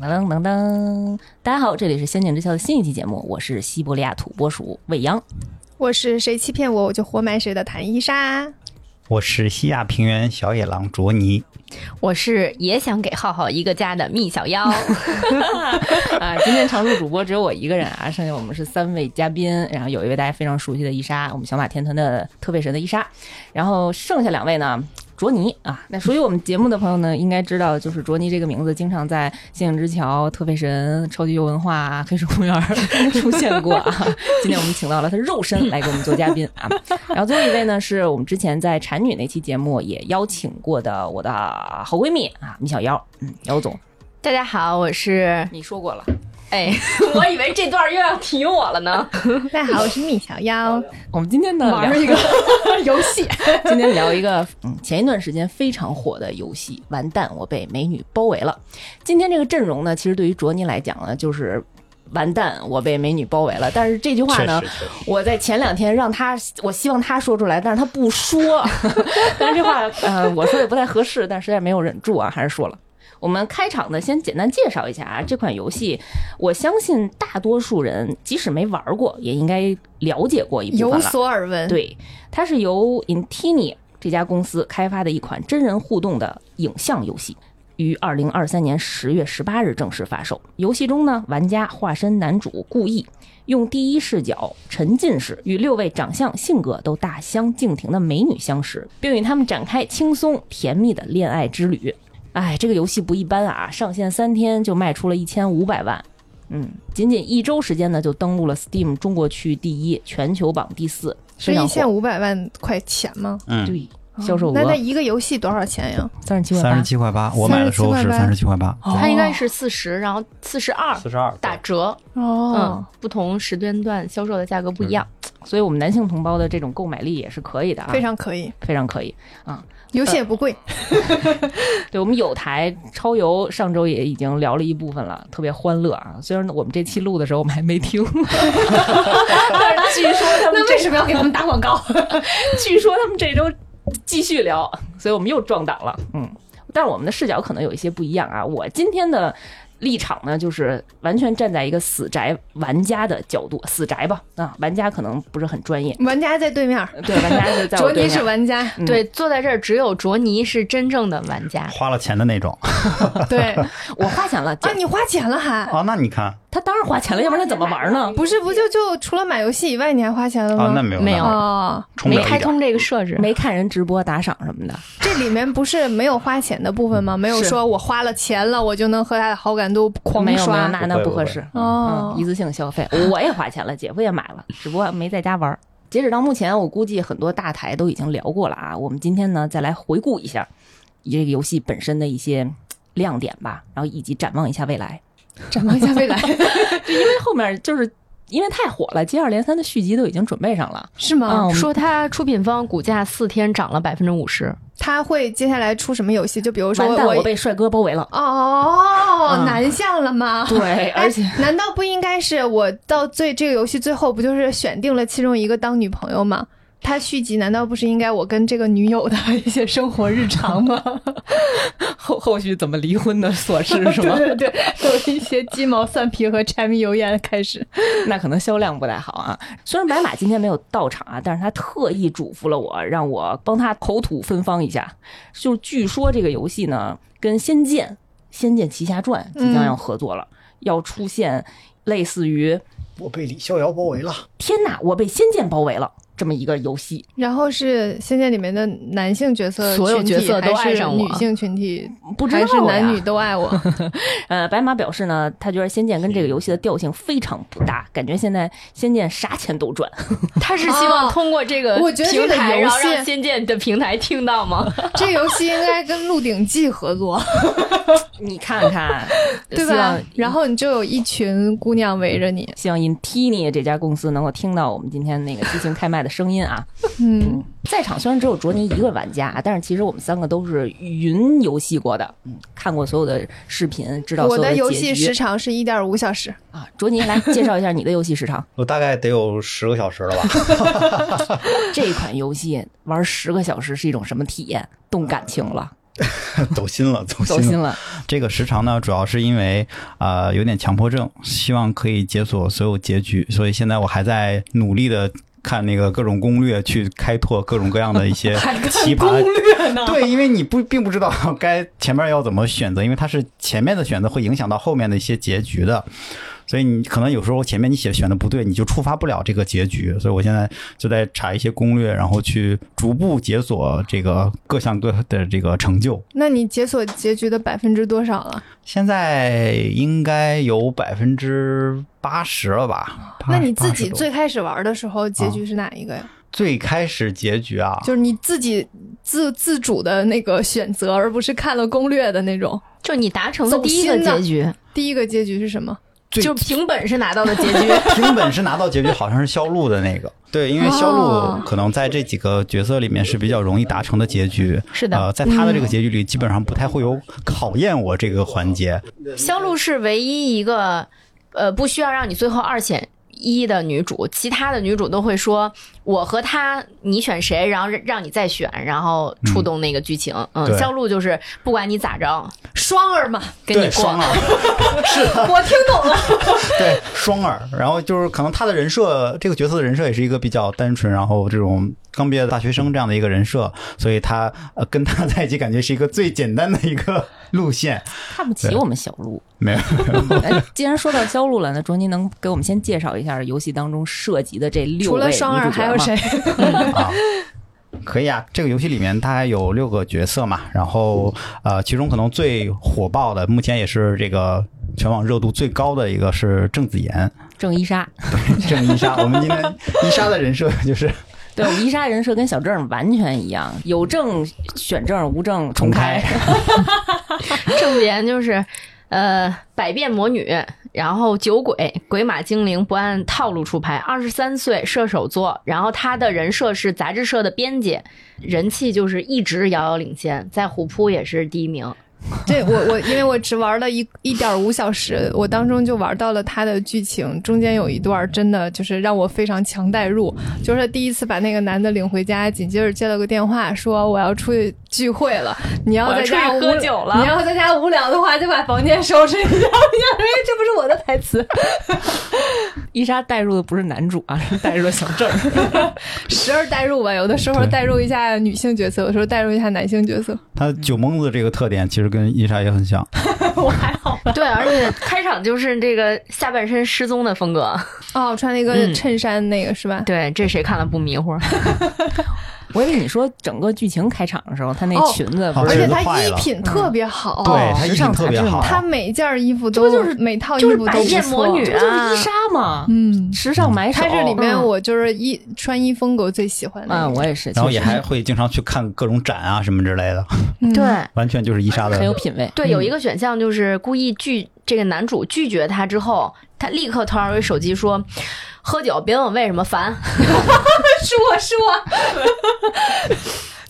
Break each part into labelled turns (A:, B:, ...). A: 噔噔噔！大家好，这里是《仙境之桥》的新一期节目，我是西伯利亚土拨鼠未央。
B: 我是谁欺骗我，我就活埋谁的谭伊莎。
C: 我是西亚平原小野狼卓尼，
D: 我是也想给浩浩一个家的蜜小妖，
A: 啊，今天常驻主播只有我一个人啊，剩下我们是三位嘉宾，然后有一位大家非常熟悉的伊莎，我们小马天团的特费神的伊莎，然后剩下两位呢，卓尼啊，那熟悉我们节目的朋友呢，应该知道，就是卓尼这个名字经常在《仙境之桥》《特费神》《超级游文化》《黑水公园》 出现过啊。今天我们请到了他肉身来给我们做嘉宾啊，然后最后一位呢，是我们之前在产女那期节目也邀请过的我的好闺蜜啊，米小妖，嗯，姚总，
D: 大家好，我是
A: 你说过了。
D: 哎，我以为这段又要提我了呢。
B: 大家好，我是蜜小 妖，
A: 我们今天呢
B: 玩
A: 聊
B: 一个游戏。
A: 今天聊一个，嗯，前一段时间非常火的游戏《完蛋，我被美女包围了》。今天这个阵容呢，其实对于卓尼来讲呢，就是完蛋，我被美女包围了。但是这句话
C: 确
A: 呢
C: 实，确实
A: 我在前两天让他，我希望他说出来，但是他不说。 但是这话，呃，我说也不太合适，但实在没有忍住啊，还是说了。我们开场呢，先简单介绍一下啊，这款游戏，我相信大多数人即使没玩过，也应该了解过一部分
B: 有
A: 了。
B: 所耳闻，，
A: 对，它是由 Intini 这家公司开发的一款真人互动的影像游戏，于二零二三年十月十八日正式发售。游戏中呢，玩家化身男主故意用第一视角沉浸式与六位长相、性格都大相径庭的美女相识，并与他们展开轻松甜蜜的恋爱之旅。哎，这个游戏不一般啊！上线三天就卖出了一千五百万，嗯，仅仅一周时间呢，就登陆了 Steam 中国区第一，全球榜第四，
B: 是
A: 非常
B: 一
A: 火啊
B: 千五百万块钱吗？
C: 嗯，
A: 对，销售
B: 那那
A: 额
B: 一个游戏多少钱呀？
A: 三十七
C: 三
A: 万
C: 十七块八，我哦买的时候是三十七块八，
A: 八，
D: 他应该是四十，然后四十二
C: 四十二
D: 打折，
B: 哦
D: 嗯，，不同时间段销售的价格不一样。
A: 所以我们男性同胞的这种购买力也是可以的啊，呃
B: 非常可以，
A: 非常可以啊。
B: 游戏也不贵。
A: 对我们有台超游上周也已经聊了一部分了，特别欢乐啊。虽然我们这期录的时候我们还没听，但是据说他们
D: 那为什么要给他们打广告？
A: 据说他们这周继续 聊，所以我们又撞档了。嗯，但是我们的视角可能有一些不一样啊。我今天的立场呢，就是完全站在一个死宅玩家的角度，死宅吧啊，玩家可能不是很专业，
B: 玩家在对面，
A: 对，玩家是 在我
B: 卓
A: 对
B: 尼是
A: 面。
B: 玩家，
A: 嗯
D: 对，坐在这儿只有卓尼是真正的玩家。
C: 花了钱的那种。
A: 嗯
B: 对啊，
A: 我花钱了，姐
B: 你花钱 了还？
C: 哦，那你看
A: 他当然花钱了，要不然他怎么玩 呢？
B: 不是，不就就除了买游戏以外，你还花钱了
C: 啊，那
B: 吗？
C: 没有
D: 没有
C: 有，
B: 哦，
C: 充
D: 没
C: 了一
D: 开
C: 点。
D: 通这个设置，
A: 没看人直播打赏什么的，
B: 这里面不是没有花钱的部 分吗？没有
A: 是
B: 说我花了钱了，我就能和他的好感度狂
A: 没有没有，
B: 刷
A: 那那不合适。
B: 哦
A: 嗯，一次性消费，我也花钱了，姐夫也买了，只不过没在家玩儿。截止到目前，我估计很多大台都已经聊过了啊。我们今天呢，再来回顾一下这个游戏本身的一些嘖亮点吧，然后以及展望一下未来。
B: 展望一下未来
A: 因为后面就是因为太火了，接二连三的续集都已经准备上了。
B: 是吗？
A: 嗯
D: 说他出品方股价四天涨了百分之五 十，
B: 他会接下来出什么游戏？就比如说
A: 完蛋，
B: 我
A: 我被帅哥包围了。
B: 哦
A: 嗯
B: 南向了吗？
A: 对，而且
B: 哎难道不应该是我到最这个游戏最后不就是选定了其中一个当女朋友吗？他续集难道不是应该我跟这个女友的一些生活日常吗？
A: 后后续怎么离婚的琐事 是吗？
B: 对对对，有一些鸡毛蒜皮和柴米油盐的开始。
A: 那可能销量不太好啊。虽然白马今天没有到场啊，但是他特意嘱咐了我，让我帮他口吐芬芳一下。就据说这个游戏呢，跟《仙剑》《仙剑奇侠传》即
B: 嗯
A: 将要合作了，要出现类似于
E: 我被李逍遥包围了。
A: “天哪，我被仙剑包围了”这么一个游戏。
B: 然后是《仙剑》里面的男性角色群体，
D: 所有角色都爱上我
B: 还是女性群体
A: 啊不知道
B: 还
A: 呀
B: 是男女都爱我。
A: 呃，白马表示呢，他觉得《仙剑》跟这个游戏的调性非常不搭，感觉现在《仙剑》啥钱都赚。
D: 他是希望通过这个
B: 哦我觉得这个
D: 平台，
B: 游
D: 然后
B: 戏
D: 让仙剑的平台听到吗？
B: 这游戏应该跟《鹿鼎记》合作，
A: 你看看，
B: 对
A: 希
B: 吧
A: 望？
B: 然后你就有一群姑娘围着你。
A: 希望 Intini 这家公司能够听到我们今天那个激情开麦的声音啊！
B: 嗯，
A: 在场虽然只有卓尼一个玩家，但是其实我们三个都是云游戏过的，嗯，看过所有的视频，知道所
B: 我
A: 有
B: 的游
A: 结
B: 戏
A: 局
B: 时长是一点五小时。
A: 啊。卓尼来介绍一下你的游戏时长。
E: 我大概得有十个小时了吧？
A: 这款游戏玩十个小时是一种什么体验？动感情了，
C: 走心了，走
A: 走
C: 心
A: 心
C: 了。
A: 了，
C: 这个时长呢，主要是因为呃有点强迫症，希望可以解锁所有结局，所以现在我还在努力的看那个各种攻略，去开拓各种各样的一 些奇葩。
A: 略呢
C: 对，因为你不并不知道该前面要怎么选择，因为它是前面的选择会影响到后面的一些结局的，所以你可能有时候前面你写选的不对，你就触发不了这个结局。所以我现在就在查一些攻略，然后去逐步解锁这个各项各的这个成就。
B: 那你解锁结局的百分之多少了？
C: 现在应该有百分之八十了吧？
B: 那你自己
C: 80多
B: 最开始玩的时候，结
A: 啊
B: 局是哪一个呀？
C: 最开始结 局啊，
B: 就是你自己自自主的那个选择，而不是看了攻略的那种。
D: 就你达成的第一个
B: 走心的
D: 结局，
B: 第一个结局是什么？
C: 最
D: 就凭本事拿到的结 局。
C: 平本是拿到结局，好像是肖路的那个。 对，因为肖
B: 哦
C: 路可能在这几个角色里面是比较容易达成的结局。
D: 是的
C: 呃，在他的这个结局里，基本上不太会有考验我这个环节。
D: 肖呃路是唯一一个，呃，不需要让你最后二选一的女主，其他的女主都会说我和他，你选谁，然后让让你再选，然后触动那个剧情。嗯，
C: 对
D: 肖路就是不管你咋着，
B: 双儿嘛，
D: 跟你
C: 对双
D: 过。
C: 耳，
B: 我听懂了。
C: 对双耳。然后就是可能他的人设，这个角色的人设也是一个比较单纯，然后这种刚毕业的大学生这样的一个人设，所以他呃跟他在一起感觉是一个最简单的一个路线。
A: 看不起
C: 对
A: 我们小鹿。
C: 没有，
A: 哎，既然说到肖路了，那卓尼能给我们先介绍一下游戏当中涉及的这六
B: 除
A: 位
B: 了双儿
A: 女主角
B: 还有
A: 吗
B: 谁？？
C: 啊，可以啊。这个游戏里面大概有六个角色嘛，然后呃，其中可能最火爆的，目前也是这个全网热度最高的一个是郑子妍，
A: 郑伊莎，
C: 郑伊莎。我们今天伊莎的人设就是
A: 对，我们伊莎人设跟小郑完全一样，有证选证，无证重
C: 重开
A: 开。，
D: 郑子妍就是，呃，百变魔女，然后酒鬼、鬼马精灵不按套路出牌，二十三岁，射手座，然后她的人设是杂志社的编辑，人气就是一直遥遥领先，在虎扑也是第一名。
B: 对我我因为我只玩了一一点五小时，我当中就玩到了他的剧情，中间有一段真的就是让我非常强代入，就是第一次把那个男的领回家，紧接着接了个电话说我要出去聚会了，你要在家
D: 我要
B: 无
D: 出去喝酒了
B: 你要在家无聊的话就把房间收拾一下，因为
F: 哎
B: 这不是我的台词，
A: 伊莎带入的不是男主啊， 是带入了小郑。
B: 时而代入吧，有的时候
C: 对
B: 代入一下女性角色，有时候代入一下男性角色，
C: 他酒蒙子这个特点其实跟伊莎也很像。
D: 对，而且开场就是这个下半身失踪的风格。
B: 哦，穿了一个
D: 嗯
B: 衬衫那个、是吧？
C: 哦
D: 对，这谁看了不迷糊？
A: 我以为你说整个剧情开场的时候，他那
B: 哦
A: 裙子
C: 好
A: 不
B: 而
A: 是
B: 且
C: 裙子
B: 他
C: 坏
B: 衣
C: 了嗯
B: 品特别好，
C: 对他
A: 时
C: 衣
A: 尚
C: 品
A: 杂
C: 特别
A: 志嘛
C: 好，
B: 她每件衣服都
A: 就是
B: 每套衣
A: 就是
B: 服都
A: 百
B: 不
A: 变
B: 错
D: 魔女啊
A: 这不就是伊莎吗？
B: 嗯，
A: 时尚买手，
B: 她
D: 哦
B: 这里面
A: 嗯
B: 我就是衣穿衣风格最喜欢的
A: 啊，
B: 一个，
A: 我也是，
C: 然后
A: 确
C: 也
A: 实
C: 还会经常去看各种展啊什么之类的，
B: 嗯，
C: 完全就是伊莎
A: 很有
C: 的。
A: 品味。嗯
D: 对，有一个选项就是故意拒这个男主拒绝他之后，他立刻掏出手机说：“喝酒，别问我为什么 烦。”
B: 是我是我，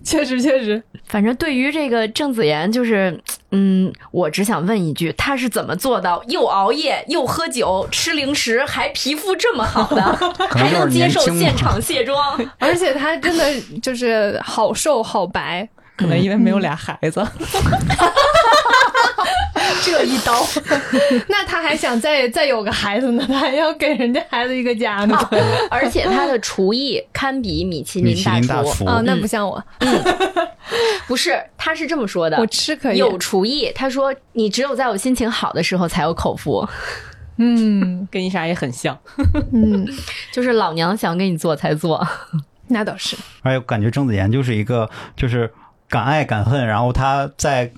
B: 确实确实，
D: 反正对于这个郑子妍，就是，嗯，我只想问一句，她是怎么做到又熬夜又喝酒吃零食，还皮肤这么好的，
C: 可能
D: 还
C: 就是
D: 能接受
C: 年轻
D: 现场卸妆？
B: 而且她真的就是好瘦好白，
A: 可能因为没有俩孩子，
B: 这一刀，那她还想再再有个孩子呢，她还要给人家孩子一个家呢，
D: 而且她的厨艺堪比米其
C: 米
D: 林
C: 其
D: 大
C: 林
D: 厨。
C: 大厨，
B: 啊，
D: 嗯
B: 那不像我，
D: 不是，她是这么说的
B: 我。吃可以，
D: 有厨艺，她说你只有在我心情好的时候才有口福，
B: 嗯
A: 跟伊莎也很像。
B: 嗯，
D: 就是老娘想给你做才做。
B: 那倒是，
C: 而且我感觉郑子妍就是一个就是敢爱敢恨，然后她在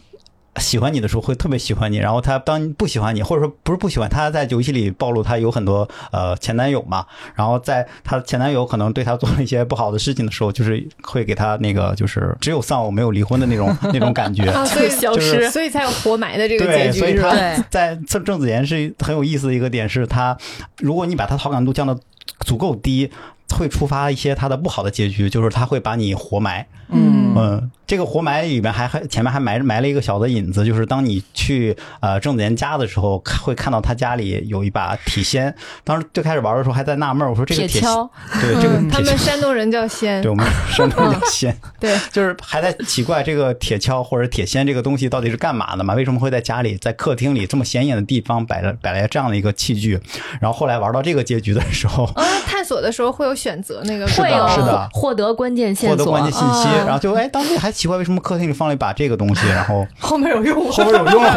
C: 喜欢你的时候会特别喜欢你，然后她当不喜欢你，或者说不是不喜欢，她在游戏里暴露她有很多呃前男友嘛，然后在她前男友可能对她做了一些不好的事情的时候，就是会给她那个就是只有丧偶没有离婚的那种 那种感觉。
B: 啊，所以
D: 消
C: 失
B: 所以才有活埋的这个结
C: 对，
B: 局，
C: 所以
B: 是吧
C: 她
A: 对
C: 在郑郑子妍是很有意思的一个点，是她如果你把她好感度降到足够低，会触发一些她的不好的结局，就是她会把你活埋。
A: 嗯，
C: 嗯，这个活埋里面还还前面还埋埋了一个小的引子，就是当你去呃郑子妍家的时候，看会看到他家里有一把铁锨。当时最开始玩的时候还在纳闷儿，我说这个
D: 铁
C: 铁
D: 锹，
C: 对这个
B: 嗯，他
C: 铁
B: 们
C: 锨，
B: 山东人叫仙
C: 对， 我们山东叫锨，
B: 对，
C: 就是还在奇怪这个铁锹或者铁锨这个东西到底是干嘛的嘛？为什么会在家里在客厅里这么显眼的地方摆了摆了这样的一个器具？然后后来玩到这个结局的时候，
B: 啊，探索的时候会有选择那个
C: 是的
D: 会有
C: 啊是的
D: 获得关键线
C: 获得
D: 索
C: 关键信息，
B: 啊
C: 然后就哎，当时还奇怪为什么客厅里放了一把这个东西，然后
B: 后面有用
C: 后边有 用，啊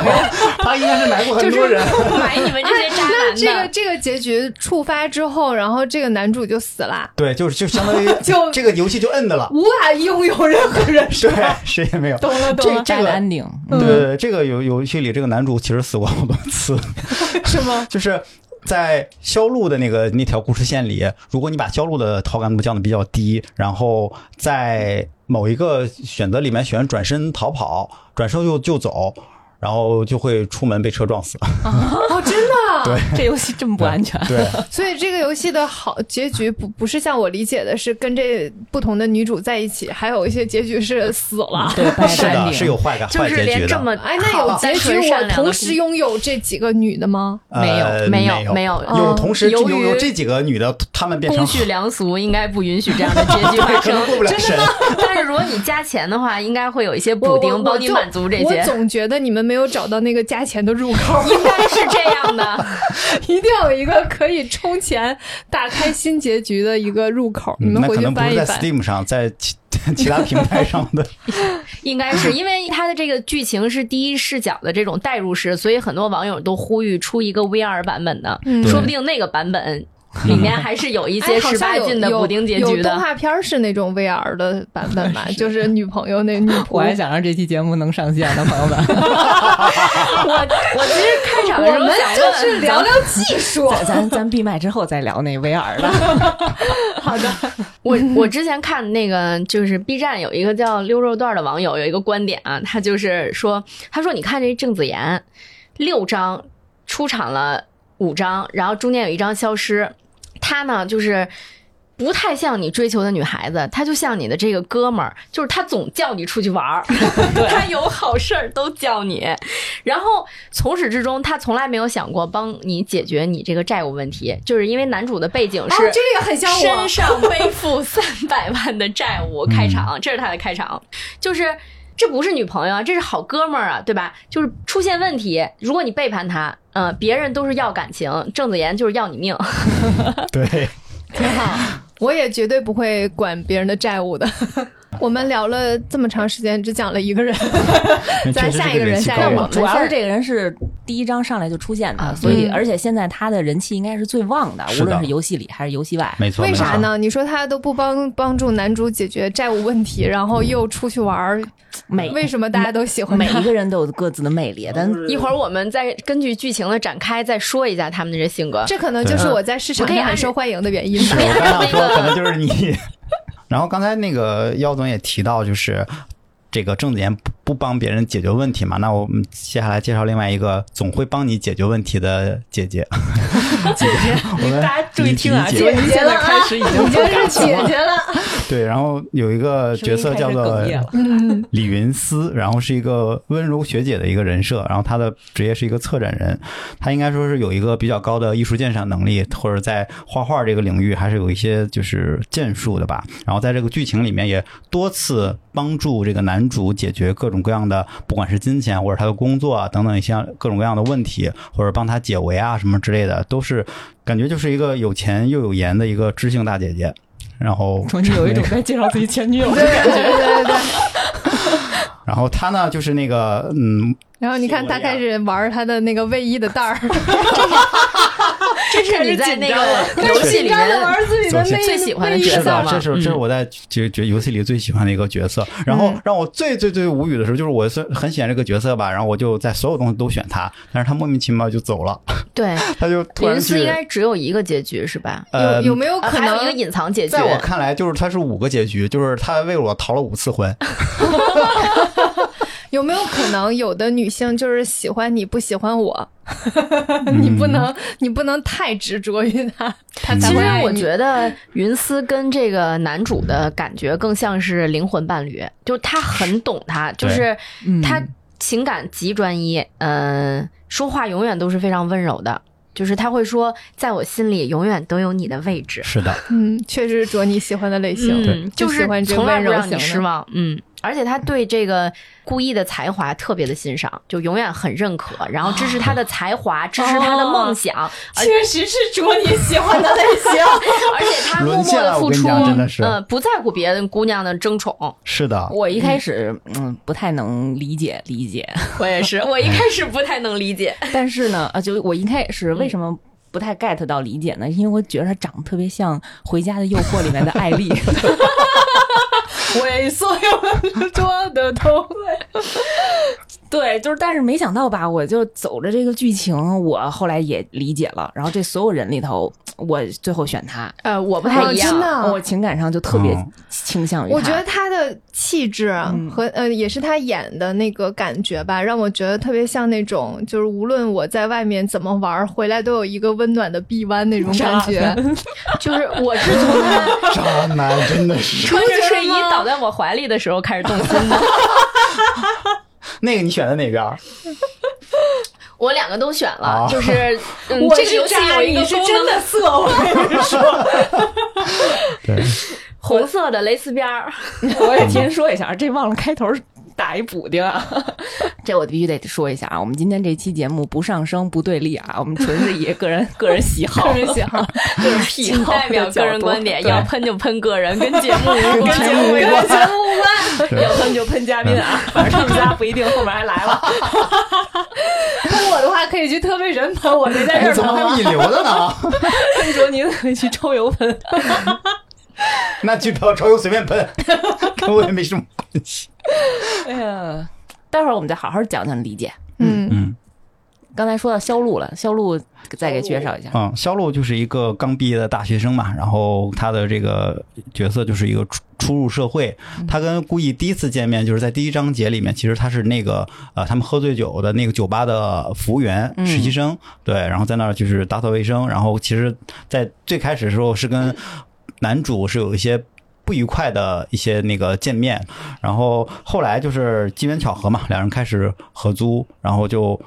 C: 他应该是埋过很多人。
D: 买你们这些渣
B: 那这
D: 男
B: 个
D: 的。
B: 这个结局触发之后，然后这个男主就死了，
C: 对，就是就相当于
B: 就
C: 这个游戏就 摁的了，
B: 无法拥有任何人生。
C: 对，谁也没有。
B: 懂了懂
C: 这
B: 了，嗯
C: 这个
A: ending，
C: 对对对，这个游游戏里这个男主其实死过好多次，
B: 是吗？
C: 就是在销路的那个那条故事线里，如果你把销路的好感度降的比较低，然后在某一个选择里面选转身逃跑，转身就就走，然后就会出门被车撞死。
B: 哦，真的 啊。
A: 这游戏这么不安 全。
C: 对，
B: 所以这个游戏的好结局不不是像我理解的，是跟这不同的女主在一起，还有一些结局是死了。
A: 对，拜
C: 是
A: 占
C: 的，
A: 领
C: 是有坏感
D: 就
C: 坏
D: 是
C: 结
D: 连
C: 局
D: 这
C: 的。
D: 么
B: 哎，那有
D: 好
B: 结
D: 单纯
B: 局我
D: 善良的
B: 同
D: 姑
B: 时拥有这几个女的吗？
D: 没有
C: 呃
D: 没
C: 没
D: 有没有哦
C: 有
B: 嗯
C: 同时
D: 由
C: 有有
D: 于
C: 这几个女的，她们变成
D: 公序良俗应该不允许这样的结局 发
C: 可能
D: 生。
C: 过不了审。
D: 但是如果你加钱的话，应该会有一些
B: 我
D: 补
B: 我
D: 丁
B: 我
D: 帮你
B: 就
D: 满足这
B: 我
D: 些，
B: 总觉得你们没有找到那个加钱的入 口，
D: 应该是这样的。
B: 一定要有一个可以充钱打开新结局的一个入口。你
C: 嗯
B: 们
C: 那
B: 回
C: 可
B: 去
C: 能不
B: 翻
C: 是
B: 一
C: 在
B: 翻。
C: Steam 上，在其 其他平台上的。
D: 应该 是因为它的这个剧情是第一视角的这种代入式，所以很多网友都呼吁出一个 VR 版本的，
B: 嗯
D: 说不定那个版本里面还是有一些
B: 哎好
D: 十
B: 像
D: 八
B: 有
D: 禁的
B: 有
D: 补丁结
B: 有
D: 局的
B: 动。画片儿是那种 VR 的版本 吧，就是女朋友那女仆。
A: 我还想让这期节目能上线呢，朋友们，
D: 我 我其实开场的
B: 我
D: 时候
B: 们
D: 想
B: 就
D: 问，
B: 是聊聊技术。哦
A: 咱咱咱闭麦之后再聊那 VR 的。
D: 我我之前看那个就是 B 站有一个叫溜肉段儿的网友有一个观点啊，他就是说，他说你看这郑子妍六张出场了五张，然后中间有一张消失，她呢就是。不太像你追求的女孩子，她就像你的这个哥们儿，就是他总叫你出去 玩儿，他有好事儿都叫你，然后从始至终他从来没有想过帮你解决你这个债务问题，就是因为男主的背景
B: 哦
D: 是、，
B: 这个很像我
D: 身。上背负三百万的债务，开
B: 嗯
D: 场，这是他的开场，就是。这不是女朋友啊，这是好哥们儿啊，对吧？就是出现问题，如果你背叛他，嗯、别人都是要感情，郑子妍就是要你命。
C: 对，
B: 挺好，我也绝对不会管别人的债务的。我们聊了这么长时间，只讲了一个人，咱
C: 确实
B: 下一
C: 这
B: 个人
C: 人气
B: 下一
C: 高
B: 个
C: 了
B: 人
A: 主要是这个人是第一章上来就出现的，所以
B: 嗯
A: 而且现在他的人气应该是最旺的，
C: 是
A: 无
C: 的
A: 论是游戏里还是游戏外。
C: 没错。
B: 为啥
C: 没错？
B: 呢？你说他都不帮帮助男主解决债务问题，然后又出去玩儿，
A: 每
B: 为什么大家都喜欢
A: 每
B: 他
A: 一？个人都有各自的魅力， 但
D: 一会儿我们再根据剧情的展开再说一下他们的这性格。
B: 这可能就是我在市场
D: 我可以
B: 上很
D: 按
B: 受欢迎的原因
C: 是
B: 吧。
C: 我刚想
D: 那
C: 说，
D: 个
C: 可能就是你。然后刚才那个妖总也提到，就是这个郑子妍不不帮别人解决问题嘛，那我们接下来介绍另外一个总会帮你解决问题的姐姐。姐姐，我们
A: 大家注意
C: 李
A: 听啊，
C: 李
A: 这个
C: 姐
A: 人现在开 始已经不感情了。
B: 决了，
C: 对，然后有一个角色叫做
A: 声音开始哽咽了
C: 李云思，然后是一个温柔学姐的一个人设，然后她的职业是一个策展人，她应该说是有一个比较高的艺术鉴赏能力，或者在画画这个领域还是有一些就是建树的吧。然后在这个剧情里面也多次帮助这个男主解决各种各样的，不管是金钱或者他的工作啊等等一些各种各样的问题，或者帮他解围啊什么之类的，都是感觉就是一个有钱又有颜的一个知性大姐姐。然后
A: 中间有一种在介绍自己前女友的
B: 对
A: 感
B: 对
A: 觉。
B: 对对对。
C: 然后他呢，就是那个，嗯，
B: 然后你看他开始玩他的那个卫衣的袋儿，
D: 这是你在那个 游戏里
B: 开始
D: 面
B: 玩自己的那
D: 最喜欢的
B: 卫衣
D: 角
C: 是
D: 色
B: 袋
C: 的
B: 儿
D: 吗，
C: 这是这是我在角角游戏里最喜欢的一个角色。然后让我最最最无语的时候，就是我是很喜欢这个角色吧，然后我就在所有东西都选他，但是他莫名其妙就走了，
D: 对，
C: 他就突然
D: 云思
C: 去
D: 应，该只有一个结局是吧？
C: 呃
B: 有，有没有
D: 啊
B: 可
D: 还有一个
B: 能
D: 隐藏结局
C: 在。我看来，就是他是五个结局，就是他为我逃了五次婚，
B: 有有没有可能有的女性就是喜欢你不喜欢我？ 你不能你不能太执着于他，他才
D: 其实
B: 会爱你
D: 我觉得云丝跟这个男主的感觉更像是灵魂伴侣，就是他很懂他，就是
B: 嗯
A: 嗯
D: 他情感极专一，嗯、说话永远都是非常温柔的，就是他会说，在我心里永远都有你的位置，
C: 是的，
B: 嗯，确实是卓你喜欢的类型，
D: 嗯，
B: 就
D: 就是
B: 喜欢这个
D: 从来
B: 温柔
D: 不让
B: 型的
D: 你失望，嗯。而且他对这个故意的才华特别的欣赏，就永远很认可，然后支持他的才华，支持他的梦想，而
F: 确实是卓你喜欢的类型。
D: 而且他默
C: 沦
D: 默
C: 陷
D: 的
C: 了
D: 付
C: 我跟你
D: 出，
C: 讲真的是
D: 嗯、不在乎别人姑娘的争宠。
C: 是的，
A: 我一开始嗯不太能理解理解，
D: 我也是，我一开始不太能理 解，
A: 但是呢，啊，就我一开
B: 嗯
A: 始为什么不太 get 到理解呢？因为我觉得他长得特别像《回家的诱惑》里面的艾丽。
F: 猥琐又多的都
A: 对，就是，但是没想到吧，我就走着这个剧情，我后来也理解了。然后这所有人里头，我最后选他，
D: 呃，我不
B: 哦
D: 太一样。
B: 真的啊
A: 我情感上就特别
C: 嗯
A: 倾向于他。
B: 我觉得他的气质啊
A: 嗯
B: 和、呃，也是他演的那个感觉吧，让我觉得特别像那种，就是无论我在外面怎么玩儿，回来都有一个温暖的臂弯那种感 觉。嗯
D: 就是我是 从他
C: 渣男真的是
D: 穿着睡衣倒在我怀里的时候开始动心的。
C: 那个你选的哪边儿？
D: 我两个都选了
C: 啊，
D: 就是嗯，
F: 我
D: 这个
F: 是
D: 游戏
F: 渣，
D: 有一
F: 你
D: 个
F: 是
D: 功
F: 真
D: 能，
F: 的色，我跟你说，
C: 对，
D: 红色的蕾丝边儿。
A: 我也先说一下，这忘了开头打一补丁啊， 这我必须得说一下啊。我们今天这期节目不上升不对立啊，我们纯是以个 人个人喜好、
B: 个人喜 好
A: 个人癖
D: 仅
A: 好
D: 代表
A: 的角
D: 个人
A: 度
D: 观点，
A: 对
D: 要喷就喷个人，跟节目无 关，
A: 跟节目无关
D: 跟节目无关。
A: 要喷就喷嘉宾啊，反正他们家不一定后面还来 了。
F: 喷 我的话可以去特别人喷，我没在这
C: 哎，
F: 儿
C: 怎么还有
F: 喷。
C: 引流的呢？
A: 跟卓您可 以去周 游喷，
C: 那去嫖潮游随便喷，跟我也没什么关系。
A: 哎呀，待会儿我们再好好讲讲理解。
B: 嗯，
C: 嗯
A: 刚才说到肖路了，肖路再给介绍一下。
C: 嗯，肖路就是一个刚毕业的大学生嘛，然后他的这个角色就是一个初初入社会。
A: 嗯
C: 他跟顾意第一次见面就是在第一章节里面，其实他是那个呃他们喝醉酒的那个酒吧的服务员
A: 嗯
C: 实习生，对，然后在那儿就是打扫卫生，然后其实，在最开始的时候是跟男主是有一些。不愉快的一些那个见面，然后后来就是机缘巧合嘛，两人开始合租，然后就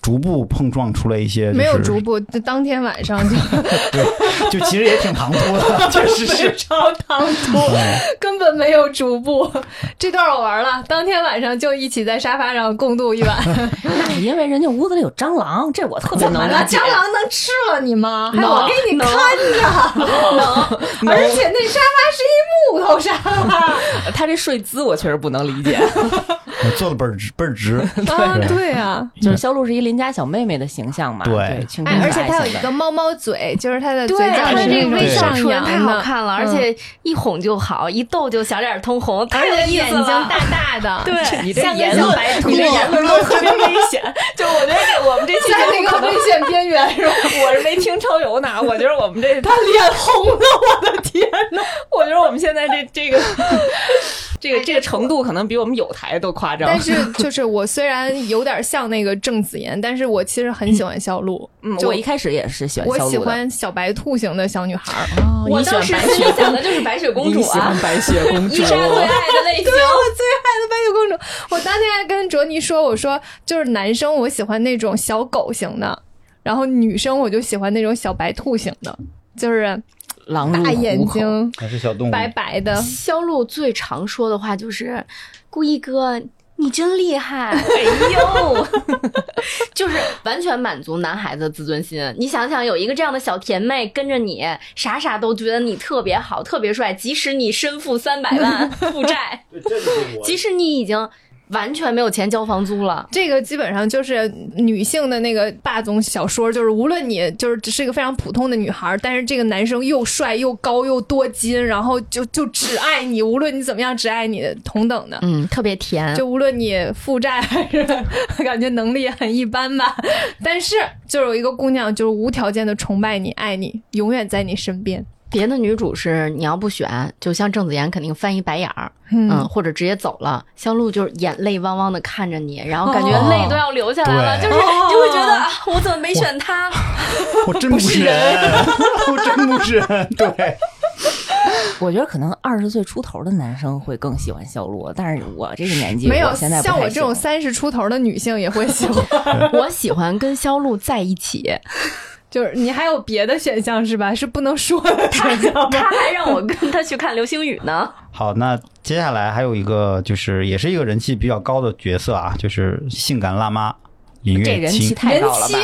C: 逐步碰撞出了一些、就是、
B: 没有逐步，就当天晚上就
C: 对，就其实也挺唐突 的，确实
F: 非
C: 是。
F: 常唐突，
B: 根本没有逐步。这段我玩了，当天晚上就一起在沙发上共度一晚。
A: 那是因为人家屋子里有蟑螂，这我特别能理解。
B: 蟑螂能吃了你吗？还
D: 能
B: 我给你看着，能。而且那沙发是一木头沙发
A: 他这睡姿我确实不能理解。
C: 我做的倍儿直，倍 儿直。
B: 啊，对啊。
A: 就是肖路是一邻家小妹妹的形象嘛，
C: 对
A: 对，青春
B: 哎，而且
A: 可爱
B: 它有
A: 型
B: 一
A: 的
B: 个猫猫嘴，就是它的嘴
D: 对，
B: 角
D: 他
B: 是
D: 这
B: 那
D: 个
B: 种
D: 微笑
B: 上
D: 唇
B: 扬
D: 太
B: 的
D: 好，看了，而
B: 嗯
D: 且一哄就好，一逗就小脸通红，太
B: 而
D: 有
B: 且
D: 意
B: 眼
D: 思
B: 睛
D: 了。
B: 大大的，
D: 对，
A: 你这
D: 哎像个
A: 言
D: 小
A: 论
D: 白兔
A: 你这言论都特别危险。就我觉得这我们这期
B: 在
A: 节
B: 那
A: 目可
B: 个
A: 能
B: 危 险边缘是吧？
A: 我是没听超游呢，我觉得我们这，
F: 他脸红了，我的天呐。
A: 我觉得我们现在这这个这个这个程度，可能比我们有台都夸张
B: 但。是就是我虽然有点像那个郑子妍，但是我其实很喜欢小鹿，
A: 嗯，
B: 就
A: 我一开始也是喜欢
B: 我
A: 肖
B: 喜
A: 路的，
B: 欢小白兔型的小女孩儿。
A: 哦
D: 我
A: 你喜
D: 当
A: 欢
D: 时
A: 白
D: 心
A: 雪
D: 里想的就是白雪公
A: 你
D: 主
A: 喜
D: 啊
A: 欢，白雪公主
D: 一山最爱的 类型。
B: 最爱的白雪公主，我当天还跟卓尼说，我说就是男生我喜欢那种小狗型的，然后女生我就喜欢那种小白兔型的，就是
A: 狼入
B: 大眼
A: 虎口，嗯
B: 睛
E: 还是小动物
B: 白白的。
D: 肖路最常说的话就是：“顾一哥，你真厉 害！”
A: 哎呦，
D: 就是完全满足男孩子的自尊心。你想想，有一个这样的小甜妹跟着你，啥啥都觉得你特别好、特别帅，即使你身负三百万 负债，即使你已经完全没有钱交房租了。
B: 这个基本上就是女性的那个霸总小说，就是无论你就是只是一个非常普通的女孩，但是这个男生又帅又高又多金，然后就就只爱你，无论你怎么样，只爱你，同等的。
D: 嗯，特别甜，
B: 就无论你负债还是 感觉能力很一般吧， 但是就是有一个姑娘就是无条件的崇拜你、爱你，永远在你身边。
D: 别的女主是你要不选，就像郑子妍肯定翻一白眼儿，嗯，
B: 嗯，
D: 或者直接走了。香露就是眼泪汪汪的看着你，然后感觉泪都要流下来了，
C: 对
D: 就是
F: 哦
D: 你就会觉得、啊我怎么没选 他？
C: 我真不是人， 我真不是人，对，
A: 我觉得可能二十岁出头的男生会更喜欢肖洛，但是我这个年纪，
B: 没有
A: 我现在不
B: 像
A: 太
B: 我这种
A: 喜
B: 三十出头的女性也会 喜欢，
D: 我喜欢跟肖露在一 起，
B: 就是你还有别的选项是吧？是不能说的 选项吗？
D: 他还让我跟他去看流星雨呢。
C: 好，那接下来还有一个就是也是一个人气比较高的角色啊，就是性感辣妈林
A: 欢这
C: 月
A: 人
C: 清
A: 气。太高了吧？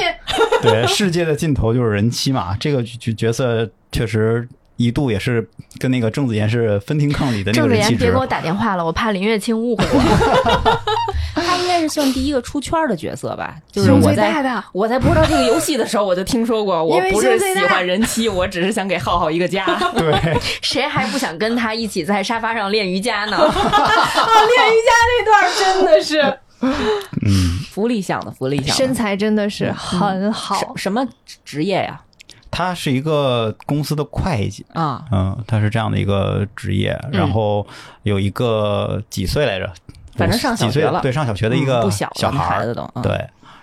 C: 对，世界的尽头就是人妻嘛，这个角角色确实一度也是跟那个郑子妍是分庭抗礼的那
D: 郑
C: 个
D: 子
C: 人
D: 妍
C: 气
D: 别
C: 值
D: 给。我打电话了，我怕林月清误会我。
A: 他应该是算第一个出圈的角色吧？就是
B: 胸
A: 我
B: 最大
A: 在
B: 的，
A: 我在不知道这个游戏的时候，我就听说过，我
B: 因为
A: 不
B: 胸
A: 是
B: 最大
A: 喜欢人妻，我只是想给浩浩一个家。
C: 对，
D: 谁还不想跟他一起在沙发上练瑜伽呢？
F: 练瑜伽那段真的是，
C: 嗯，
A: 福利想的，福利想
B: 身
A: 的。
B: 材真的是很好
A: 什，什么职业呀？
C: 他是一个公司的会计，
A: 啊，
C: 嗯，他是这样的一个职业，
A: 嗯
C: 然后有一个几岁来着？
A: 反正上小
C: 几岁
A: 学了
C: 对，上小学的一
A: 嗯
C: 个
A: 不小了
C: 小
A: 那
C: 孩
A: 孩
C: 儿
A: 子都嗯
C: 对，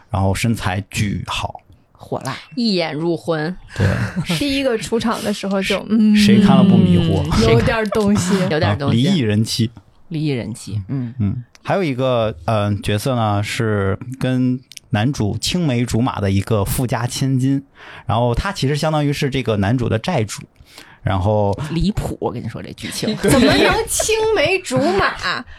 C: 然后身材巨好，
A: 火辣。
D: 一眼入魂，
C: 对，
A: 嗯
B: 第一个出场的时候就嗯，
C: 谁看了不迷惑？
B: 有点东西，
D: 有点东
C: 啊离异
D: 西。
C: 人妻，
A: 离异人妻，嗯，
C: 嗯，还有一个嗯、呃角色呢是跟男主青梅竹马的一个富家千金，然后他其实相当于是这个男主的债主，然后
A: 嗯离谱！我跟你说这剧情，
B: 怎么能青梅竹马？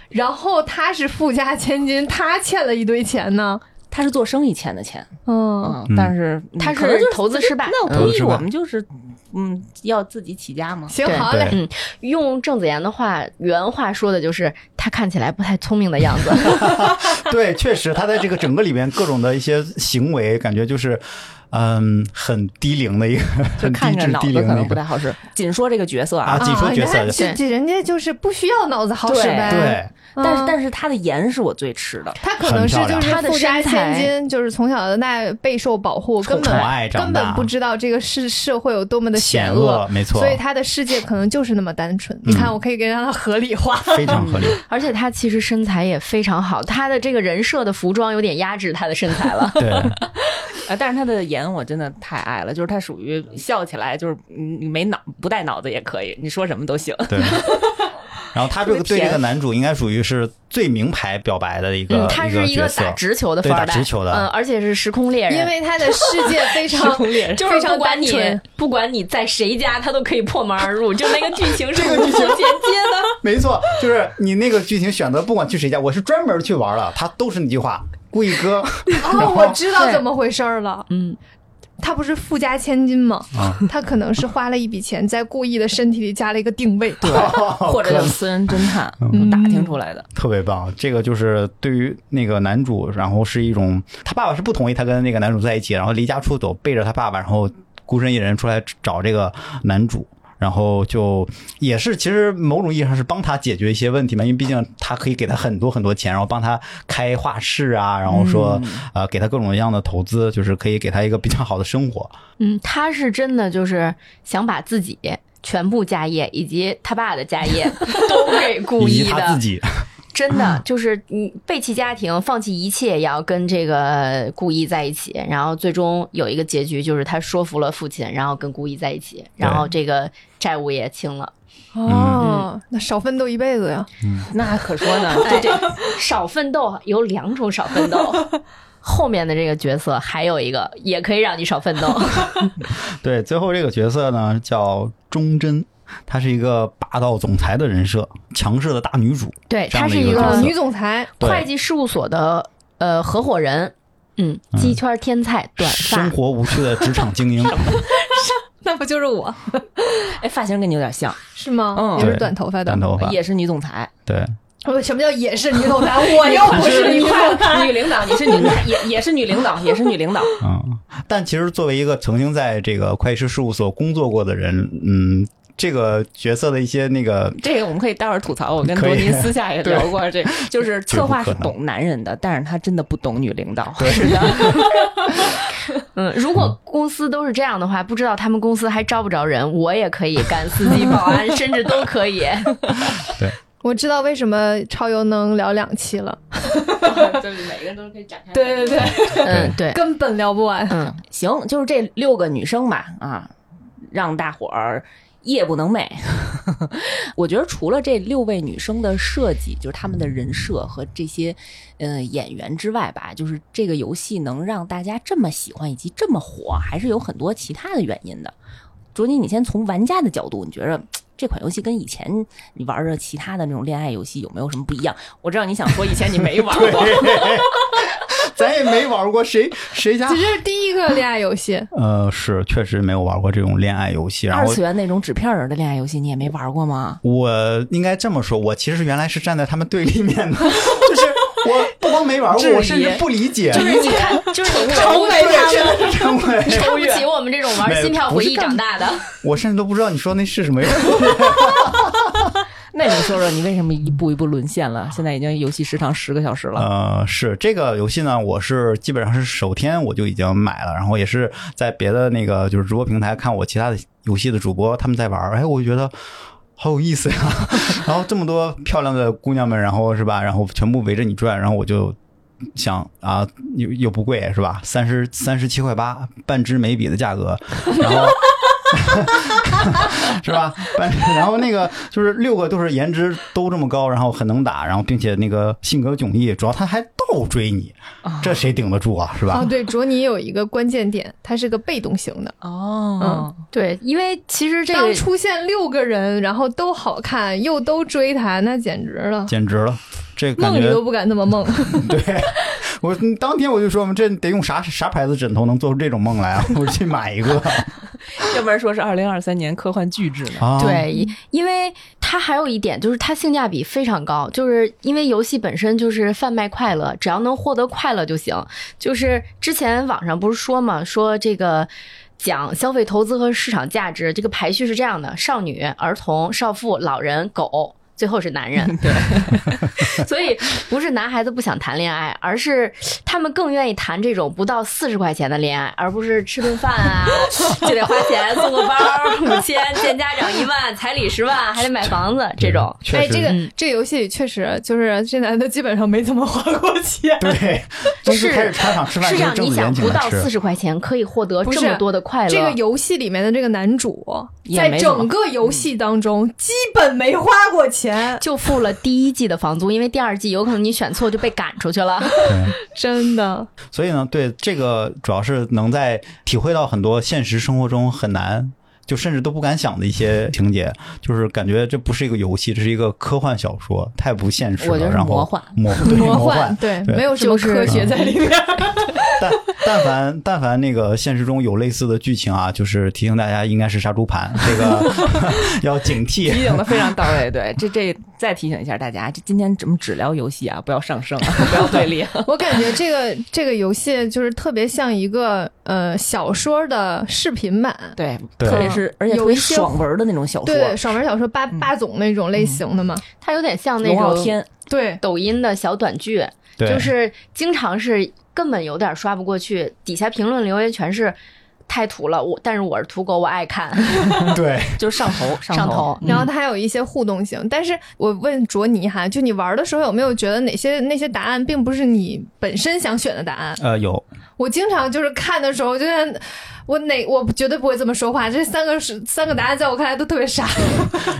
B: 然后他是富家千金，他欠了一堆钱呢。
A: 他是做生意欠的钱，
B: 嗯，
A: 嗯，但是
D: 他
A: 可能
D: 是
A: 就是
D: 投资失败，
A: 那
C: 投
A: 我
C: 资
A: 故意
C: 失败
A: 我们就是，嗯，要自己起家嘛。
B: 行，
D: 对
B: 好嘞，
C: 对
D: 用郑子妍的话，原话说的就是他看起来不太聪明的样子。
C: 对，确实他在这个整个里边各种的一些行为，感觉就是嗯很低龄的一个，
A: 就
C: 很
A: 看
C: 低
A: 着
C: 智
A: 脑
C: 低
A: 子
C: 龄
A: 可
C: 的一
A: 能不太
C: 个。
A: 好使，仅说这个角色啊
C: 啊，自己说角色
B: 啊人家这人家就是不需要脑子好使
A: 对
B: 呗。嗯，
C: 对，
A: 但是但是他的颜是我最吃的，
B: 他可能是就
C: 很漂
B: 是
D: 亮
B: 富家千金，就是从小到大备受保护，根
C: 宠爱
B: 本
C: 长大
B: 根本不知道这个世社会有多么的险
C: 险恶没错嗯
B: 所以他的世界可能就是那么单纯。你看，我可以给让 他合理化。
C: 非常合理。。
D: 而且他其实身材也非常好，他的这个人设的服装有点压制他的身材了
C: 对，
A: 啊，但是他的颜我真的太爱了，就是他属于笑起来就是嗯你没脑不带脑子也可以，你说什么都行。
C: 对。然后他这个对这个男主应该属于是最名牌表白的一个，
D: 嗯，他是
C: 一
D: 一个
C: 角色
D: 打直球的
C: 对
D: 富
C: 打
D: 二代，
C: 直球的
D: 嗯，而且是时空猎人，
B: 因为他的世界非常
D: 就是
B: 非
D: 不
B: 常
D: 管
B: 单
D: 你
B: 纯，
D: 不管你在谁家，他都可以破门而入，就那个剧情 是无缝衔接
C: 没错，就是你那个剧情选择，不管去谁家，我是专门去玩了，他都是那句话，故意哥
B: 哦，我 知道
D: 对
B: 怎么回事儿了。
D: 嗯，
B: 他不是富家千金吗？
C: 啊
B: 他可能是花了一笔钱，在故意的身体里加了一个定位。对，
A: 或者叫私人侦探，
B: 嗯
A: 打听出来的。
C: 特别棒。这个就是对于那个男主，然后是一种他爸爸是不同意他跟那个男主在一起，然后离家出走，背着他爸爸，然后孤身一人出来找这个男主。然后就也是，其实某种意义上是帮他解决一些问题嘛，因为毕竟他可以给他很多很多钱，然后帮他开画室啊，然后说、
D: 嗯
C: 呃给他各种各样的投资，就是可以给他一个比较好的生活。
D: 嗯，他是真的就是想把自己全部家业以及他爸的 家业都给故
C: 以
D: 意
C: 及他自
D: 的，
C: 己，
D: 真 的就是你背弃家庭，放弃一切，也要跟这个故意在一起，然后最终有一个结局就是他说服了父亲，然后跟故意在一起，然后这个债务也清 了。
C: 嗯
D: 嗯
B: 哦，那少奋斗一辈子呀。
A: 那可说呢，
D: 哎，对，少奋斗有两种少奋 斗。后面的这个角色还有一个也可以让你少奋斗，
C: 对，最后这个角色呢叫忠贞，她是一个霸道总裁的人设，强势的大女主。
D: 对，
C: 这样
D: 她
C: 的
D: 是
C: 一个
D: 一
C: 角
D: 个
C: 色
B: 啊女总裁，
C: 对
D: 会计事务所的呃合伙人，嗯，鸡圈天菜，短
C: 生
D: 发，
C: 活无趣的职场精英，
B: 那不就是我
A: 哎，发型跟你有点像，
B: 是吗？
A: 嗯
B: 也是
C: 对
B: 短头发的
C: 短。头发，
A: 也是女总裁，
C: 对，
B: 不，哦什么叫也是女总 裁？我又不是女总裁。
A: 女领导，你是女，也也是女领导，也是女领导。
C: 嗯。但其实作为一个曾经在这个会计师事务所工作过的人，嗯，这个角色的一些那个
A: 这个我们可以待会儿吐槽。我跟
C: 可
A: 罗
C: 以
A: 尼私下也
C: 对
A: 聊过，这就是策划是
C: 绝不可
A: 懂男人的，但是他真的不懂女领导。
D: 嗯，如果公司都是这样的话，不知道他们公司还招不招人，我也可以干司机、保安，甚至都可 以。
B: 我知道为什么超游能聊两期了，
F: 就是每个人都可以展开。对对对，
D: 嗯，对，
B: 根本聊不完。
D: 嗯，
A: 啊行，就是这六个女生吧，啊，让大伙儿夜不能寐。 我觉得除了这六位女生的设计，就是她们的人设和这些呃演员之外吧，就是这个游戏能让大家这么喜欢以及这么火，还是有很多其他的原因的。卓尼，你先从玩家的角度，你觉着这款游戏跟以前你玩的其他的那种恋爱游戏有没有什么不一样？我知道你想说以前你没玩过，
C: 咱也没玩过，谁谁家
B: 其实是第一个恋爱游戏，
C: 呃，是确实没有玩过这种恋爱游戏。然
A: 二
C: 后
A: 次元那种纸片人的恋爱游戏你也没玩过吗？
C: 我应该这么说，我其实原来是站在他们对立面的， 就是我不光没玩过，我甚至不理解，
D: 就是你 看，就是你看，
C: 对，真的是成为。
D: 看不起我们这种玩
C: 没
D: 《心跳
C: 不
D: 回
C: 是
D: 忆》
C: 干
D: 长大的。
C: 我甚至都不知道你说那是什么游戏。
A: 那你说说你为什么一步一步沦陷了？现在已经游戏时长十个小时了，
C: 呃，是这个游戏呢，我是基本上是首天我就已经买了，然后也是在别的那个就是直播平台看我其他的游戏的主播他们在玩儿，哎，我觉得。好有意思呀！然后这么多漂亮的姑娘们，然后是吧？然后全部围着你转，然后我就想啊，又又不贵是吧？三十三十七块八，半支眉笔的价格，然后 是吧？半支然后那个就是六个都是颜值都这么高，然后很能打，然后并且那个性格迥异，主要他还倒追你，这谁顶得住啊？是吧
B: 哦，？对，卓尼有一个关键点，它是个被动型的。
A: 哦，
D: 对，因为其实这
B: 当
D: 个
B: 出现六个人，然后都好看，又都追他，那简直了，
C: 简直了，这感
B: 梦
C: 觉
B: 里都不敢那么梦。
C: 对。我当天我就说，我们这得用啥啥牌子枕头能做出这种梦来啊？ 我去买一个
A: 要不然嗯说是二零二三年科幻巨制呢。
C: 啊！，
D: 对，因为它还有一点就是它性价比非常高，就是因为游戏本身就是贩卖快乐，只要能获得快乐就行。就是之前网上不是说嘛，说这个。讲消费、投资和市场价值，这个排序是这样的：少女、儿童、少妇、老人、狗，最后是男人。 所以不是男孩子不想谈恋爱，而是他们更愿意谈这种不到四十块钱的恋爱，而不是吃顿饭啊就得花钱送个包五千，见家长一万，彩礼十万，还得买房子这种。
C: 确
B: 哎，
C: 实，
B: 这个这游戏里确实就是这男的基本上没怎么花过钱。
C: 对， 公司
D: 是
C: 开始茶场吃饭
D: 是
C: 就
D: 让
C: 挣
D: 你
C: 五
D: 想
C: 元
D: 不
C: 钱
D: 到四
C: 吃，
D: 十块钱可以获得
B: 不
D: 这
B: 是
D: 么多的快乐，
B: 这个游戏里面的这个男主，
A: 也
B: 在
A: 没怎么
B: 整个游戏当
C: 嗯
B: 中基本没花过钱，
D: 就付了第一季的房租，因为第二季有可能你选错就被赶出 去了。
C: 对
B: 真的。
C: 所以呢，对这个主要是能在体会到很多现实生活中很难，就甚至都不敢想的一些情节，就是感觉这不是一个游戏，这是一个科幻小说，太不现实了。
A: 我觉得是
C: 然后
A: 魔幻
C: 魔对
B: 魔
C: 幻，
B: 幻，对，
C: 对
B: 没有什么
D: 就是
B: 科学在里面。
C: 但但凡但凡那个现实中有类似的剧情啊，就是提醒大家应该是杀猪盘，这个 要警 惕。
A: 提醒的非常到位，对，这这再提醒一下大家，这今天咱们只聊游戏啊，不要上升啊， 不要对立。
B: 我感觉这个这个游戏就是特别像一个呃小说的视频版，
A: 对，
C: 对嗯
A: 特别是而且特
B: 有
A: 别
B: 一些
A: 爽文的那种小说，
B: 对，爽文小说霸霸总那种类型的嘛，
D: 它有点像那
A: 龙傲
D: 种
A: 天，
B: 嗯对。
D: 抖音的小短剧，
C: 对，
D: 就是经常是根本有点刷不过去，底下评论留言全是太土了，我但是我是土狗，我爱看
C: 对，
A: 就是上头上
D: 上头。
B: 然后它还有一些互动性，但是我问卓尼哈，就你玩的时候有没有觉得哪些那些答案并不是你本身想选的答案？
C: 呃，有
B: 我经常就是看的时候，就像我哪我绝对不会这么说话，这三个是三个答案在我看来都特别傻。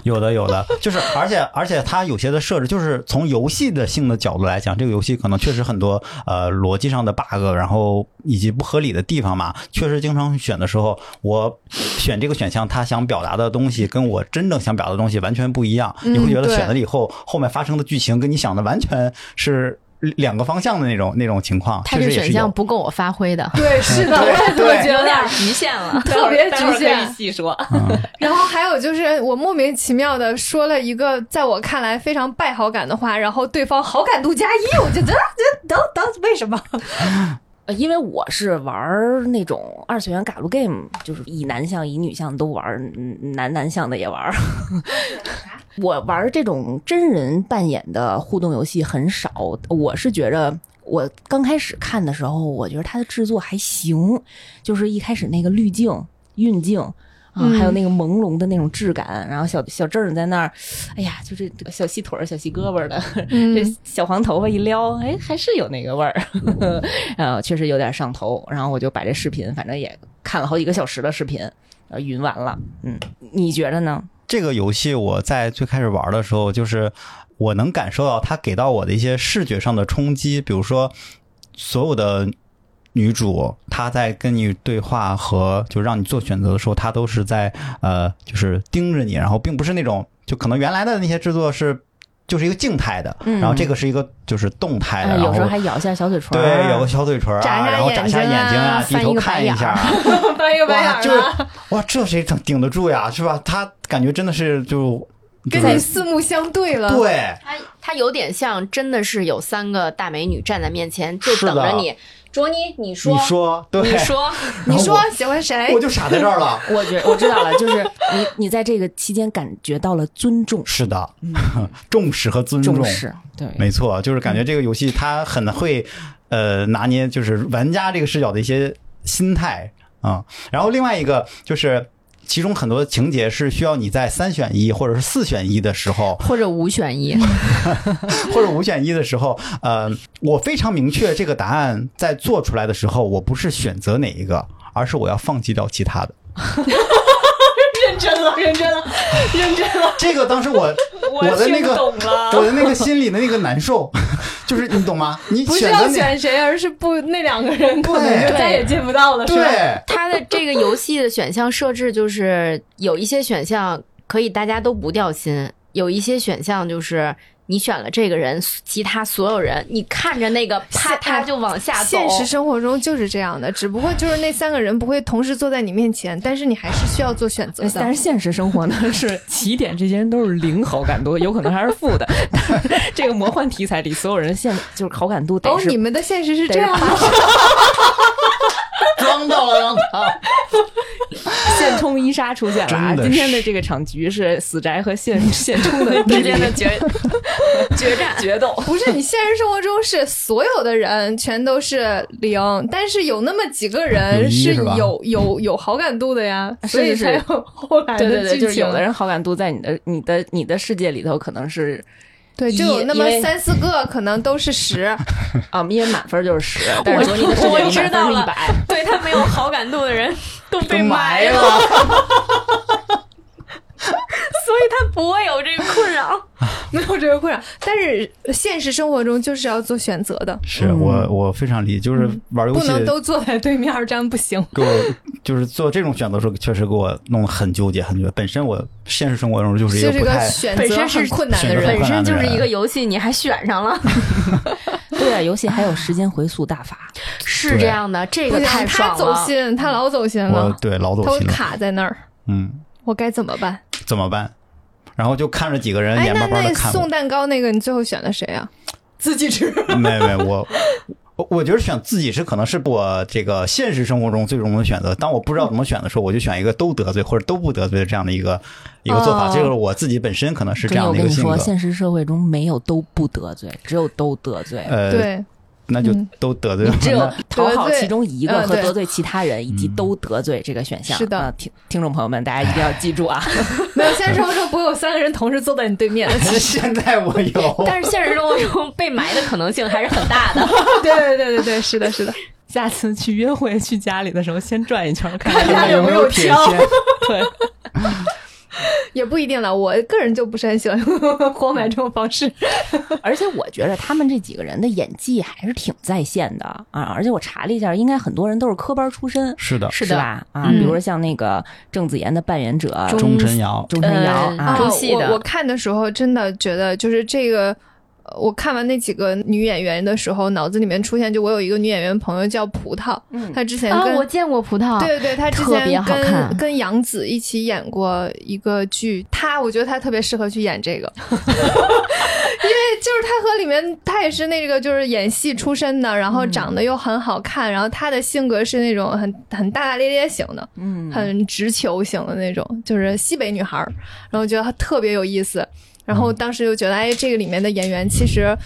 C: 有的有的，就是而且而且它有些的设置，就是从游戏的性的角度来讲，这个游戏可能确实很多呃逻辑上的 bug，然后以及不合理的地方嘛。确实经常选的时候，我选这个选项，它想表达的东西跟我真正想表达的东西完全不一样，你会觉得
B: 对
C: 选了以后，后面发生的剧情跟你想的完全是两个方向的那种那种情况，
D: 它
C: 确
D: 这
C: 实也
D: 选
C: 是有
D: 项。不够我发挥 的，
B: 对，是 的，我也这么觉
D: 有
B: 得
D: 点。局限了。
B: 特别局
A: 待会儿
B: 限
A: 可以，细说。
C: 嗯
B: 然后还有就是，我莫名其妙的说了一个在我看来非常败好感的话，然后对方好感度加一，我就觉得这等等为什么？
A: 呃，因为我是玩儿那种二次元嘎鲁 game，就是以男向以女向都玩儿，嗯男男向的也玩儿。 我玩儿这种真人扮演的互动游戏很少，我是觉着。我刚开始看的时候，我觉得它的制作还行，就是一开始那个滤镜、运镜啊，还有那个朦胧的那种质感，然后小小郑儿在那儿，哎呀，就这这个小细腿儿、小细胳膊儿的， 这小黄头发一撩，哎，还是有那个味儿，呃，确实有点上头。然后我就把这视频，反正也看了好几个小时的视频，呃，云完了。嗯，你觉得呢？
C: 这个游戏我在最开始玩的时候，就是我能感受到它给到我的一些视觉上的冲击，比如说所有的女主她在跟你对话和就让你做选择的时候，她都是在呃就是盯着你，然后并不是那种就可能原来的那些制作是。就是一个静态的，
A: 嗯
C: 然后这个是一个就是动态的，
A: 哎
C: 然
A: 有时候
C: 后
A: 还咬一下小嘴唇儿，
C: 对，有个小嘴唇儿
B: 眨一
C: 啊，
B: 下
C: 然后眨一下
B: 眼睛啊
C: 眼睛啊，低头
D: 翻一个白
C: 看一
D: 眼
C: 下啊，
F: 翻一个白眼
C: 哇，
F: 儿
C: 这
F: 了。
C: 哇这谁顶顶得住呀，是吧？他感觉真的是就
B: 跟
C: 就是
B: 你四目相对了，
C: 对，
D: 它它有点像，真的是有三个大美女站在面前，就是等
C: 的
D: 着你，卓尼，你说，
C: 你说对，
D: 你说
C: 然
B: 你
C: 后
B: 说哎喜欢谁
C: 我我？就傻在这儿了。
A: 我觉我知道了，就是你你在这个期间感觉到了尊重、
C: 是的， 重视和尊重
A: 重，视，对，
C: 没错，就是感觉这个游戏它很会呃拿捏，就是玩家这个视角的一些心态啊、嗯然后另外一个就是。其中很多情节是需要你在三选一或者是四选一的时候，
D: 或者五选一，
C: 或者五选一的时候，呃，我非常明确这个答案在做出来的时候，我不是选择哪一个，而是我要放弃掉其他的。
F: 认真了，认真了，认真了，
C: 这个当时我我的那
F: 听
C: 个
F: 懂
C: 我
F: 了。
C: 的那个心里的那个难受， 就是你懂吗？你
B: 不是
C: 选
B: 要
C: 择那
B: 选谁，而是不那两个人可能
C: 对
F: 就再也见 不到了，是吧？
C: 对
D: 它的这个游戏的选项设置就是有一些选项可以大家都不掉心，有一些选项就是你选了这个人，其他所有人你看着那 个啪
B: 现
D: 嗒就往下走
B: 现。实生活中就是这样的，只不过就是那三个人不会同时坐在你面前，但是你还是需要做选择
A: 呃但
B: 的。
A: 是现实生活呢，是起点这些人都是零好感度，有可能还是负的。 但是这个魔幻题材里，所有人现就是好感度得
B: 哦，
A: 是、
B: 你们的现实是
A: 得
B: 这
A: 是
B: 样的，
E: 装到了让他。
A: 现充一杀出现了啊！
C: 真的
A: 今天的
C: 是
A: 这个场局是死宅和现现充的之间的决决战决斗。
B: 不是你现实生活中是所有的人全都是零，但是有那么几个
C: 有
B: 人
C: 一
B: 是
C: 是吧
B: 有有有好感度的呀，
A: 是
B: 所以
A: 是
B: 才有后来
A: 对对
B: 的
A: 对，
B: 剧
A: 就是
B: 情
A: 有。的人好感度在你的你的你的世界里头可能是
B: 对，就有那
A: 因
B: 么
A: 为
B: 三四个，可能都是十。
A: 啊，因为满分就是十，但是说
D: 我
A: 你的世界
D: 我
A: 里
D: 知
A: 满
D: 道
A: 分是
D: 了
A: 一百。
D: 对他没有好感度 的人都被埋了，所以他不会有这个困扰。
B: 没有这个困扰，但是现实生活中就是要做选择的，
C: 是我我非常理解，就是玩游
B: 嗯不
C: 戏
B: 能都坐在对面儿，这样不行。
C: 给我就是做这种选择的时候，确实给我弄得很纠结，很纠结。本身我现实生活中就是一
B: 就
C: 个
B: 是
C: 不
B: 个
C: 太
B: 选
D: 本
B: 择
D: 身是
B: 很困难的
C: 选择
B: 人
C: 很。
D: 本
C: 困
D: 身
C: 难的
D: 就是
C: 人
D: 一个游戏，你还选上了，
A: 对啊，游戏还有时间回溯大 法。
D: 是这样的，这
B: 不
D: 个
B: 行他
D: 太爽
B: 走
D: 了。
B: 心，他老走心
C: 我
B: 了，
C: 对老
B: 他
C: 走
B: 会
C: 心了，
B: 卡在那儿，
C: 嗯，
B: 我该怎么办？
C: 怎么办？然后就看着几个人
B: 哎，
C: 眼
B: 那
C: 巴巴
B: 那
C: 的看
B: 送
C: 我，
B: 蛋糕那个，你最后选的谁啊？
F: 自己吃，
C: 没没我。我我觉得选自己是可能是我这个现实生活中最容易的选择。当我不知道怎么选的时候，我就选一个都得罪或者都不得罪的这样的一个一个做法。
B: 哦
C: 这个我自己本身可能是这
A: 真
C: 样
A: 有
C: 的一
A: 跟
C: 个
A: 你
C: 性
A: 说，
C: 格。
A: 现实社会中没有都不得罪，只有都得罪。
C: 呃，
B: 对，
C: 那就都得罪了。
A: 只有
C: 那嗯
A: 讨好
B: 得罪
A: 其中一个
B: 呃
A: 和
B: 对
A: 得罪其他人，以及都得罪这个选项。
B: 是的
A: 啊听听众朋友们，大家一定要记住啊！
B: 没有，现实生活中不会有三个人同时坐在你对 面。
C: 现在我有，
D: 但是现实生活中被埋的可能性还是很大 的。
B: 对对对对对，是的，是的。
A: 下次去约会、去家里的时候，先转一圈，看
F: 看家有没有
C: 铁
F: 枪。
C: 锨？
A: 对，
B: 也不一定了，我个人就不是很喜欢活埋这种方 式。
A: 而且我觉得他们这几个人的演技还是挺在线的啊！而且我查了一下，应该很多人都是科班出身，
C: 是 的，
D: 是
A: 是
D: 的，
A: 吧？啊，
D: 嗯
A: 比如说像那个郑子妍的扮演者
D: 钟
C: 钟晨瑶
A: 钟晨瑶
D: 呃
A: 啊
D: 中
B: 啊，
D: 戏的
B: 我我看的时候真的觉得，就是这个我看完那几个女演员的时候，脑子里面出现就我有一个女演员朋友叫葡萄，
A: 嗯
B: 她之前
D: 啊
B: 跟、，
D: 我见过葡萄，
B: 对对，她之
D: 特别
B: 前
D: 好看
B: 跟跟杨紫一起演过一个剧，她我觉得她特别适合去演这个， 因为就是她和里面她也是那个就是演戏出身的，然后长得又很好看，然后她的性格是那种很很大大咧咧型的，
A: 嗯，
B: 很直球型的那种，就是西北女孩儿，然后觉得她特别有意思，然后当时就觉得，哎，这个里面的演员其实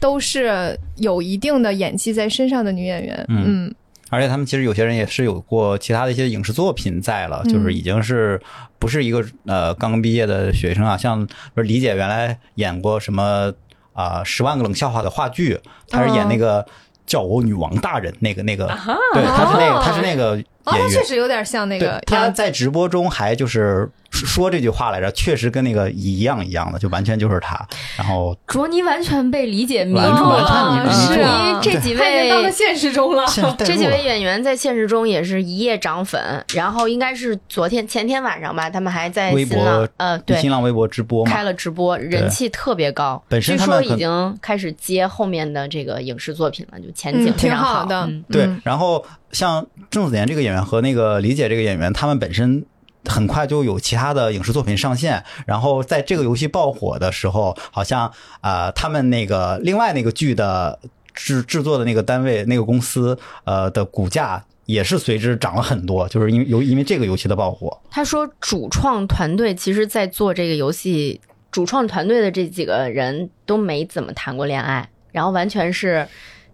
B: 都是有一定的演技在身上的女演员，
C: 嗯
B: 嗯
C: 而且他们其实有些人也是有过其他的一些影视作品在了，
B: 嗯
C: 就是已经是不是一个呃刚刚毕业的学生啊，像比如李姐原来演过什么啊、十万个冷笑话的话剧，她是演那个叫我女王大人那个那个，对，她是那个她是那个
B: 哦，她
C: 演
B: 确
C: 员。
B: 实有点像那
C: 对
B: 个，
C: 她
B: 杨
C: 在直播中还就是说说这句话来着，确实跟那个一样一样的，就完全就是她。然后
D: 卓尼完全被理解迷住
C: 完全
D: 了，
C: 完
B: 全迷住了
D: 是因为这几
F: 他已经到了
D: 位。
F: 现实中了。
C: 现在带
D: 哦这
C: 入
D: 几
C: 了
D: 位演员在现实中也是一夜涨粉，然后应该是昨天前天晚上吧，他们还在
C: 微
D: 新浪
C: 博
D: 呃对
C: 新浪微博直播嘛
D: 开，了直播，人气特别高。
C: 本身
D: 据
C: 他
D: 说
C: 们
D: 已
C: 很
D: 经开始接后面的这个影视作品了，就前景
B: 嗯
D: 非
B: 挺
D: 常
B: 好的
D: 嗯
C: 对
B: 嗯，
C: 然后像郑子妍这个演员和那个李姐这个演员，他们本身。很快就有其他的影视作品上线，然后在这个游戏爆火的时候，好像啊、呃他们那个另外那个剧的制制作的那个单位、那个公司，呃的股价也是随之涨了很多，就是因为由因为这个游戏的爆火，
D: 他说主创团队其实在做这个游戏，主创团队的这几个人都没怎么谈过恋爱，然后完全是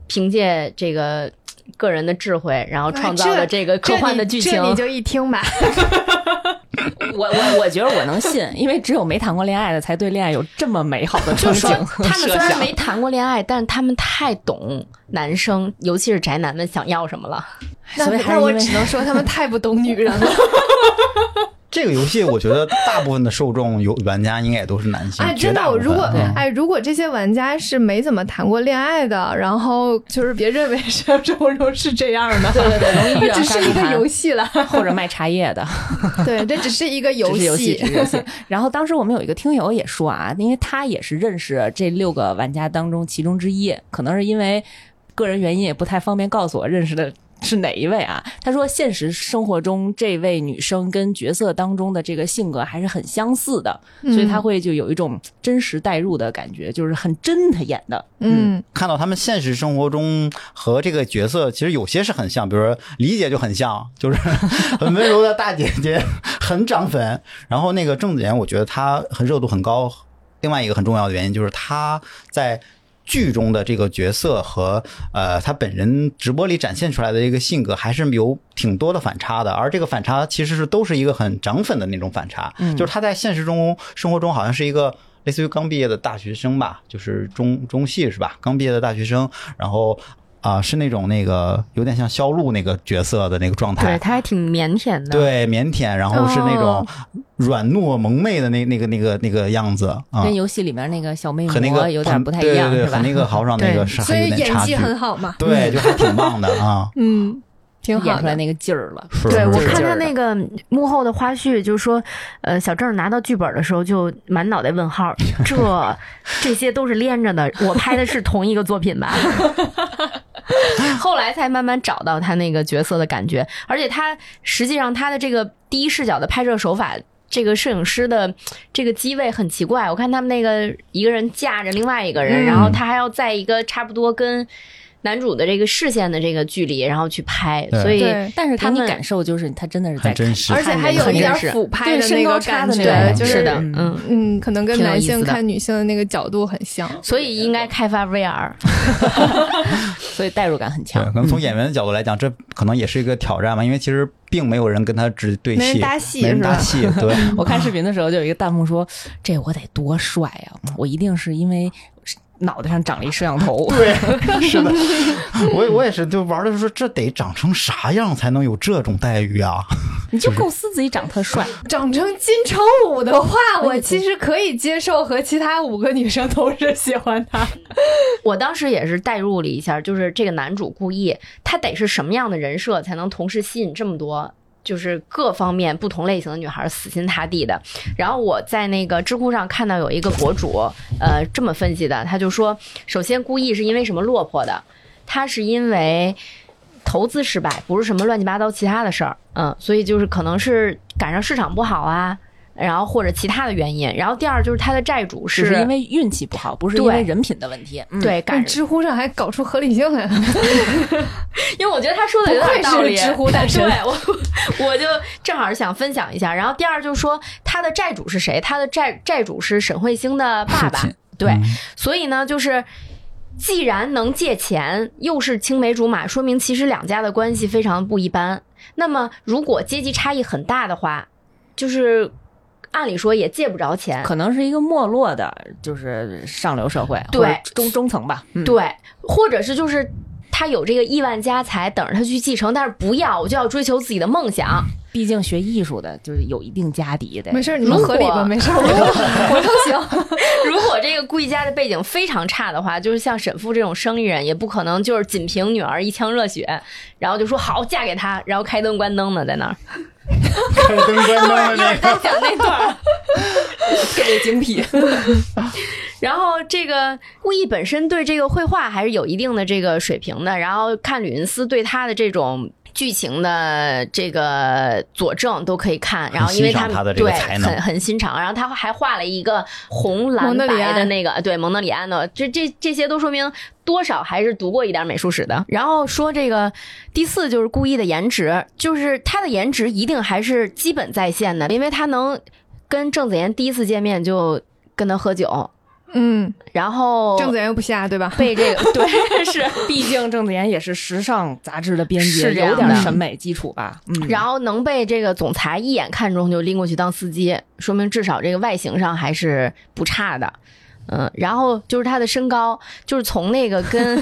D: 凭借这个个人的智慧，然后创造了这个科幻的剧情。
B: 哎这你这你就一听吧，
A: 我我我觉得我能信，因为只有没谈过恋爱的才对恋爱有这么美好的憧
D: 就说
A: 憬
D: 他们虽然没谈过恋爱，但是他们太懂男生，尤其是宅男们想要什么了。
B: 那
A: 所以还
B: 那
A: 是
B: 我
A: 因为
B: 只能说他们太不懂女人了。
C: 这个游戏我觉得大部分的受众有玩家应该也都是男性，
B: 哎，
C: 绝
B: 真的
C: 大，部
B: 我如
C: 分
B: 果
C: 嗯
B: 哎，如果这些玩家是没怎么谈过恋爱的，然后就是别认为 生活中是这样的，
A: 对对对，容易遇
B: 这
A: 到
B: 只
A: 杀
B: 是一
A: 猪
B: 个
A: 盘
B: 游 戏了。
A: 或者卖茶叶的，
B: 对，这只是一个游
A: 只是游
B: 戏嗯
A: 只。是游戏。 然后当时我们有一个听友也说啊，因为他也是认识这六个玩家当中其中之一，可能是因为个人原因也不太方便告诉我认识的。是哪一位啊？他说，现实生活中这位女生跟角色当中的这个性格还是很相似的，
B: 嗯
A: 所以他会就有一种真实代入的感觉，就是很真的演的。
B: 嗯，
C: 看到他们现实生活中和这个角色，其实有些是很像，比如说李姐就很像，就是 很温柔的大姐姐，很涨粉。然后那个郑子妍，我觉得她很热度很高。另外一个很重要的原因就是她在剧中的这个角色和呃她本人直播里展现出来的这个性格还是有挺多的反差的，而这个反差其实是都是一个很涨粉的那种反差，就是她在现实中生活中好像是一个。类似于刚毕业的大学生吧，就是中中戏是吧？刚毕业的大学生，然后啊、是那种那个有点像肖路那个角色的那个状态
D: 对，，他还挺腼腆的。
C: 对，腼腆，然后是那种软糯萌媚的那那个那个那个样子啊，
A: 跟游戏里面那个小妹
C: 和那个
A: 魔有点不太一样，
C: 对
A: 是
C: 对对，和
A: 吧？
C: 那个豪爽那个是
B: 所
C: 还
B: 以
C: 有点
B: 演
C: 差
B: 技
C: 距，
B: 很好嘛。，
C: 对，就还挺棒的啊
B: 嗯，挺好
A: 演出来
B: 的。
A: 那个劲儿了。
C: 是
D: 对，
C: 是
D: 我
C: 嗯是
D: 看他那个幕后的花絮，就说，呃，小郑拿到剧本的时候就满脑袋问号，这这些都是连着的，我拍的是同一个作品吧？ 后来才慢慢找到他那个角色的感觉，而且他实际上他的这个第一视角的拍摄手法。这个摄影师的这个机位很奇怪，我看他们那个一个人架着另外一个人，然后他还要在一个差不多跟男主的这个视线的这个距离，然后去拍，
C: 对
D: 所以
B: 对
A: 但是给
D: 他
A: 你
D: 们
A: 感受就是，他真的是在
C: 很真实
B: 而。且还有一点俯拍的那
A: 对身
B: 个感
A: 高差的那
B: 觉，
A: 种
B: 就
A: 对
D: 是
B: 是
D: 的，
A: 嗯
D: 嗯。
B: 嗯，可能跟
D: 挺有
B: 男
D: 意
B: 性
D: 思的
B: 看女性的那个角度很像。
D: 所以应该开发 VR，
A: 所以代入感很
C: 对，
A: 强嗯
C: 可。能从演员的角度来讲，这可能也是一个挑战嘛，因为其实并没有人跟他直对戏，
B: 没人搭戏
C: 没人
B: 是吧
C: 搭戏，对，
A: 我看视频的时候，就有一个弹幕说：“这我得多帅呀、我一定是因为脑袋上长了一摄像头。
C: 对，是的，我我也是，就玩的时候说这得长成啥样才能有这种待遇啊？
A: 你就构思自己长特帅，
B: 长成金城武的话，
C: 哎
B: 我其实可以接受和其他五个女生同时喜欢他。
D: 我当时也是代入了一下，就是这个男主故意，他得是什么样的人设才能同时吸引这么多就是各方面不同类型的女孩死心塌地的。然后我在那个知乎上看到有一个博主，呃，这么分析的，他就说，首先孤意是因为什么落魄的？他是因为投资失败，不是什么乱七八糟其他的事儿，嗯，所以就是可能是赶上市场不好啊，然后或者其他的原因。然后第二就是他的债主
A: 只
D: 是
A: 是因为运气不好，不是因
D: 对
A: 为人品的问题。嗯，
D: 对赶
B: 但知乎上还搞出合理性来 了，
D: 因为我觉得他说的
B: 不
D: 有
B: 愧
D: 点道理。
B: 是知乎大神
D: 对。我， 我就正好是想分享一下。然后第二就是说，他的债主是谁？他的债债主是沈慧星的爸爸
A: 父亲。
D: 对，
B: 嗯
D: 所以呢，就是既然能借钱，又是青梅竹马，说明其实两家的关系非常不一般。那么，如果阶级差异很大的话，就是按理说也借不着钱。
A: 嗯可能是一个没落的，就是上流社会，
D: 对
A: 或者中中层吧。嗯，
D: 对，或者是就是他有这个亿万家财等着他去继承，但是不要，我就要追求自己的梦想。
A: 毕竟学艺术的就是有一定家底的。
B: 没事儿，你们合理
D: 如
B: 吧？
D: 果
B: 没事儿， 我我都行。
D: 如果这个顾一家的背景非常差的话，就是像沈父这种生意人，也不可能就是仅凭女儿一腔热血，然后就说好嫁给他，然后开灯关灯呢，在那儿。
E: 开灯关灯了
D: 一会
E: 这
D: 儿再讲那段儿。
A: 特别精辟。
D: 然后这 个顾意本身对这个绘画还是有一定的这个水平的，然后看吕云思对他的这种。剧情的这个佐证都可以看，然后因为
C: 欣赏
D: 们
C: 他的这
D: 对
C: 个才
D: 很
C: 能
D: 很欣赏，然后他还画了一个红蓝
B: 蒙德里
D: 白的
B: 安
D: 那个，对蒙德里安的，这这这些都说明多少还是读过一点美术史的。然后说这个第四就是故意的颜值，就是他的颜值一定还是基本在线的，因为他能跟郑子妍第一次见面就跟他喝酒，
B: 嗯，
D: 然
C: 哦
D: 后
B: 郑子妍又不瞎，对 吧？
D: 被这个对是，
A: 毕竟郑子妍也是时尚杂志的编辑，
D: 是这样
A: 有
D: 的
A: 点审美基础吧。嗯，
D: 然后能被这个总裁一眼看中就拎过去当司机，说明至少这个外形上还是不差的。嗯，然后就是他的身高，就是从那个跟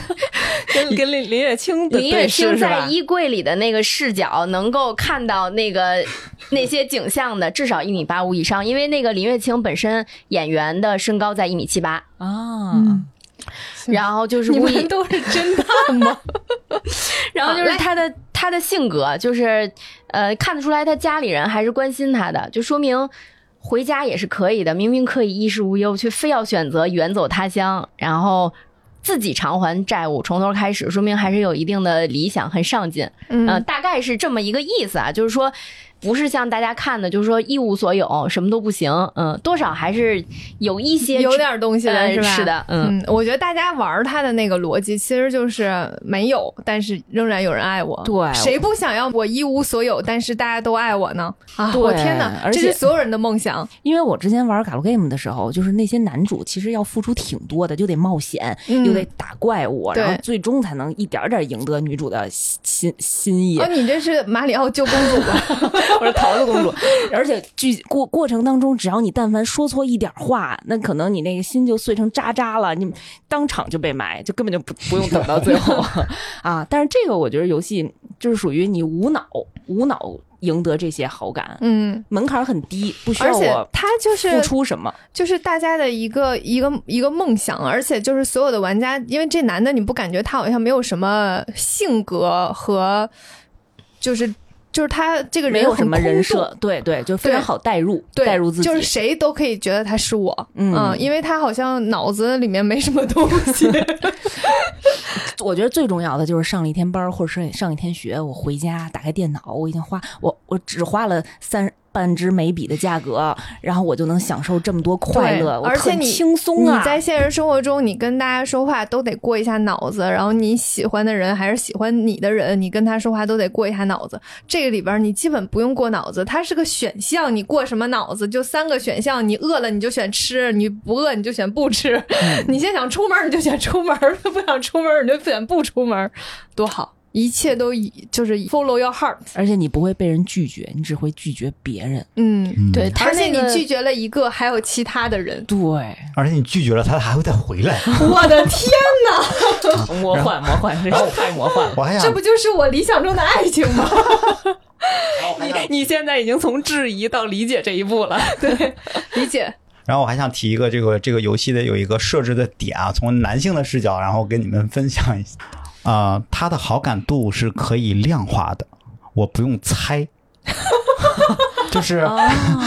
A: 跟跟林林月清
D: 林月
A: 对视
D: 清
A: 是吧
D: 在衣柜里的那个视角，能够看到那个那些景象的，至少一米八五以上，因为那个林月清本身演员的身高在一米 七八，
A: 啊，
B: 嗯，
D: 然后就是
B: 你
D: 故意
B: 们都是侦探吗？
D: 然后就是他的他的性格，就是呃看得出来他家里人还是关心他的，就说明回家也是可以的。明明可以衣食无忧，却非要选择远走他乡，然后自己偿还债务，从头开始，说明还是有一定的理想，很上进。
C: 啊
D: 呃，
B: 嗯，
D: 大概是这么一个意思啊，就是说。不是像大家看的，就是说一无所有，什么都不行，嗯，多少还是有一些
B: 有点东西
D: 呃
A: 哎
B: 的吧？
D: 是
B: 是
D: 的嗯
B: 嗯，我觉得大家玩他的那个逻辑，其实就是没有，但是仍然有人爱我。
A: 对
B: 谁不想要我一无所有，但是大家都爱我呢？啊，
A: 对
B: 我天哪，
A: 而
B: 这
A: 且
B: 是所有人的梦想。
A: 因为我之前玩 Galo Game 的时候，就是那些男主其实要付出挺多的，就得冒险，
B: 嗯
A: 又得打怪物，
B: 对
A: 然后最终才能一点点赢得女主的心心意
B: 哦，。你这是马里奥救公主啊 吧？
A: 我是桃子公 主，而且剧过过程当中，只要你但凡说错一点话，那可能你那个心就碎成渣渣了，你当场就被埋，就根本就不不用等到最 后 啊。但是这个我觉得游戏就是属于你无脑无脑赢得这些好感，
B: 嗯，
A: 门槛很低，不需
B: 而
A: 要
B: 且
A: 我
B: 他就是
A: 啊付出什么。
B: 就是大家的一个一个一个梦想，啊而且就是所有的玩家，因为这男的你不感觉他好像没有什么性格和，就是就是他这个人
A: 没有
B: 很
A: 什么
B: 空
A: 人
B: 洞
A: 设，，对对，就非常
B: 对
A: 好代入，
B: 对，
A: 代入自己，
B: 就是谁都可以觉得他是我，
A: 嗯
B: 因为他好像脑子里面没什么东 西，
A: 我觉得最重要的就是上了一天班儿或者是上一天学，我回家打开电脑，我已经花我我只花了三半支眉笔的价格，然后我就能享受这么多快乐，
B: 对
A: 我
B: 而且
A: 很
B: 你
A: 轻松啊！
B: 你在现实生活中，你跟大家说话都得过一下脑子，然后你喜欢的人还是喜欢你的人，你跟他说话都得过一下脑子。这个里边你基本不用过脑子，它是个选项，你过什么脑子就三个选项，你饿了你就选吃，你不饿你就选不吃，
A: 嗯
B: 你现在想出门你就选出门，不想出门你就选不出门，多好。一切都以就是 follow your heart，
A: 而且你不会被人拒绝，你只会拒绝别人。
B: 嗯，
D: 对，他
B: 而且
D: 那个
B: 你拒绝了一个，还有其他的 人，
A: 对，
C: 而且你拒绝了他，还会再回来。
B: 我的天哪，
A: 魔幻魔幻，真是太魔幻了。
C: 我 还
B: 这
C: 想
B: 不就是我理想中的爱情吗？
A: 你现在已经从质疑到理解这一步了，
B: 理 解，
C: 然后我还想提一个这个这个游戏的有一个设置的点啊，从男性的视角，然后跟你们分享一下。啊、它的好感度是可以量化的，我不用猜， 就是、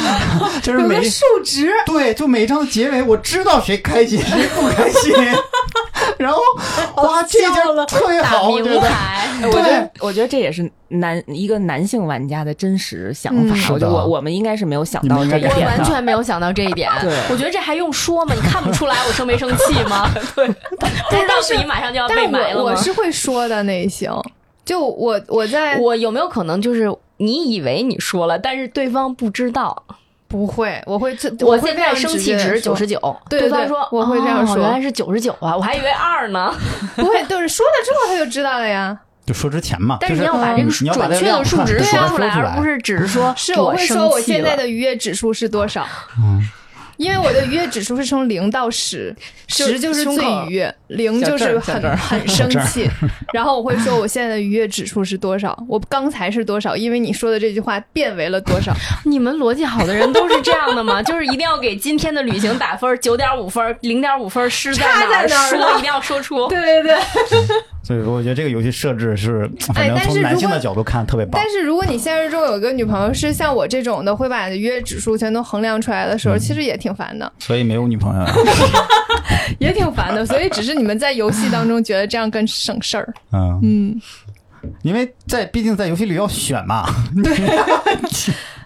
C: 就是
F: 有
C: 每
F: 个数值，
D: 啊
C: 对，就每一章的结尾，我知道谁开心谁不开心，然后哇，这一
F: 笑了
C: 章特别
D: 打
C: 好，我
D: 名
C: 觉得。
D: 牌，
A: 我觉得
C: 对，
A: 我觉得这也是男一个男性玩家的真实想法。
C: 嗯
A: 我觉
C: 是
A: 得
C: 的
A: 我我们应该是没有想
C: 你
A: 到
C: 们应
A: 这一
C: 该
D: 我
C: 天
A: 点
C: 哪
A: 的。
D: 完全没有想到这一点。
A: 对
D: 我觉得这还用说吗？你看不出来我生没生气 吗？ 对，不知道自己马上就要被
B: 但
D: 埋
B: 我
D: 了
B: 我
D: 吗？
B: 是会说的那一型，就我我在
D: 我有没有可能就是你以为你说了，但是对方不知道？
B: 不会，我会这
D: 我
B: 会
D: 现
B: 这样
D: 在生
B: 直
D: 气
B: 接
D: 值
B: 说
D: 九十九，
B: 对对
D: 方
B: 对
D: 说
B: 我会这样
D: 哦
B: 说
D: 原来是九十九啊，我还以为二呢。
B: 不会，就是说了之后他就知道了呀。
C: 就说之前嘛，
D: 但
C: 就是
D: 你要把
B: 嗯
D: 这个
C: 你要把
D: 准确的
C: 量
D: 数值
C: 对
D: 说
C: 啊
D: 出
C: 说
D: 来，
C: 出来
D: 而不是只是说
B: 是，我会
D: 生
B: 说我
D: 气
B: 现在
D: 了
B: 的愉悦指数是多少，
C: 嗯，
B: 因为我的愉悦指数是从零到十，
F: 就
B: 十就是
F: 胸
B: 最
F: 口
B: 愉悦，零
F: 小
B: 就
F: 这
B: 是
F: 儿小
B: 很
F: 这儿
B: 很生气。然后我会说我现在的愉悦指数是多少，我刚才是多少，因为你说的这句话变为了多少。
D: 你们逻辑好的人都是这样的吗？ 就是一定要给今天的旅行打分，九点五分、零点五分，失在
F: 差
D: 哪
F: 在
D: 儿？
F: 哪儿
D: 说一定要说出。
F: 对对对，
C: 所以我觉得这个游戏设置是，反正
B: 但是
C: 从男性的
B: 如果
C: 角度看特别棒
B: 但。是如果你现实中有一个女朋友是像我这种的，会把愉悦指数全都衡量出来的时候，其实也挺烦的，
C: 所以没有女朋友啊，
B: 也挺烦的。所以只是你们在游戏当中觉得这样更省事儿。
C: 嗯，
B: 嗯，
C: 因为在毕竟在游戏里要选嘛，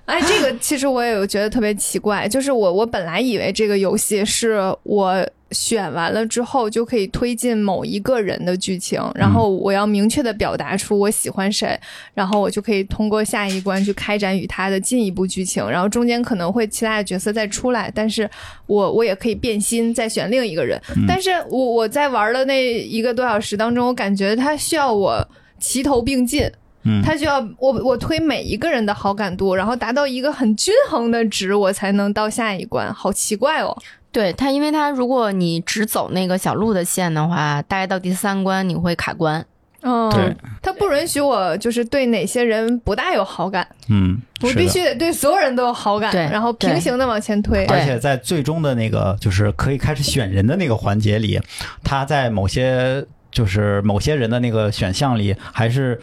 B: 哎，这个其实我也有觉得特别奇怪，就是我我本来以为这个游戏是我选完了之后就可以推进某一个人的剧情，然后我要明确的表达出我喜欢谁，然后我就可以通过下一关去开展与他的进一步剧情，然后中间可能会其他的角色再出来，但是我我也可以变心再选另一个人，但是我我在玩的那一个多小时当中，我感觉他需要我齐头并进。
C: 嗯，
B: 他需要我我推每一个人的好感度，然后达到一个很均衡的值，我才能到下一关。好奇怪哦！
D: 对他，因为他如果你只走那个小鹿的线的话，大概到第三关你会卡关。
C: 对
B: 嗯，，他不允许我就是对哪些人不大有好感，
C: 嗯，
B: 我
C: 是
B: 必
C: 的
B: 须得对所有人都有好感
D: 对，
B: 然后平行的往前推。
D: 对
C: 而且在最终的那个就是可以开始选人的那个环节里，他在某些就是某些人的那个选项里，还是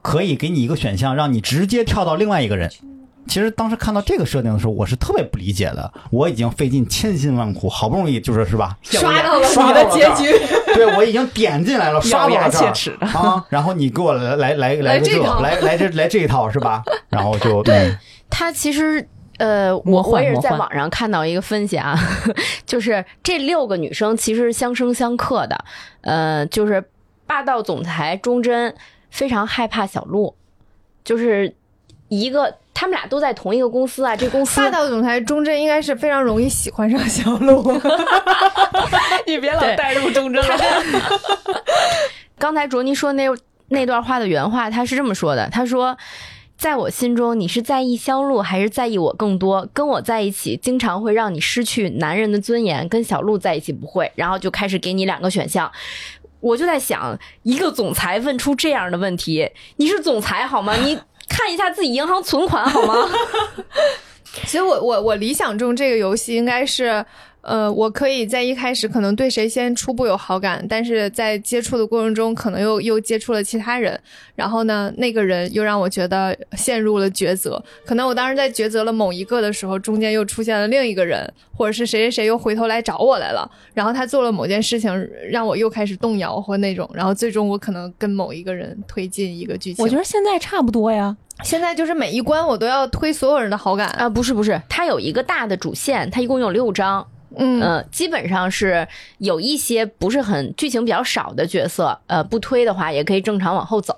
C: 可以给你一个选项，让你直接跳到另外一个人。其实当时看到这个设定的时候，我是特别不理解的。我已经费尽千辛万苦，好不容易就是是吧？
F: 刷到了
C: 刷
F: 你
C: 到
F: 的
C: 了
F: 结局，
C: 对我已经点进来了，刷
F: 咬
C: 到
F: 牙
C: 了这
F: 切
C: 儿
F: 齿的。
C: 啊，然后你给我来来来
B: 来
C: 个
B: 这
C: 这，
B: 套
C: 来来这来这一套是吧？然后就
D: 对
C: 嗯
D: 他其实。呃，
A: 魔
D: 我
A: 幻
D: 我也是
A: 魔
D: 在
A: 幻
D: 网上看到一个分析啊， 就是这六个女生其实是相生相克的，呃，就是霸道总裁忠贞非常害怕小鹿，就是一个他们俩都在同一个公司啊，这 公司
B: 霸道总裁忠贞应该是非常容易喜欢上小鹿，
F: 你别老
D: 对
F: 带入忠贞了，
D: 刚才卓尼说那那段话的原话，他是这么说的：“他说，在我心中，你是在意肖路还是在意我更多？跟我在一起，经常会让你失去男人的尊严；跟小鹿在一起不会。”然后就开始给你两个选项。我就在想，一个总裁问出这样的问题，你是总裁好吗？你 看一下自己银行存款好吗？
B: 其实我我我理想中这个游戏应该是，呃，我可以在一开始可能对谁先初步有好感，但是在接触的过程中，可能又又接触了其他人，然后呢，那个人又让我觉得陷入了抉择。可能我当时在抉择了某一个的时候，中间又出现了另一个人，或者是谁谁谁又回头来找我来了，然后他做了某件事情，让我又开始动摇或那种，然后最终我可能跟某一个人推进一个剧情。
A: 我觉得现在差不多呀。
B: 现在就是每一关我都要推所有人的好感，
D: 啊，不是不是，它有一个大的主线，它一共有六章，
B: 嗯
D: 呃，基本上是有一些不是很剧情比较少的角色，呃，不推的话也可以正常往后走。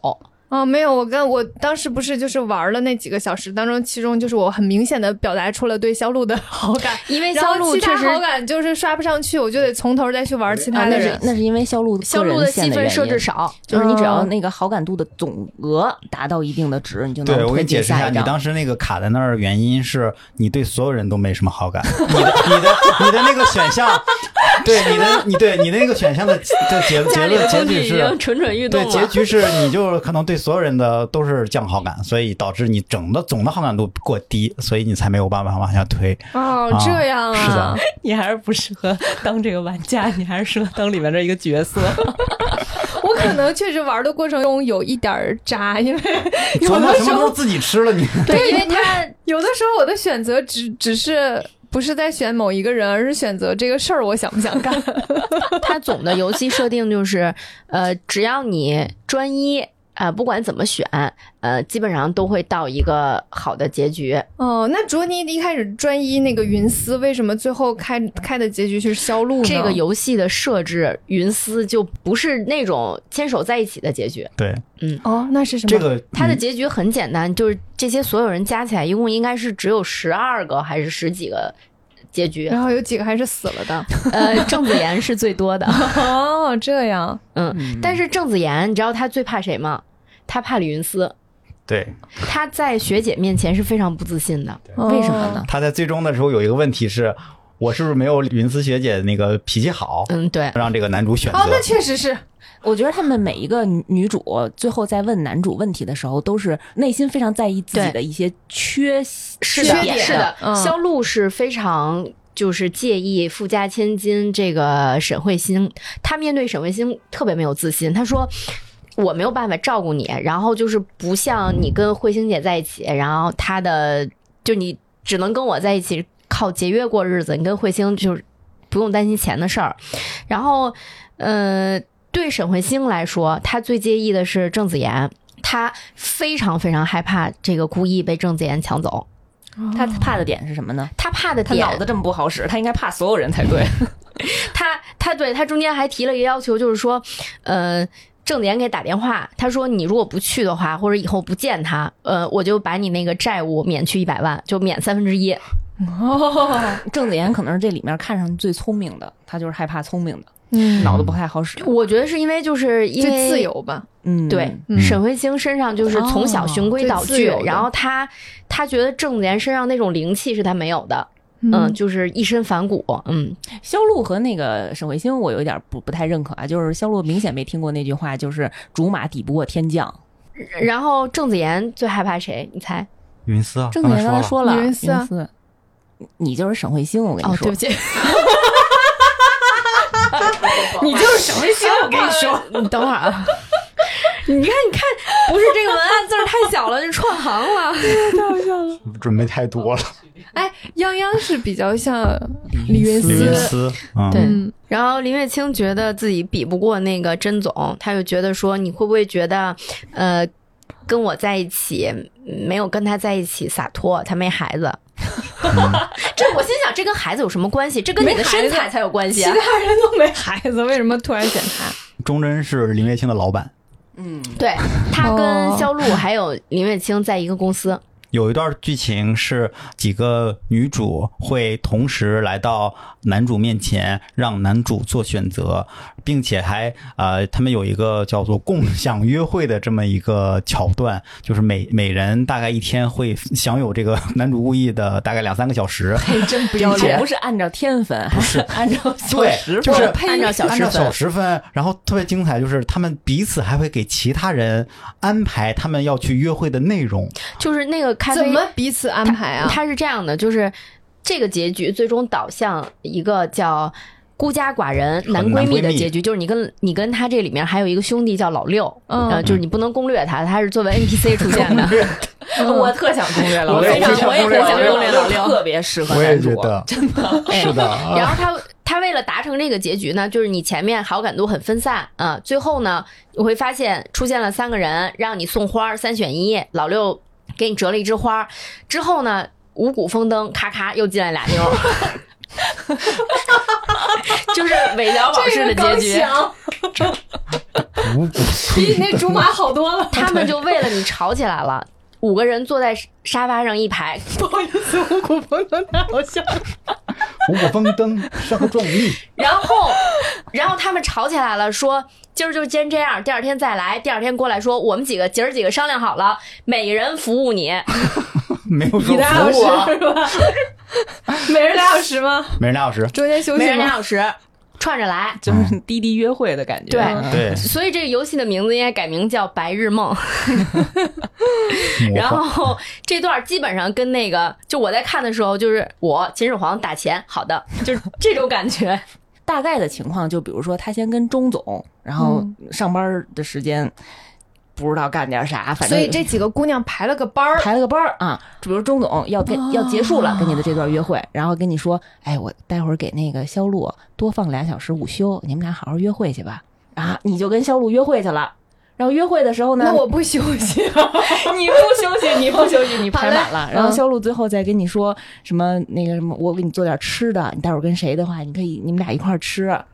B: 哦，没有，我跟我当时不是就是玩了那几个小时当中，其中就是我很明显的表达出了对肖路的 好感，
D: 因为
B: 然
D: 哎肖
B: 后
D: 路
B: 其
D: 确
B: 他
D: 实，哎
B: 好感就是刷不上去，我就得从头再去玩其他
A: 啊那
B: 的人。
A: 是那是因为肖路
D: 肖路
A: 的
D: 的戏份设置，少，
A: 就是你只要
B: 嗯
A: 那个好感度的总额达到一定的值，你就能
C: 对，我给
A: 推
C: 你解
A: 进
C: 释一下，
A: 下一
C: 你
A: 张。
C: 当时那个卡在那儿的原因是你对所有人都没什么好感，你的、你的、你的那个选项，对你的、你对你的那个选项的的结
D: 家
C: 结
D: 里的
C: 论结
D: 工具
C: 局
D: 已经
C: 是。
D: 蠢蠢欲动
C: 对，结
D: 了。
C: 局是你就可能对所有人的都是降好感，所以导致你整的总的好感度过低，所以你才没有办法往下推。
B: 哦
C: 啊，
B: 这样
C: 是的
B: 啊，，
F: 你还是不适合当这个玩家，你还是适合当里面的一个角色。
B: 我可能确实玩的过程中有一点儿渣，因为有
C: 琢磨
B: 的
C: 什
B: 时
C: 么
B: 候
C: 都自己吃了你。
D: 对，因为他
B: 有的时候我的选择只只是不是在选某一个人，而是选择这个事儿我想不想干。
D: 它总的游戏设定就是，呃，只要你专一。呃，不管怎么选，呃，基本上都会到一个好的结局。
B: 哦，那卓尼一开始专一那个云丝，为什么最后开开的结局是销路呢？
D: 这个游戏的设置，云丝就不是那种牵手在一起的结局，
C: 对，
B: 哦，那是什么？
C: 这个
D: 它的
C: 嗯
D: 结局很简单，就是这些所有人加起来一共应该是只有十二个还是十几个 结局。
B: 然后有几个还是死了的。
D: 呃，郑子妍是最多的，
B: 哦，这样
D: 嗯， 但是郑子妍，你知道她最怕谁吗？她怕李云思，
C: 对
D: 她在学姐面前是非常不自信的。
A: 为什么呢？？
C: 他在最终的时候有一个问题是，我是不是没有云思学姐那个脾气好，
D: 嗯，对，
C: 让这个男主选择
B: 哦，那确实是，
A: 我觉得他们每一个女女主最后在问男主问题的时候，都是内心非常在意自己
D: 对
A: 的一些缺
D: 是
A: 缺
D: 的，
A: 点
D: 是的，
B: 嗯
D: 肖路是非常就是介意富家千金这个沈慧欣，她面对沈慧欣特别没有自信，她说。我没有办法照顾你，然后就是不像你跟慧星姐在一起，然后她的就你只能跟我在一起靠节约过日子，你跟慧星就是不用担心钱的事儿。然后，呃，对沈慧星来说，她最介意的是郑子妍，她非常非常害怕这个孤意被郑子妍抢走。
A: 他怕的点是什么呢？
D: 他怕的
A: 哦他
D: 点，
A: 脑子这么不好使，他应该怕所有人才对。
D: 他他对他中间还提了一个要求，就是说，呃，郑典给打电话，他说你如果不去的话，或者以后不见他，呃，我就把你那个债务免去一百万，就免三分之一。
B: 哦，
A: 郑子妍可能是这里面看上去最聪明的，他就是害怕聪明的，
B: 嗯，
A: 脑子不太好使。
D: 我觉得是因为就是因
B: 就
D: 为
B: 自由吧。
A: 嗯，
D: 对，
B: 嗯
D: 沈慧星身上就是从小循规蹈
B: 哦最自
D: 矩，
B: 由的
D: 然后他他觉得郑典身上那种灵气是他没有的，嗯，就是一身反骨，嗯，
A: 肖路和那个沈慧星，我有一点不不太认可啊，就是肖路明显没听过那句话，就是“竹马抵不过天降
D: 然后郑子妍最害怕谁？你猜？
C: 云思啊”。，
A: 郑子妍刚才
C: 说
A: 说了，
C: 了
B: 女人
A: 云
B: 思啊
A: 思，你你就是沈慧星，我跟你
D: 哦，
A: 说
D: 对不， 起，
A: 你就是沈慧星，我跟你说，
D: 你等会儿啊。你看，你看，不是这个文案字儿太小了，就串行了。
E: 准备太多了。
B: 哎，泱泱是比较像李云
C: 李
B: 思，
C: 云思，嗯，
D: 对
B: 嗯，
D: 然后林月清觉得自己比不过那个甄总，他就觉得说，你会不会觉得，呃，跟我在一起没有跟他在一起洒脱？他没孩 子。这我心想，这跟孩子有什么关系？这跟你的身材才有关系
B: 其
D: 啊！
B: 他人都没孩子，为什么突然选他？
C: 钟真是林月清的老板。
A: 嗯，
D: 对他
B: 哦
D: 跟肖路还有林月清在一个公司，
C: 有一段剧情是几个女主会同时来到男主面前，让男主做选择，并且还呃，他们有一个叫做共享约会的这么一个桥段，就是每每人大概一天会享有这个男主故意的大概两三个小时。
B: 真不
A: 还不是按照天分， 还是按照小
C: 对
A: 时，
C: 就是
D: 分按照小时
C: 按照
D: 分
C: 小时分，然后特别精彩，就是他们彼此还会给其他人安排他们要去约会的内容。
D: 就是那个 咖啡
B: 怎么彼此安排啊？
D: 他是这样的，就是这个结局最终导向一个叫孤家寡人男闺蜜的结局，就是你跟你跟他这里面还有一个兄弟叫老六，
B: 嗯
D: 呃，就是你不能攻略他，他是作为 NPC 出现的。
A: 我特想攻略老
E: 我
A: 六，
E: 也非常
A: 我也
E: 攻略
A: 想
E: 老六
A: 攻略老六，特别适合
E: 我也
A: 男
E: 觉
A: 主。
E: 得，真的是的啊。
D: 然后他他为了达成这个结局呢，就是你前面好感度很分散啊、最后呢你会发现出现了三个人让你送花儿三选一，老六给你折了一枝花儿，之后呢五谷丰登，咔咔又进来俩妞儿， 就是尾聊往事的结局。
E: 五谷
F: 比你那竹马好多了。
D: 他们就为了你吵起来了，五个人坐在沙发上一排，
F: 不好意思，五谷丰登太好笑了。
E: 五谷丰登，稍壮丽。
D: 然后，然后他们吵起来了，说今儿就先这样，第二天再来。第二天过来说，我们几个姐儿几个商量好了，每人服务你。
C: 没有说
F: 俩小
C: 服务啊，
F: 时是吧？每人俩小时吗？
C: 每人俩小时，
B: 中间休
D: 每
B: 息
D: 人两
B: 吗？
D: 小时，串着来。
A: 就是滴滴约会的感觉，
D: 对
A: 嗯
C: 对，
D: 所以这个游戏的名字应该改名叫《白日梦》，
C: 魔
D: 然
C: 幻
D: 后这段基本上跟那个，就我在看的时候，就是我秦始皇打钱，好的，就是这种感觉。
A: 大概的情况，就比如说他先跟钟总然后上班的时间不知道干点啥，反正
B: 所以这几个姑娘排了个班儿，哦
A: 排了个班儿啊，比如钟总要跟、要结束了跟你的这段约会，然后跟你说，哎，我待会儿给那个肖路多放俩小时午休，你们俩好好约会去吧。啊，你就跟肖路约会去了。然后约会的时候呢，
B: 那我不休息，啊
A: 你不休息，你不 休息，你排满
B: 嗯
A: 了。然后肖路最后再跟你说什么那个什么，我给你做点吃的，你待会儿跟谁的话，你可以你们俩一块儿吃啊。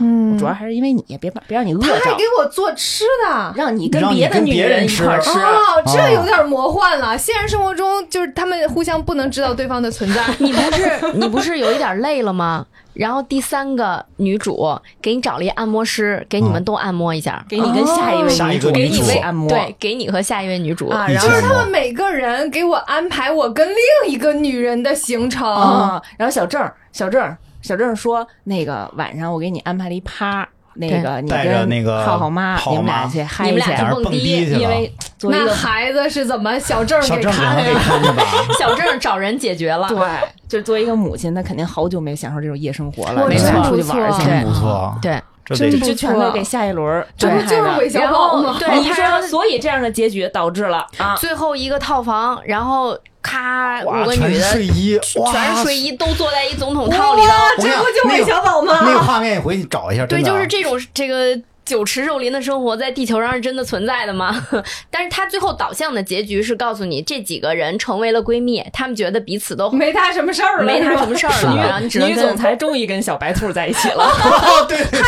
B: 嗯
A: 主要还是因为你，别把别让你饿
B: 他还
A: 着
B: 给，我做吃的。
A: 让你跟
C: 让你
A: 别的
C: 跟
A: 女
C: 别人
A: 人一
C: 吃
A: 块儿吃。
B: 哦，这有点魔幻了。现实生活中，就是他们互相不能知道对方的存在。
D: 你不是 你不是有一点累了吗？然后第三个女主给你找了一按摩师，给你们都按摩一下，
A: 给你跟下
B: 哦
A: 一位
C: 下一
A: 女
C: 个
A: 主
C: 女
A: 给你
C: 主
A: 为按摩，
D: 对，给你和下一位女主。
A: 啊，
C: 以
A: 然后
B: 就是
C: 前
B: 他们每个人给我安排我跟另一个女人的行程，
A: 啊，然后小郑儿，小郑儿，小郑儿说，那个晚上我给你安排了一趴，那个你
C: 带着
A: 跟
C: 那个
A: 浩浩妈，
C: 浩
A: 你们
C: 浩妈
A: 俩去嗨
D: 你
A: 一
D: 们俩
C: 俩
A: 下，
D: 去
C: 人
D: 蹦
C: 蹦
D: 迪
C: 迪去
A: 因
C: 了，
A: 为作为一
B: 那
A: 个
B: 孩子是怎么小郑儿
C: 小
B: 给
C: 郑
B: 看
C: 让他
B: 的
C: 给
B: 呀？
C: 看着吧，
D: 小郑找人解决了，
A: 对，就是作为一个母亲，她肯定好久没享受这种夜生活了，
B: 我
A: 没事
B: 真
A: 儿
B: 不
A: 出去玩儿
B: 错
A: 去，
C: 真不错，
D: 对，
C: 这
B: 真
C: 得
B: 不
A: 就全都给下一轮儿
B: 这不
A: 安排
B: 就是
A: 的
B: 韦小
D: 然
B: 宝
D: 后
B: 吗？
D: 对
A: 你
D: 他
A: 说，所以这样的结局导致了啊，
D: 最后一个套房，然后咔
C: 哇
D: 五个
C: 全
D: 女
C: 是
D: 的
C: 睡衣，哇
D: 全是睡衣，都坐在一总统套里头。
C: 这不就韦小
B: 宝
C: 那个画面你回去找一下，
D: 对，
C: 真的
D: 就是这种这个酒池肉林的生活，在地球上是真的存在的吗？ 但是它最后导向的结局是告诉你，这几个人成为了闺蜜，她们觉得彼此都
B: 没他什么事儿了，
D: 没啥什么事儿
C: 是
D: 了，
C: 的
D: 然后你只能
A: 女
D: 跟
A: 总裁终于跟小白兔在一起了。
C: 哦，对对对，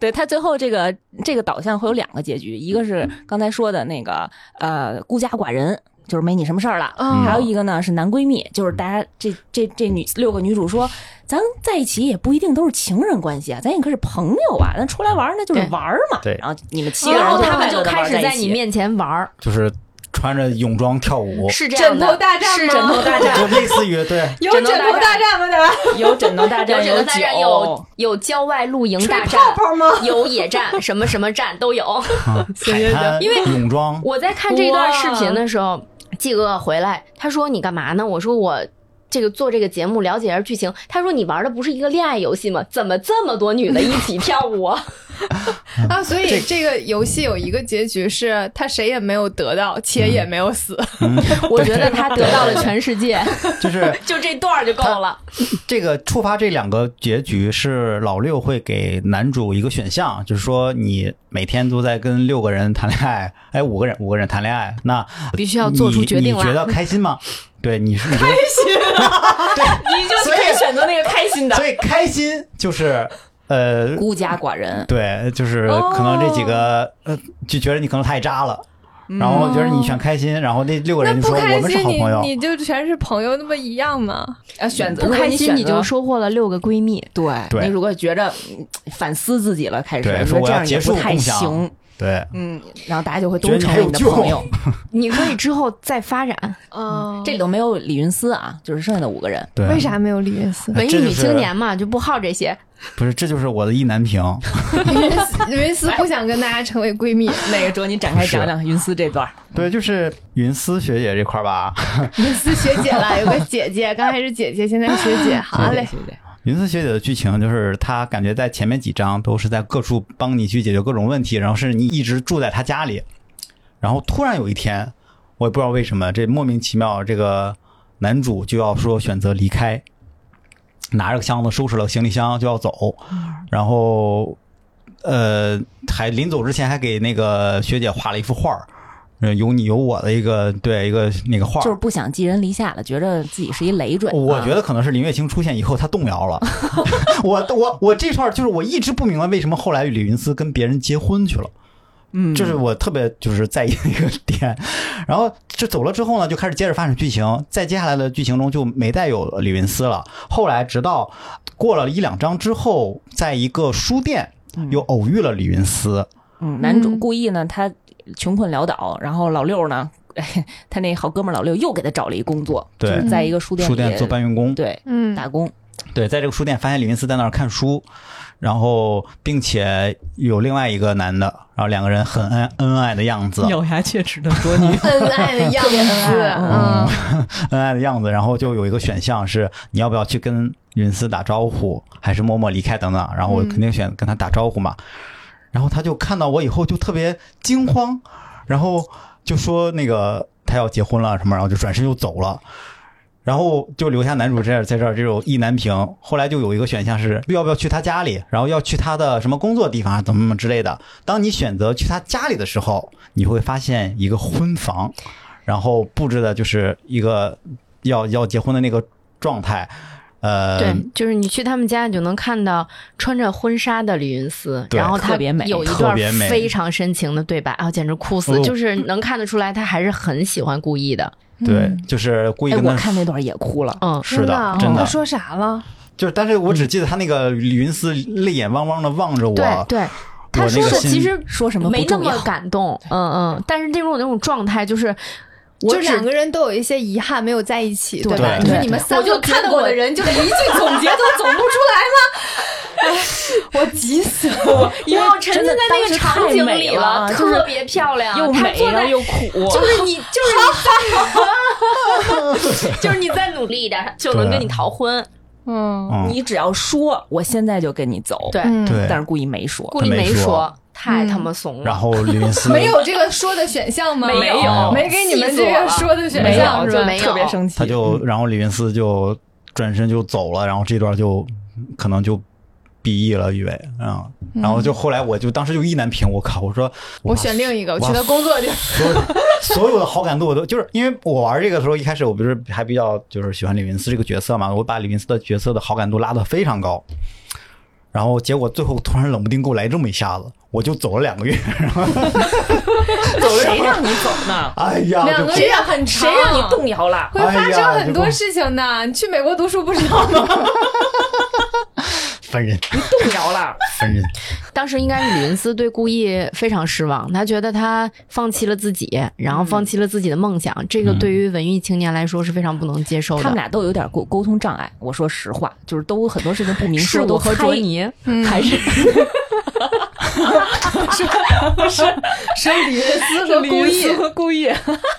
A: 对他最后这个这个导向会有两个结局，一个是
C: 嗯
A: 刚才说的那个呃孤家寡人，就是没你什么事儿了。
D: 哦
B: 嗯
A: 还有一个呢是男闺蜜，就是大家这这这女六个女主说，咱在一起也不一定都是情人关系啊，咱也可是朋友啊，咱出来玩儿那就是
D: 对
A: 玩儿嘛。
C: 对
A: 然后你们七个人
D: 然后
A: 都
D: 他
A: 快
D: 们
A: 乐
D: 就
A: 地玩
D: 开
A: 儿
D: 始
A: 在
D: 在
A: 一
D: 你
A: 起，
D: 面前玩儿，
C: 就是穿着泳装跳舞，
D: 是这样
B: 枕
D: 的，
B: 头大战
D: 是
B: 吗？
D: 枕头大
C: 就类似于 对，
B: 有
D: 枕头
B: 枕头
D: 大
B: 大战吗？的
A: 有枕头大
D: 有
A: 战，
D: 枕
A: 酒，哦
D: 头大战，有有郊外露营大战，
B: 泡吗？
D: 有野战，什么什么战都 有。
C: 啊海滩
D: 因为
C: 泳装，
D: 我在看这段视频的时候，季哥回来，他说你干嘛呢？我说我。这个做这个节目了解一下剧情，他说你玩的不是一个恋爱游戏吗？怎么这么多女的一起跳舞啊？
B: 啊，所以这个游戏有一个结局是他谁也没有得到，且也没有死。
D: 我觉得他得到了全世 界，
C: 就是
D: 就这段儿就够了。
C: 这个触发这两个结局是老六会给男主一个选项，就是说你每天都在跟六个人谈恋爱，哎，五个人五个人谈恋爱，那
D: 必须要做出决定
C: 你你觉得
D: 了。
C: 开心 吗？对，你是你觉得
A: 你就
C: 所以
A: 可以选择那个开 心的。
C: 所以开心就是呃，
A: 孤家寡人，
C: 对，就是可能这几
D: 哦
C: 个呃就觉得你可能太渣了，
D: 嗯
C: 然后觉得你选开心，然后那六个
B: 那
C: 人就
B: 不
C: 说我
B: 开
C: 们是
B: 心
C: 好
B: 你
C: 朋友，
B: 你就全是朋友，那不一样吗？
A: 呃，选择
D: 不开心你
A: 如果选
D: 就
A: 择
D: 收获了六个闺蜜，
A: 对，
C: 对
A: 你如果觉着嗯反思自己了，开始
C: 对
A: 你
C: 说
A: 说
C: 我
A: 这
C: 要
A: 样也
C: 结束
A: 不太
C: 共享
A: 行，
C: 对，
A: 嗯，然后大家就会
C: 觉
A: 都
C: 得你
A: 成
C: 还
A: 为
C: 有
A: 你的
C: 救
A: 朋友。
D: 你可以之后再发
C: 哎
D: 展。
C: 啊
B: 哦
A: 这里头没有李云思啊，就是剩下的五 个人。
C: 对，
B: 为啥没有李云思？
D: 文艺
C: 这
D: 女
C: 就是
D: 青年嘛，就不好这些。
C: 不是，这就是我的意难平。
B: 李云思李云思不想跟大家成为闺蜜，
A: 那个卓，你展开讲讲云思这段儿。
C: 对，就是 云思学姐这块儿吧，
B: 云思学姐了，有个姐姐，刚开始姐姐，现在学姐，好嘞。
A: 对对对，
C: 云思学姐的剧情就是她感觉在前面几章都是在各处帮你去解决各种问题，然后是你一直住在她家里，然后突然有一天，我也不知道为什么，这莫名其妙，这个男主就要说选择离开，拿着个箱子收拾了行李箱就要走，然后呃，还临走之前还给那个学姐画了一幅画儿。嗯，有你有我的一个对一个那个画儿，
A: 就是不想寄人篱下了，觉着自己是一累赘。
C: 我觉
A: 啊
C: 得可能是林月清出现以后，她动摇 了。我我我这串就是我一直不明白为什么后来李云思跟别人结婚去了，
A: 嗯，
C: 这是我特别就是在意的一个点。然后这走了之后呢，就开始接着发展剧情，在接下来的剧情中就没再有李云思了。后来直到过了一两章之后，在一个书店又偶遇了李云思，
A: 嗯，男主
B: 嗯
A: 故意呢，他穷困潦倒，然后老六呢， 他那好哥们儿老六又给他找了一工作，
C: 对
A: 就是在一个书店
C: 书店
A: 里
C: 做搬运工。
A: 对
B: 嗯，，
A: 打工。
C: 对，在这个书店发现李云斯在那儿看书，然后并且有另外一个男的，然后两个人很恩恩爱的样子，
G: 咬牙切齿的多尼
B: 恩爱的样子，嗯，
C: 恩爱的样子，然后就有一个选项是你要不要去跟云丝打招呼，还是默默离开等等。然后我肯定选跟他打招呼嘛。然后他就看到我以后就特别惊慌，然后就说那个他要结婚了什么，然后就转身就走了。然后就留下男主这儿在这儿这种意难平。后来就有一个选项是要不要去他家里，然后要去他的什么工作地方啊，怎么怎么之类的。当你选择去他家里的时候，你会发现一个婚房，然后布置的就是一个要要结婚的那个状态。呃，
A: 嗯
D: 对，就是你去他们家，你就能看到穿着婚纱的李云思，
C: 对
D: 然后她
A: 特别美
D: 有一
C: 特
D: 段
C: 别美
D: 非常深情的对白啊，简直哭死！
C: 哦
D: 就是能看得出来，她还是很喜欢顾意的。
C: 对，就是故意
A: 哎，
C: 跟
A: 我
C: 他
A: 看那段也哭了。
D: 嗯，
C: 是的，
B: 真
C: 真
B: 他
C: 的
B: 说啥了？
C: 就是，但是我只记得他那个李云思泪眼汪汪的望着我，
D: 对对，她
C: 我那
D: 说
C: 个
D: 的
C: 心
D: 其实
A: 说什么不
D: 没那
A: 重要
D: 么感动，嗯嗯，但是那种那种状态就是，我
B: 就
D: 只
B: 两个人都有一些遗憾没有在一起，
A: 对
B: 吧？
C: 对
B: 就是
C: 对
B: 你们
F: 我
B: 三
F: 就
B: 个
F: 看
B: 过
F: 过的 人，就一句总结都总不出 来吗？哎我急死 了！
A: 因为
D: 哇沉浸
A: 真的
D: 在那
A: 当时
D: 个
A: 太
D: 场景
A: 美
D: 里
A: 了
D: 了，
A: 就是
D: 特别漂亮，
A: 又
D: 她
A: 美
D: 坐
A: 然后
D: 在
A: 又 苦，
D: 就是你，就是 你，就是你在，就是你在努力的，就能跟你逃婚。
B: 嗯，
C: 嗯，
A: 你只要说我现在就跟你走，
D: 对，
B: 嗯
C: 对
A: 但是故意没说。
D: 故意
C: 没
D: 没
C: 说
D: 说，太他妈怂了。
A: 嗯
C: 然后李云思
B: 没有这个说的选项吗？
D: 没有
B: 没给你们这
D: 气死我
B: 个
D: 了
B: 说的选
A: 没
B: 项
A: 有，
B: 是
A: 就
B: 吧？
D: 没有
A: 特别生气。
C: 他
B: 嗯
C: 就，然后李云思就转身就走了，然后这段就可能就毕业了，以为啊、嗯，然后就后来我就当时就意难平，我靠，我说
B: 我选另一个，我
C: 哇
B: 去他工作地方。
C: 所有所有的 好感度我都就是因为我玩这个的时候，一开始我不是还比较就是喜欢李云斯这个角色嘛，我把李云斯的角色的好感度拉得非常高，然后结果最后突然冷不丁给我来这么一下子，我就走了两个月，
A: 谁让你走呢？
C: 哎呀，
B: 两
C: 就
B: 个月很长，
A: 谁哎让你动摇了？
B: 会发生很多事情的。哎你去美国读书不知道 吗？
E: 烦人，
A: 动摇了，
E: 烦人。
D: 当时应该是李云思对顾意非常失望，他觉得他放弃了自己，然后放弃了自己的梦
A: 嗯
D: 想，这个对于文艺青年来说是非常不能接受
A: 他
D: 的
A: 们。俩都有点沟沟通障碍。我说实话，就是都很多事情不明
D: 是
A: 说，
D: 我
A: 都
D: 和
A: 猜
D: 卓尼，
A: 还是
B: 是李云思和故意。
A: 和故意，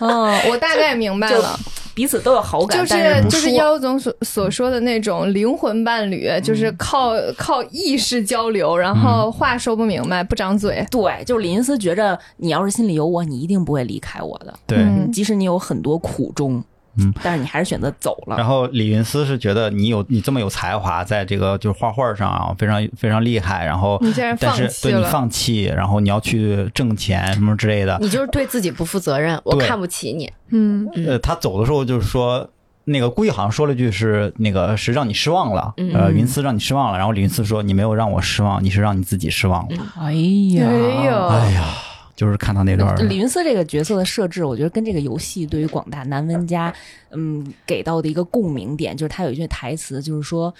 B: 嗯，我大概明白
A: 就
B: 了，
A: 彼此都有好感，
B: 就
A: 但
B: 是
A: 不
B: 就是
A: 说
B: 妖总所所说的那种灵魂伴侣，就是靠靠意识交流，然后话说不明白，不长嘴。
A: 对，就是林思觉着你要是心里有我，你一定不会离开我的，
C: 对。
B: 嗯
A: 即使你有很多苦衷，
C: 嗯，啊
A: 但是你还是选择走
C: 然
A: 了。
C: 后李云思是觉得你有你这么有才华，在这个就是画画上啊，非常非常厉害。然后
B: 你竟然
C: 但是
B: 放弃
C: 对你
B: 了
C: 放弃，然后你要去挣钱什么之类的。
D: 你就是对自己不负责任，我
C: 对
D: 看不起你。
B: 嗯，
C: 呃，他走的时候就是说，那个故意好像说了一句是那个是让你失望了，
B: 嗯
C: 呃，云思让你失望了，然后李云思说你没有让我失望，你是让你自己失望了。
A: 哎
B: 没有，
C: 哎呀，就是看到那段儿，
A: 李云思这个角色的设置，我觉得跟这个游戏对于广大男玩家，嗯，给到的一个共鸣点，就是他有一句台词，就是说，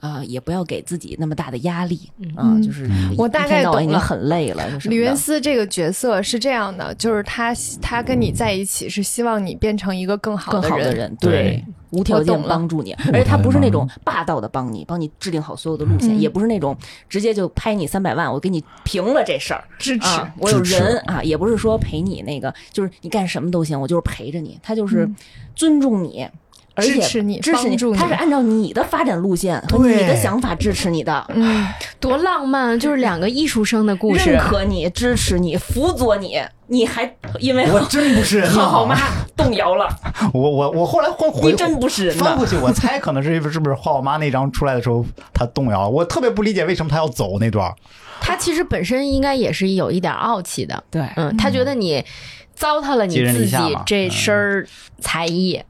A: 呃，也不要给自己那么大的压力，啊、
B: 嗯
A: 就是
B: 我大概
A: 一天到晚已
B: 懂
A: 经
B: 了
A: 很累了，就是什么的
B: 李云思这个角色是这样的，就是他他跟你在一起是希望你变成一个更好
A: 更
B: 的
A: 好的
B: 人，
A: 人，
C: 对
A: 对，无条
B: 我
A: 件
B: 懂了
A: 帮助你，而且他不是那种霸道的帮你，帮你制定好所有的路线，
B: 嗯
A: 也不是那种直接就拍你三百万，我给你平了这事儿
B: 支持。
A: 啊，我有
C: 支持
A: 人啊，也不是说陪你那个，就是你干什么都行，我就是陪着你，他就是尊重你。而且
B: 嗯支持你
A: 支持
B: 帮助你
A: 他是按照你的发展路线和你
C: 对
A: 的想法支持你的，
B: 嗯
D: 多浪漫！就是两个艺术生的故事
A: 认，可你、支持你、辅佐你，你还因为
C: 我真不是人 呐
A: 浩浩妈动摇了，
C: 我我我后来换回
A: 你真不是人
C: 翻
A: 呐
C: 回！去，我猜可能是是不是画我妈那张出来的时候她动摇了，我特别不理解为什么她要走那段儿，
D: 他其实本身应该也是有一点傲气的。
A: 对
D: 嗯，他觉得你糟蹋了你
C: 寄人篱
D: 自己
C: 下嘛嗯
D: 这身儿才艺，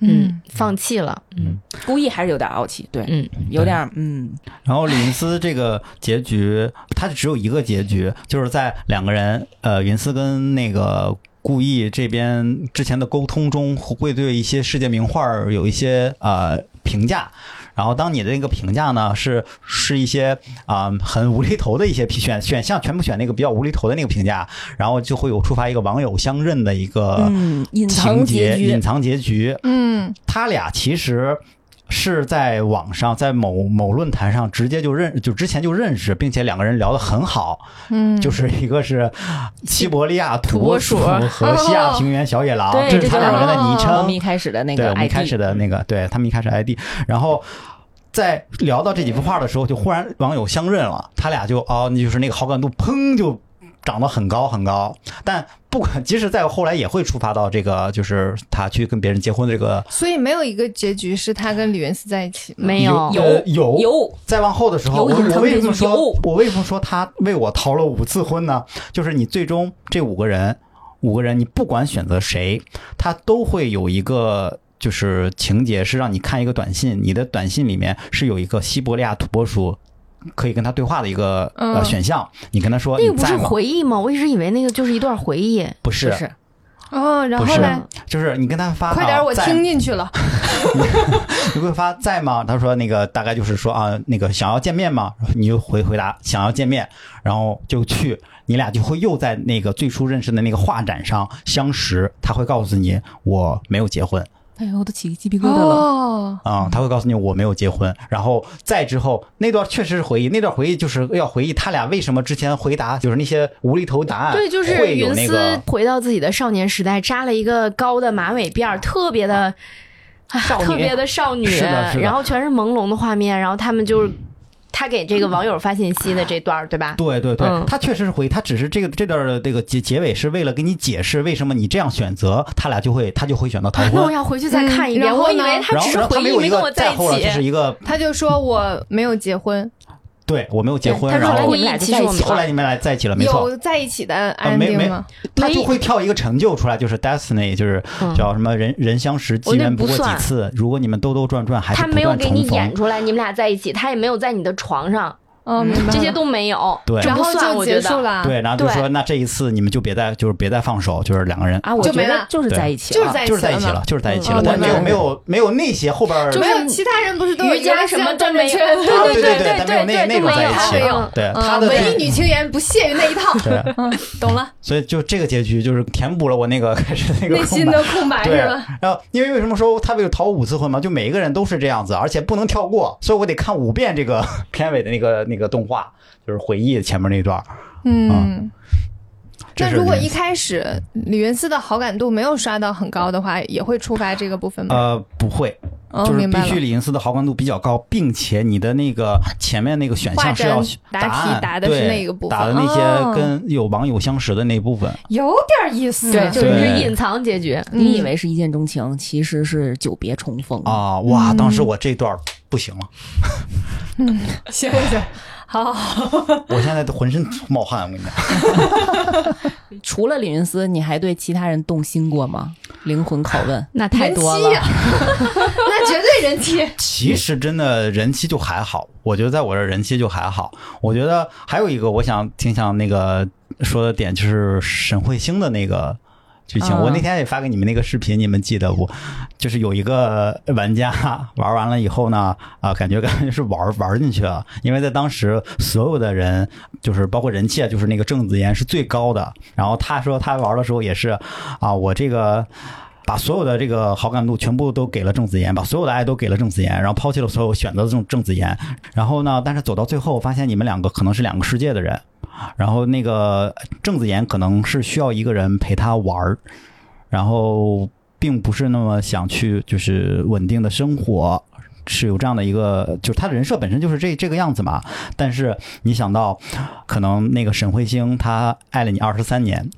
D: 嗯，放弃了，嗯，
A: 故意还是有点傲气，对，
D: 嗯，
A: 有点儿嗯，
C: 然后李云思这个结局，它只有一个结局，就是在两个人，呃，云思跟那个顾意这边之前的沟通中，会对一些世界名画儿有一些呃评价。然后，当你的那个评价呢，是是一些啊、很无厘头的一些选选项，全部选那个比较无厘头的那个评价，然后就会有触发一个网友相认的一个
A: 嗯隐藏
C: 情
A: 结
C: 节，
A: 局
C: 隐藏结局。
B: 嗯，
C: 他俩其实是在网上，在某某论坛上直接就认，就之前就认识，并且两个人聊得很好。
B: 嗯，
C: 就是一个是西伯利亚土拨鼠
B: 土拨鼠
C: 和西亚平原小野狼，
A: 对，
C: 这
A: 就
C: 是他两个人的昵
A: 啊我们一
C: 称。
A: 开始的那
C: 对，
A: 个
C: 我们一
A: ID，
C: 开始的那个，对他们一开始 ID，然后。在聊到这几幅画的时候，就忽然网友相认了，他俩就哦，那就是那个好感度砰就涨得很高很高。但不管，即使在后来也会触发到这个，就是他去跟别人结婚的这个
B: 所以没有一个结局是他跟李云斯在一起吗？
D: 没有
C: 有呃有
A: 有
C: 再往后的时候，
A: 有
C: 我
A: 隐藏
C: 我为什
A: 这
C: 么
A: 句有
C: 说我为什么说他为我逃了五次婚呢？就是你最终这五个人，五个人你不管选择谁，他都会有一个。就是情节是让你看一个短信，你的短信里面是有一个西伯利亚土拨鼠可以跟他对话的一个、呃
B: 嗯
C: 选项，你跟他说
D: 那个
C: 你
D: 不
C: 在
D: 是
C: 吗？
D: 回忆吗？我一直以为那个就是一段回忆。
C: 不是，
A: 就是
B: 哦，然
C: 不
D: 嗯
B: 后
C: 是
B: 嘞，
C: 就是你跟他发
B: 快点
C: 啊
B: 儿，我
C: 在
B: 听进去了。
C: 你会发在吗？他说那个大概就是说啊，那个想要见面吗？你就回回答想要见面，然后就去，你俩就会又在那个最初认识的那个画展上相识。他会告诉你我没有结婚
A: 哎呦，我都起鸡皮疙瘩了。
B: 哦，
C: 啊、他会告诉你我没有结婚。然后再之后那段确实是回忆，那段回忆就是要回忆他俩为什么之前回答就是那些无厘头答案，
D: 对，就是
C: 哎会有
D: 云
C: 那
D: 思
C: 个
D: 回到自己的少年时代，扎了一个高的马尾辫儿，特别的，啊
A: 少女
D: 特别的少女
C: 是的是的
D: 然后全是朦胧的画面，然后他们就是他给这个网友发信息的这段儿，对吧？
C: 对对对，
D: 嗯
C: 他确实是回忆，他只是这个这段的这个结结尾是为了给你解释为什么你这样选择，他俩就会他就会选择逃
D: 啊那我
C: 婚。
D: 要回去再看
B: 嗯
D: 一遍，
B: 然后
D: 我以
B: 呢
D: 为他
C: 然后，
D: 只是
C: 然后
D: 回
C: 他没
D: 忆，
C: 有一
D: 没跟
C: 个
D: 我在
C: 再
D: 一
C: 后了，就是
D: 起。
C: 一个
B: 他就说我没有结婚，
C: 对我没有结
D: 对
C: 婚，
D: 他
C: 然
D: 说
A: 后
C: 后
D: 回忆，其实
A: 然
D: 我
A: 后
D: 们
C: 后来你们俩在一起啊了，没错
B: 有，在一起的
C: 呃没
B: ending 吗？
C: 他就会跳一个成就出来，就是 destiny，就是
D: 嗯
C: 叫什么人人相识，
D: 我
C: 机
D: 那
C: 缘
D: 不
C: 过几
D: 算
C: 次，如果你们兜兜转转，还是
D: 他
C: 不
D: 没有
C: 断
D: 给你
C: 重
D: 演
C: 逢。
D: 出来，你们俩在一起，他也没有在你的床上，
B: 哦，明白了。
D: 这些都没有，
C: 对
D: 这
B: 然
D: 不
B: 后
D: 算，我
B: 就
D: 觉
B: 结束
D: 得。
B: 了。
C: 对，然后就
D: 啊对
C: 说那这一次你们就别再就是别再放手，就是两个人
A: 啊，我
B: 就
A: 觉
B: 没
A: 得
B: 了
A: 就是
C: 对
A: 在一起
B: 就是
A: 了
B: 在一
C: 就是在一
B: 了
C: 起
B: 嘛
C: 了，就是在一起
A: 嗯
C: 了，但
A: 我
C: 没有
A: 明白
C: 没有没有那些后边儿
D: 就
B: 没
D: 是
B: 有其他人不是都有
D: 瑜伽什么都没
B: 有
D: 有，
B: 一个像转圈
C: 对
D: 对
C: 对，他没有那那
D: 对，
C: 种
D: 没
C: 在
D: 有，
C: 一起
D: 没有
C: 了，。对
B: 嗯
C: 他的
B: 文
C: 这
B: 艺女青年不屑于那一套，
C: 对，
B: 懂了，
C: 所以就这个结局就是填补了我那个开始那个
B: 内
C: 空
B: 心
C: 白
B: 的空白
C: 对
B: 是吧？，
C: 然后因为为什么说他为了逃五次婚嘛，就每一个人都是这样子，而且不能跳过，所以我得看五遍这个 片尾的那个那个动画，就是回忆前面那段儿。
B: 嗯。
C: 这
B: 那
C: 是
B: 如果
C: 人
B: 一开始李云斯的好感度没有刷到很高的话，也会触发这个部分吗？
C: 呃，不会，
B: 哦，
C: 就是
B: 明
C: 必
B: 白
C: 须
B: 了。
C: 李银丝的好感度比较高，并且你的那个前面那个选
B: 画
C: 项是要
B: 展
C: 选
B: 答
C: 答
B: 题
C: 案
B: 答的是
C: 对
B: 那个部
C: 打的
B: 分
C: 那
B: 哦
C: 些跟有网友相识的那部分。
F: 有点意思。
A: 对
D: 就是
C: 对
D: 隐藏结局。，
A: 你以为是一见钟情，其实是久别重逢。
C: 啊，哇！当时我这段儿不行了，
B: 行行，好好好，
C: 我现在都浑身冒汗，我跟你讲。
A: 除了李云思，你还对其他人动心过吗？灵魂拷问
D: 那太多
F: 人
D: 了
F: 妻，那绝对人气。
C: 哎其实真的人气就还好，我觉得在我这儿人气就还好。我觉得还有一个我想挺想那个说的点就是沈慧星的那个剧情，
A: 嗯
C: 我那天也发给你们那个视频，你们记得不？就是有一个玩家玩完了以后呢，啊、感觉感觉是玩玩进去了，因为在当时所有的人就是包括人气啊，就是那个郑子妍是最高的。然后他说他玩的时候也是啊，我这个把所有的这个好感度全部都给了郑子妍，把所有的爱都给了郑子妍，然后抛弃了所有选择的郑郑子妍。然后呢，但是走到最后，发现你们两个可能是两个世界的人。然后那个郑子妍可能是需要一个人陪她玩儿，然后并不是那么想去就是稳定的生活。是有这样的一个，就是她的人设本身就是这这个样子嘛。但是你想到，可能那个沈慧星她爱了你二十三年，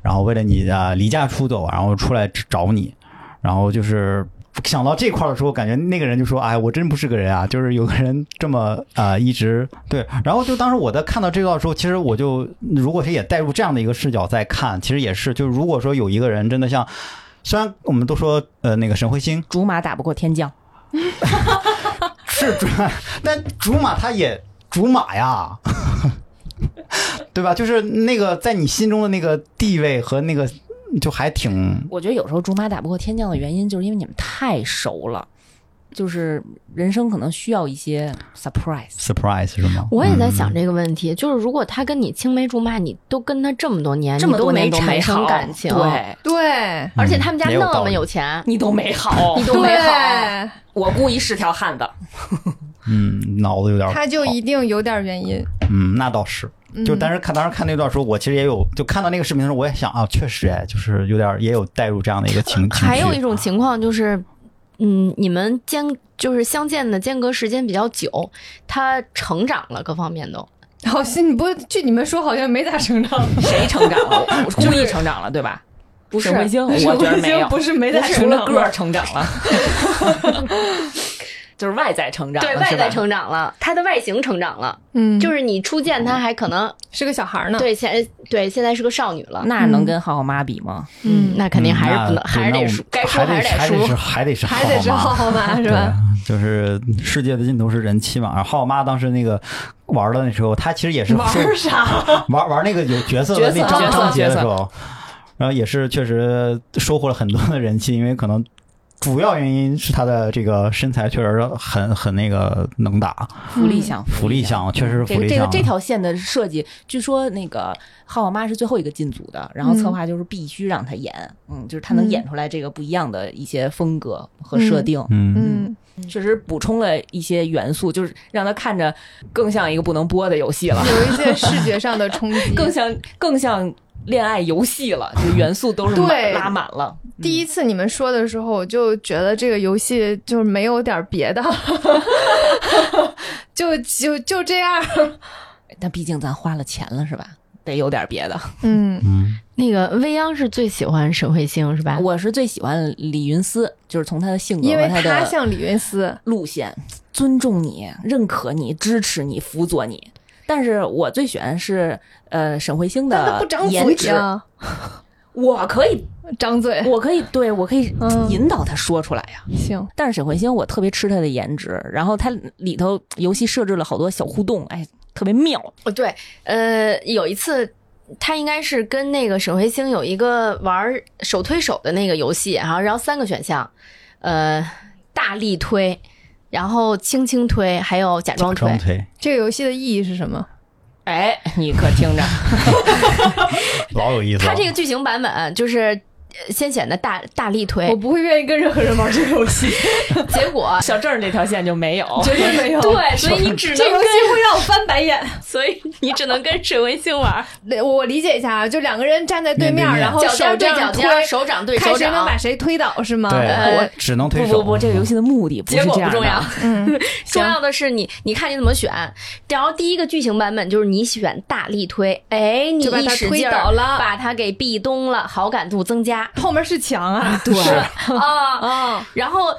C: 然后为了你啊、呃离家出走，然后出来找你，然后就是想到这块儿的时候，感觉那个人就说：“哎，我真不是个人啊！”就是有个人这么啊、呃一直对。然后就当时我在看到这段的时候，其实我就如果是也带入这样的一个视角在看，其实也是，就如果说有一个人真的像，虽然我们都说呃那个沈慧星
A: 竹马打不过天将，
C: 是竹，但竹马它也竹马呀， 对吧？就是那个在你心中的那个地位和那个。就还挺
A: 我觉得有时候竹马打不过天将的原因，就是因为你们太熟了。就是人生可能需要一些 surprise。
C: surprise 是吗？
D: 我也在
C: 嗯
D: 想这个问题，就是如果他跟你青梅竹马，你都跟他这么多年，
A: 这么多年
D: 你都没产生
A: 好
D: 感情，，
A: 对
B: 对
D: 而且他们家
C: 嗯也有
D: 那
C: 道
D: 么
C: 理
D: 有钱，
A: 你都没好
D: 你，都没好，
B: 对，
A: 我估计是条汉子。
C: 嗯，脑子有点儿不好，
B: 他就一定有点原因。
C: 嗯，那倒是，就
B: 嗯
C: 当时看当时看那段时候，我其实也有就看到那个视频的时候，我也想啊，确实哎，就是有点儿也有带入这样的一个情情绪。
D: 呃还有一种情况就是，嗯，你们间就是相见的间隔时间比较久，他成长了，各方面都。
B: 好心，你不据你们说好像没咋成长，
A: 谁成长 了？我故意成长了，对吧？不
D: 是
A: 沈 慧晶，我
B: 沈
A: 觉得
B: 慧
A: 没
B: 晶
A: 有，
B: 不是没
A: 我
B: 咋
A: 除
B: 成
A: 了
B: 长
A: 个
B: 吗
A: 儿成长了， 就是外在成长了，
D: 对外
A: 是吧
D: 在成长了，他的外形成长了，
B: 嗯，
D: 就是是你初见他还可能
B: 是个小孩儿呢。，
D: 对现对现在是个少女了，
A: 那能跟浩浩妈比吗？
D: 嗯，那肯定还是不能，
C: 嗯那
D: 还是
C: 对
D: 得
C: 那
D: 熟
C: 我，
D: 该熟
C: 还
D: 还
C: 得
D: 是得
C: 还
D: 熟
C: 是，还 得是
B: 还得是
C: 浩浩
B: 浩
C: 妈
B: 浩妈是
C: 对
B: 吧？，
C: 就是世界的尽头是人妻嘛。然后浩妈当时那个玩的那时候，她其实也是
B: 玩啥？
C: 玩玩那个有角色
A: 角
C: 的
A: 色
C: 那
A: 角
C: 章
A: 色
C: 章节
A: 角
C: 的
A: 色
C: 时候，然后也是确实收获了很多的人气，因为可能主要原因是她的这个身材确实很很那个能打，
A: 嗯福利项，
C: 福利项确实是
A: 这
C: 福
A: 个
C: 利
A: 这个
C: 项。
A: 这条线的设计，据说那个浩浩妈是最后一个进组的，然后策划就是必须让她演，嗯，就是她能
B: 嗯
A: 演出来这个不一样的一些风格和设定，
C: 嗯，
B: 嗯，
A: 确实补充了一些元素，就是让她看着更像一个不能播的游戏了，
B: 有一些视觉上的冲 击。
A: 更像更像恋爱游戏了，就是元素都是满
B: 对嗯
A: 拉满了。
B: 第一次你们说的时候，我就觉得这个游戏就是没有点别的， 就就就这样。
A: 但毕竟咱花了钱了，是吧？得有点 别的。
B: 嗯，
D: 那个未央是最喜欢沈慧星是吧？
A: 我是最喜欢李云思，就是从她的性格
B: 因为
A: 和她
B: 他
A: 的
B: 像李云思，
A: 路线，尊重你、认可你、支持你、辅佐你。但是我最喜欢是呃沈慧星
B: 但他
A: 的
B: 不张嘴啊
A: 颜值，
B: 呀，
A: 我可以，
B: 张嘴
A: 我可以，对我可以
B: 嗯
A: 引导她说出来啊呀、
B: 行。
A: 但是沈慧星我特别吃她的颜值，然后她里头游戏设置了好多小互动，哎，特别妙。
D: 哦，对，呃，有一次他应该是跟那个沈慧星有一个玩手推手的那个游戏哈、然后三个选项，呃，大力推，然后轻轻推，还有假装推
C: 双。腿
B: 这个游戏的意义是什么？
A: 哎，你可听着，
C: 老有意思了。
D: 他这个剧情版本就是呃先显得大大力推
B: 我，不会愿意跟任何人 玩这个游戏，
D: 结果
A: 小郑这条线就没有。
B: 绝对没有。
D: 对， 所以你只能
B: 这游戏会让我翻白眼。
D: 所以你只能跟沈慧星玩，
B: 对我理解一下啊，就两个人站在对面，
C: 面对面
B: 然后
D: 脚
B: 哦手这
D: 尖对脚
B: 样推，
D: 尖，手掌对
B: 看
D: 手
B: 谁能把
D: 掌。
B: 谁推倒是吗？
C: 对，
D: 呃
C: 我只能推
A: 不
C: 手。
A: 不不，这个游戏的目的不是
D: 结果
A: 这
D: 不
A: 样
D: 重要
A: 的。，
B: 嗯，
D: 重要的是你，你看你怎么选。然后第一个剧情版本就是你选大力推，哎，你
B: 就把
D: 一
B: 它
D: 使
B: 推
D: 劲儿
B: 倒了
D: 把它给壁咚了，好感度 增加
B: 后面是墙啊，
A: 对，
D: 啊。
B: 啊，
D: 然后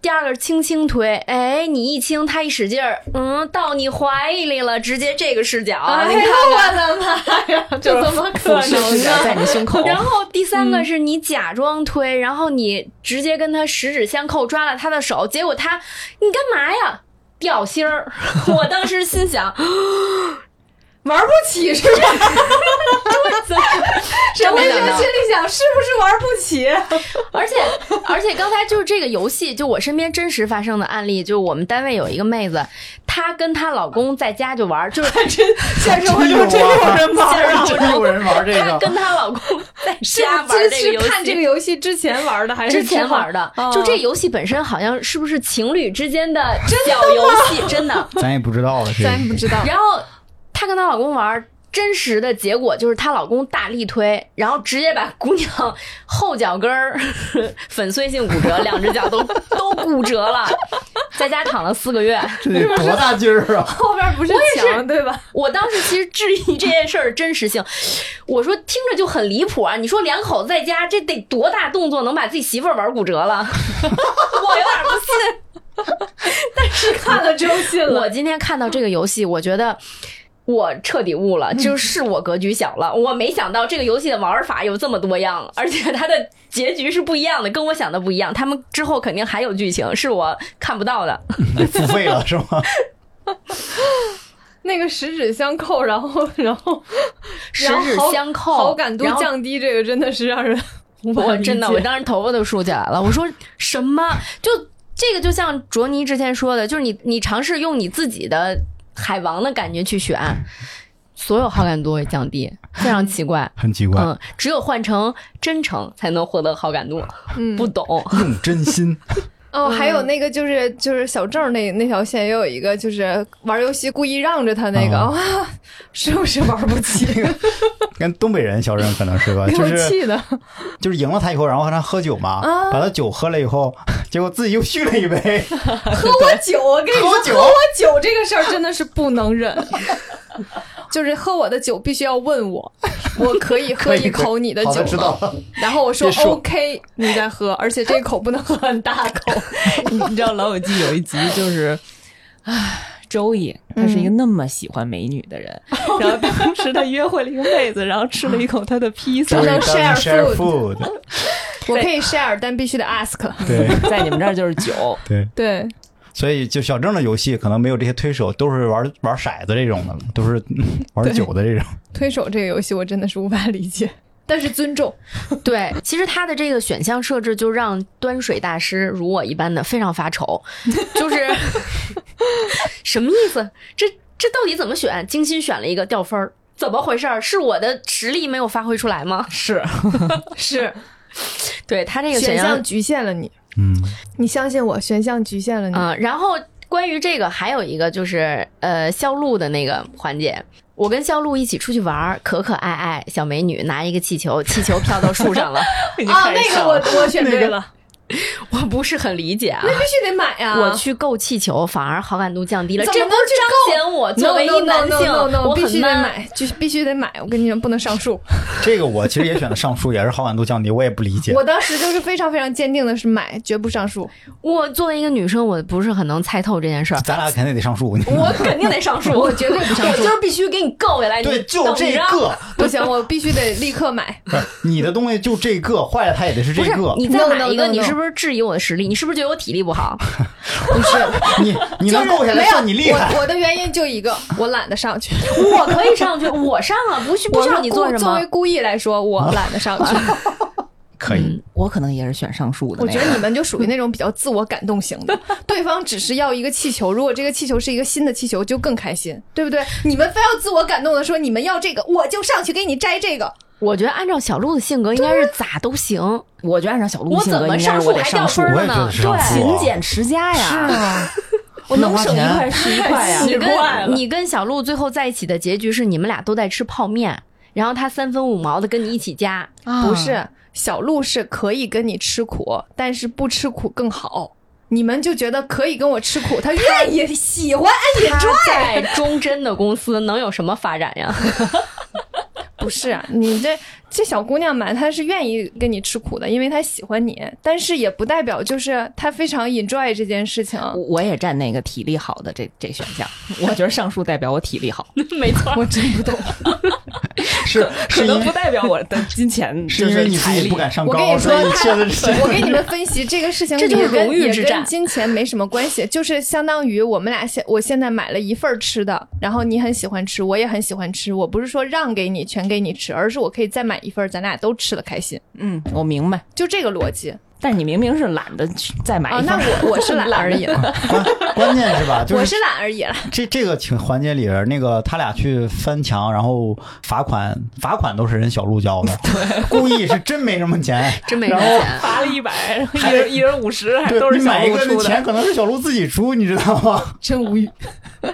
D: 第二个是轻轻推，哎，你一轻，他一使劲儿，嗯，到你怀里了，直接这个视角，啊
B: 哎
D: 你
B: 呦
D: 看
B: 我的妈呀，这怎么可
A: 是
D: 啊
B: 能
A: 的，在
B: 呢？
A: 你胸口。
D: 然后第三
B: 嗯
D: 个是你假装推，然后你直接跟他十指相扣，抓了他的手，结果他你干嘛呀？掉 心儿！我当时心想，
B: 玩不起是吧？ 沈慧星
D: 没想到
B: 心里想，是不是玩不起？
D: 而且而且刚才就是这个游戏，就我身边真实发生的案例，就是我们单位有一个妹子，她跟她老公在家就玩， 就是
B: 现实生活中真有人玩啊！
C: 真有人玩这
D: 她
C: 个，
D: 跟她老公在
B: 是
D: 家
B: 不是
D: 玩
B: 这
D: 这个游
B: 是
D: 戏。
B: 看这个游戏之前玩的，还是
D: 之前玩的
B: 后，
D: 就这
B: 哦
D: 游戏本身好像是不是情侣之间的小游戏？真的，
C: 咱也不知道了。这
B: 咱也不知 道。
D: 然后她跟她老公玩儿，真实的结果就是她老公大力推，然后直接把姑娘后脚跟儿粉碎性骨折，两只脚都 都骨折了，在家躺了四个月。
C: 这得多大劲儿啊！
B: 后边不是墙对吧？
D: 我当时其实质疑这件事儿的真实性，我说听着就很离谱啊！你说两口子在家这得多大动作能把自己媳妇儿玩骨折 了？我有点不信。
B: 看了之后信了。
D: 我今天看到这个游戏，我觉得我彻底悟了，就是我格局小了。我没想到这个游戏的玩法有这么多样，而且它的结局是不一样的，跟我想的不一样。他们之后肯定还有剧情，是我看不到的。
C: 付费了是吗？
B: 那个十指相扣，然后然后
D: 十
B: 然后
D: 指
B: 好
D: 相扣，
B: 好感度
D: 然后
B: 降低，这个真的是让人无法
D: 我
B: 理
D: 真的，
B: 解
D: 我当时头发都竖起来了。我说什么？就这个就像卓尼之前说的，就是你你尝试用你自己的海王的感觉去选，所有好感度会降低，非常奇怪。
E: 很奇怪，
D: 嗯，只有换成真诚才能获得好感度。
B: 嗯
D: 不懂，
E: 用真心，
B: 哦，还有那个就是就是小郑那那条线也有一个，就是玩游戏故意让着他那个，
E: 啊
B: 哇，
C: 嗯
B: 是不是玩不起？
C: 跟东北人小人可能 是吧，
B: 给
C: 就
B: 我
C: 是
B: 气的，
C: 就是赢了他以后，然后让他喝酒嘛，
B: 啊
C: 把他酒喝了以后， 结果自己又续了一杯，
F: 喝我酒，我跟你说，
C: 喝酒
F: 喝我酒这个事儿真的是不 能忍。
B: 就是喝我的酒必须要问我，我可以喝一口你的
C: 好
B: 酒
C: 的知道
B: 吗？
C: 了，
B: 然后我说
C: 别说
B: OK，你再喝，而且这口不能喝很大 口。
A: 你你知道《老友记》有一集就是，唉，周易他是一个那么喜欢美女的 人，然后当时他约会了一个妹子，然后吃了一口她的披萨
B: 不。能 share
C: share
B: food
C: food，
B: 我可以 share，但必须得 ask。
C: 对
A: 在你们这儿就是酒，
C: 对，
B: 对，
C: 所以就小郑的游戏可能没有这些推手，都是玩玩骰子这种的了，都是嗯玩酒的这种。
B: 推手这个游戏我真的是无法理解，但是尊重。
D: 对，其实它的这个选项设置就让端水大师如我一般的非常发愁， 就是什么意思？这这到底怎么选？精心选了一个掉分儿，怎么回事儿？是我的实力没有发挥出来吗？
A: 是
B: 是
D: 对他这个
B: 选
D: 选
B: 项局限了你，
C: 嗯，
B: 你相信我，选项局限了你。
D: 嗯，然后关于这个还有一个就是呃肖路的那个环节。我跟肖路一起出去玩儿，可可爱爱小美女拿一个气球，气球飘到树上了。
A: 已经
B: 啊，
A: 开始
B: 那
A: 笑
B: 个我
A: 了
B: 我选对 了，
D: 我不是很理解啊，
B: 必须得买啊！
D: 我去购气球反而好感度降低了，
B: 怎
D: 这
B: 么
D: 不
B: 能去
D: 彰
B: 购
D: 显我
B: No,
D: 作为
B: no,
D: 一
B: no,
D: 男
B: no,
D: 性
B: no, no,
D: 我
B: 必须
D: 很
B: 得
D: man？
B: 买，就是必须得买。我跟你们不能上树。
C: 这个我其实也选了上树，也是好感度降低，我也不理解。
B: 我当时就是非常非常坚定的是买，绝不上树。
D: 我作为一个女生，我不是很能猜透这件事儿。
C: 咱俩肯定得上树。
D: 我肯定得上树， 我绝对不上树，我就是必须给你够回 来。
C: 对，
D: 你
C: 就
D: 等
C: 这
D: 着
C: 个，
B: 不行，我必须得立刻买。
C: 不是你的东西就这个，坏了它也得是
D: 不
C: 这
D: 是
C: 个。
D: 你再
B: No,
D: 买一个
B: no, no,
D: 你
B: no.
D: 是不是质疑我的实力？你是不是觉得我体力不好？
B: 不是，
C: 你你能够下
B: 没
C: 来
B: 有
C: 算你厉害。
B: 我我的原因就一个，我懒得上去。
D: 我可以上去，我上啊，不需不
B: 我
D: 需
B: 是
D: 要你做
B: 故
D: 什
B: 作
D: 么
B: 为。故意来说，
C: 啊
B: 我懒得上去。
C: 可以，
A: 我可能也是选上树的
B: 我
A: 那
B: 觉
A: 个。
B: 得你们就属于那种比较自我感动型 的，对方只是要一个气球，如果这个气球是一个新的气球，就更开心，对不对？你们非要自我感动的说你们要这个，我就上去给你摘这个。
D: 我觉得按照小鹿的性格，应该
B: 啊
D: 是咋 都行。
A: 我觉得按照小鹿
D: 我
A: 性
D: 怎
A: 格，
D: 么
A: 应该
D: 上
A: 是
D: 树
A: 我得
D: 还掉
A: 上树
D: 分，
C: 我
D: 儿
C: 也觉
D: 呢
C: 得？是上树
D: 对，
A: 勤俭持家呀，
C: 啊，
A: 我能省
C: 不
A: 一
C: 能花
A: 块是一块
F: 啊
A: 呀。
D: 你
A: 你
D: 跟你跟小鹿最后在一起的结局是你们俩都在吃泡面，然后他三分五毛的跟你一起加，
B: 不是，啊小鹿是可以跟你吃苦，但是不吃苦更好。你们就觉得可以跟我吃苦，他愿意喜欢，哎，
D: 他
B: 你
D: 在忠贞的公司能有什么发展呀？
B: 不是啊你这这小姑娘嘛，她是愿意跟你吃苦的，因为她喜欢你，但是也不代表就是她非常 enjoy 这件事情。
A: 我我也占那个体力好的这这选项，我觉得上树代表我体力好，
D: 没错，
B: 我真不懂，
C: 是
A: 可
C: 是因
A: 能不
C: 为
A: 代表我的金钱，
C: 是因为你自己不敢上
B: 我跟
C: 高，
B: 你说
C: 所以，
B: 他
C: 现在是
B: 我给你们分析这个事情
D: 这
B: 也
D: 就是
B: 跟，
D: 荣誉之
B: 也
D: 战
B: 跟金钱没什么关系，就是相当于我们俩现我现在买了一份儿吃的，然后你很喜欢吃，我也很喜欢吃，我不是说让给你全给你吃，而是我可以再买一份儿，咱俩都吃的开心，
A: 嗯，我明白。
B: 就这个逻辑
A: 但你明明是懒得去再买
B: 啊。
A: 一份
B: 那
A: 儿，
B: 我我 是懒而已 了，
C: 关关键是吧？就
B: 我
C: 是
B: 是懒而已了。
C: 这这个情环节里边，那个他俩去翻墙，然后罚款，罚款都是人小鹿交的， 故意是真没什么钱，
D: 真没什么
C: 然
D: 钱。
A: 罚了一百，一人一人五十，还
C: 对
A: 都是
C: 你
A: 小
C: 买一
A: 鹿
C: 个
A: 出
C: 那
A: 的。
C: 钱可能是小鹿自己出，你知道吗？
B: 真无语，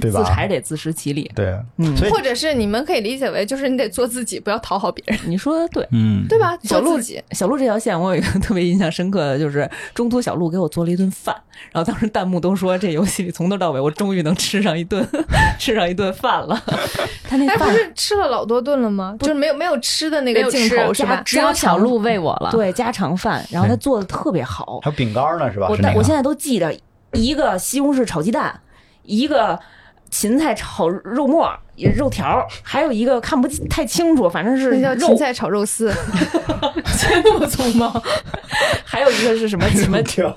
C: 对吧
A: 自？还是得自食其力。
C: 对，
A: 嗯
C: 所以
B: 或者是你们可以理解为，就是你得做自己，不要讨好别人，
A: 你说的对。
C: 嗯，
B: 对吧？
A: 小
B: 做
A: 鹿
B: 自己，
A: 小鹿这条线，我有一个特别印象深刻的，就是中途小鹿给我做了一顿饭，然后当时弹幕都说这游戏里从头到尾我终于能吃上一顿 吃上一顿饭了。 他那
B: 哎，不
A: 饭
B: 是吃了老多顿了吗？就是没有没有吃的那
D: 没
B: 个
D: 有
B: 镜
D: 吃
B: 头是吧？
D: 只有小鹿喂我了。
A: 对家常饭，然后他做的特别好，
C: 还有饼干呢，是吧？
A: 我
C: 是那
A: 但
C: 个
A: 我现在都记得一个西红柿炒鸡蛋，一个芹菜炒肉末儿肉条儿，还有一个看不太清楚，反正是
B: 那叫
A: 肉
B: 芹，菜炒肉丝，
A: 那么粗吗？还有一个是什么 什么
C: 跳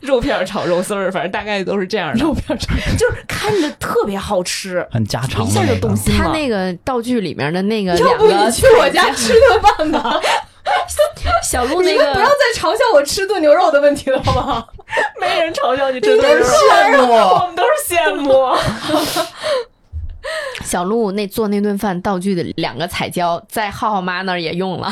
A: 肉片儿炒肉丝儿，反正大概都是这样的。肉片炒就是看着特别好吃，
C: 很家常
A: 一
C: 的
A: 下
C: 那
A: 就
C: 个
A: 动心了。
D: 他那个道具里面的那个
F: 要
D: 两
F: 不你
D: 个
F: 去我家吃顿饭吧？
D: 小鹿
F: 你
D: 那
F: 们
D: 个
F: 不要再嘲笑我吃炖牛肉的问题了，好不好？
A: 没人嘲笑你，真的是
E: 羡慕。
A: 我们都是羡慕。
D: 小鹿那做那顿饭道具的两个彩椒，在浩浩妈那儿也用 了。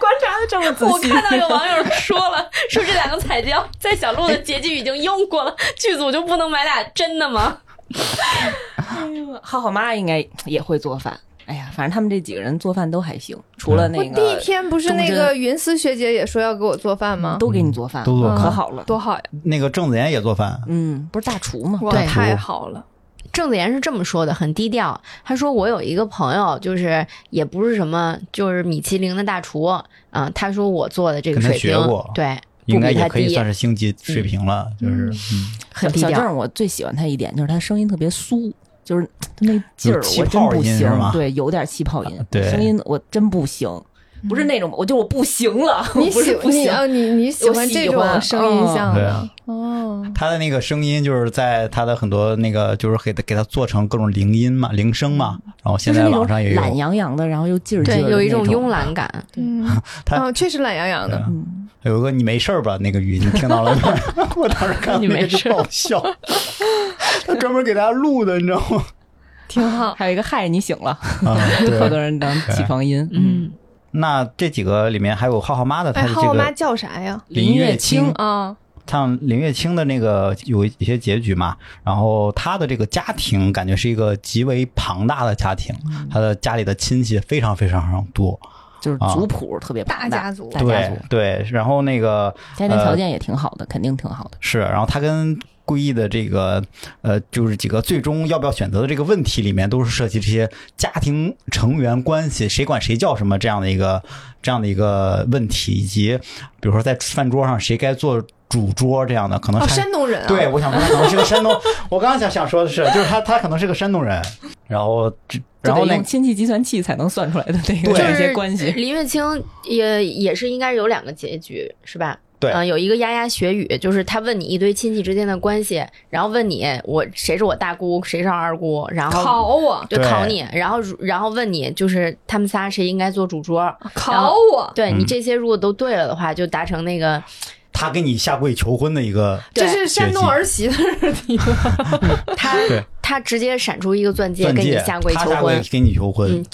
A: 观察的这么仔
D: 我
A: 细，
D: 看到有网友说了，说这两个彩椒在小鹿的结局已经用过了，剧组就不能买俩真的吗？
A: 浩浩妈应该也会做饭。哎呀，反正他们这几个人做饭都还行，除了那
B: 我第一
A: 个
B: 天不是
A: 忠
B: 那
A: 贞
B: 个云思学姐也说要给我做饭吗？
A: 都给你做饭，
C: 都做
A: 可
D: 啊
C: 饭
A: 好了。
B: 多好呀！
C: 那个郑子妍也做饭，
A: 嗯，不是大厨吗？
B: 哇，
D: 对
B: 太好了！
D: 郑子妍是这么说的，很低调。她说：“我有一个朋友，就是也不是什么，就是米其林的大厨啊。她说我做的这个
C: 跟她
D: 水平
C: 学过，
D: 对，不
C: 应该
D: 比她
C: 也可以
D: 低
C: 算是星级水平了，就是嗯，
D: 很低
A: 小
D: 调。
A: 郑，我最喜欢他一点就是他声音特别酥，就是他那劲儿，
C: 有气
A: 我真
C: 泡
A: 不
C: 音是
A: 行。
C: 吗啊
A: 对，有点气泡音，
C: 对
A: 声音我真不行，
D: 嗯
A: 不是那种，我就我不行了，
B: 你
A: 不
B: 喜
A: 是不
B: 你
A: 行。
C: 哎
B: 啊你你喜
A: 我
B: 欢
A: 喜
B: 这种
A: 欢
B: 声音
A: 嗯
B: 像
C: 对
B: 的
C: 啊
B: 哦？
C: 他的那个声音就是在他的很多那个就是给他给他做成各种铃音嘛、铃声嘛，然后现
A: 就是
C: 在
A: 那种
C: 网上也
A: 懒
C: 有
A: 洋洋的，然后又劲儿劲儿
D: 对，
A: 的那，
D: 有一种慵懒感。
B: 嗯，
C: 他
B: 啊，确实懒洋洋的。
C: 有一个你没事儿吧那个语音，你听到了吗？ 我当时看到
D: 你
C: 那
D: 没
C: 个
D: 事
C: 就
D: 儿
C: 爆笑，他专门给大家录的，你知道吗？
B: 挺好。
A: 还有一个嗨，你醒了，
C: 啊，
A: 好
C: 对
A: 多。人当起床音。
D: 嗯，
C: 那这几个里面还有浩浩妈的，她
B: 哎，
C: 的这
B: 浩浩妈
C: 个
B: 叫啥呀？
C: 林
A: 月
C: 月清
B: 啊，
C: 像林月清的那个有一些结局嘛，然后她的这个家庭感觉是一个极为庞大的家庭，
A: 嗯
C: 她的家里的亲戚非常非常非常多，
A: 就是族谱特别庞
B: 大家族
A: 大家
C: 啊对呃
A: 族，
C: 对，然后那个
A: 家庭条件也挺好的，肯定挺好的。
C: 是，然后她跟故意的这个呃，就是几个最终要不要选择的这个问题里面，都是涉及这些家庭成员关系，谁管谁叫什么这样的一个这样的一个问题，以及比如说在饭桌上谁该做主桌这样的，可能
B: 哦，
C: 是。
B: 山东人啊。
C: 对，，我想说他可能是个山东，我刚刚想想说的是，就是他他可能是个山东人，然后这然后
A: 就得
C: 那
A: 用亲戚计算器才能算出来的那个这
C: 对
D: 就是
A: 些关系，
D: 林月清也也是应该有两个结局，是吧？
C: 对
D: 嗯、有一个牙牙学语，就是他问你一堆亲戚之间的关系，然后问你我谁是我大姑，谁是我二姑，然后
B: 考我，
D: 就
C: 对
D: 考你，然后如然后问你就是他们仨谁应该做主桌。
B: 考我，
D: 对你
C: 嗯
D: 这些如果都对了的话，就达成那个
C: 他给你下跪求婚的一个
B: 这是
D: 对
B: 山东儿媳的地方。
D: 他
C: 对
D: 他直接闪出一个钻戒
C: 钻
D: 跟你
C: 戒，
D: 下跪
C: 他
D: 求
C: 下跪
D: 婚。
C: 给你求婚，
D: 嗯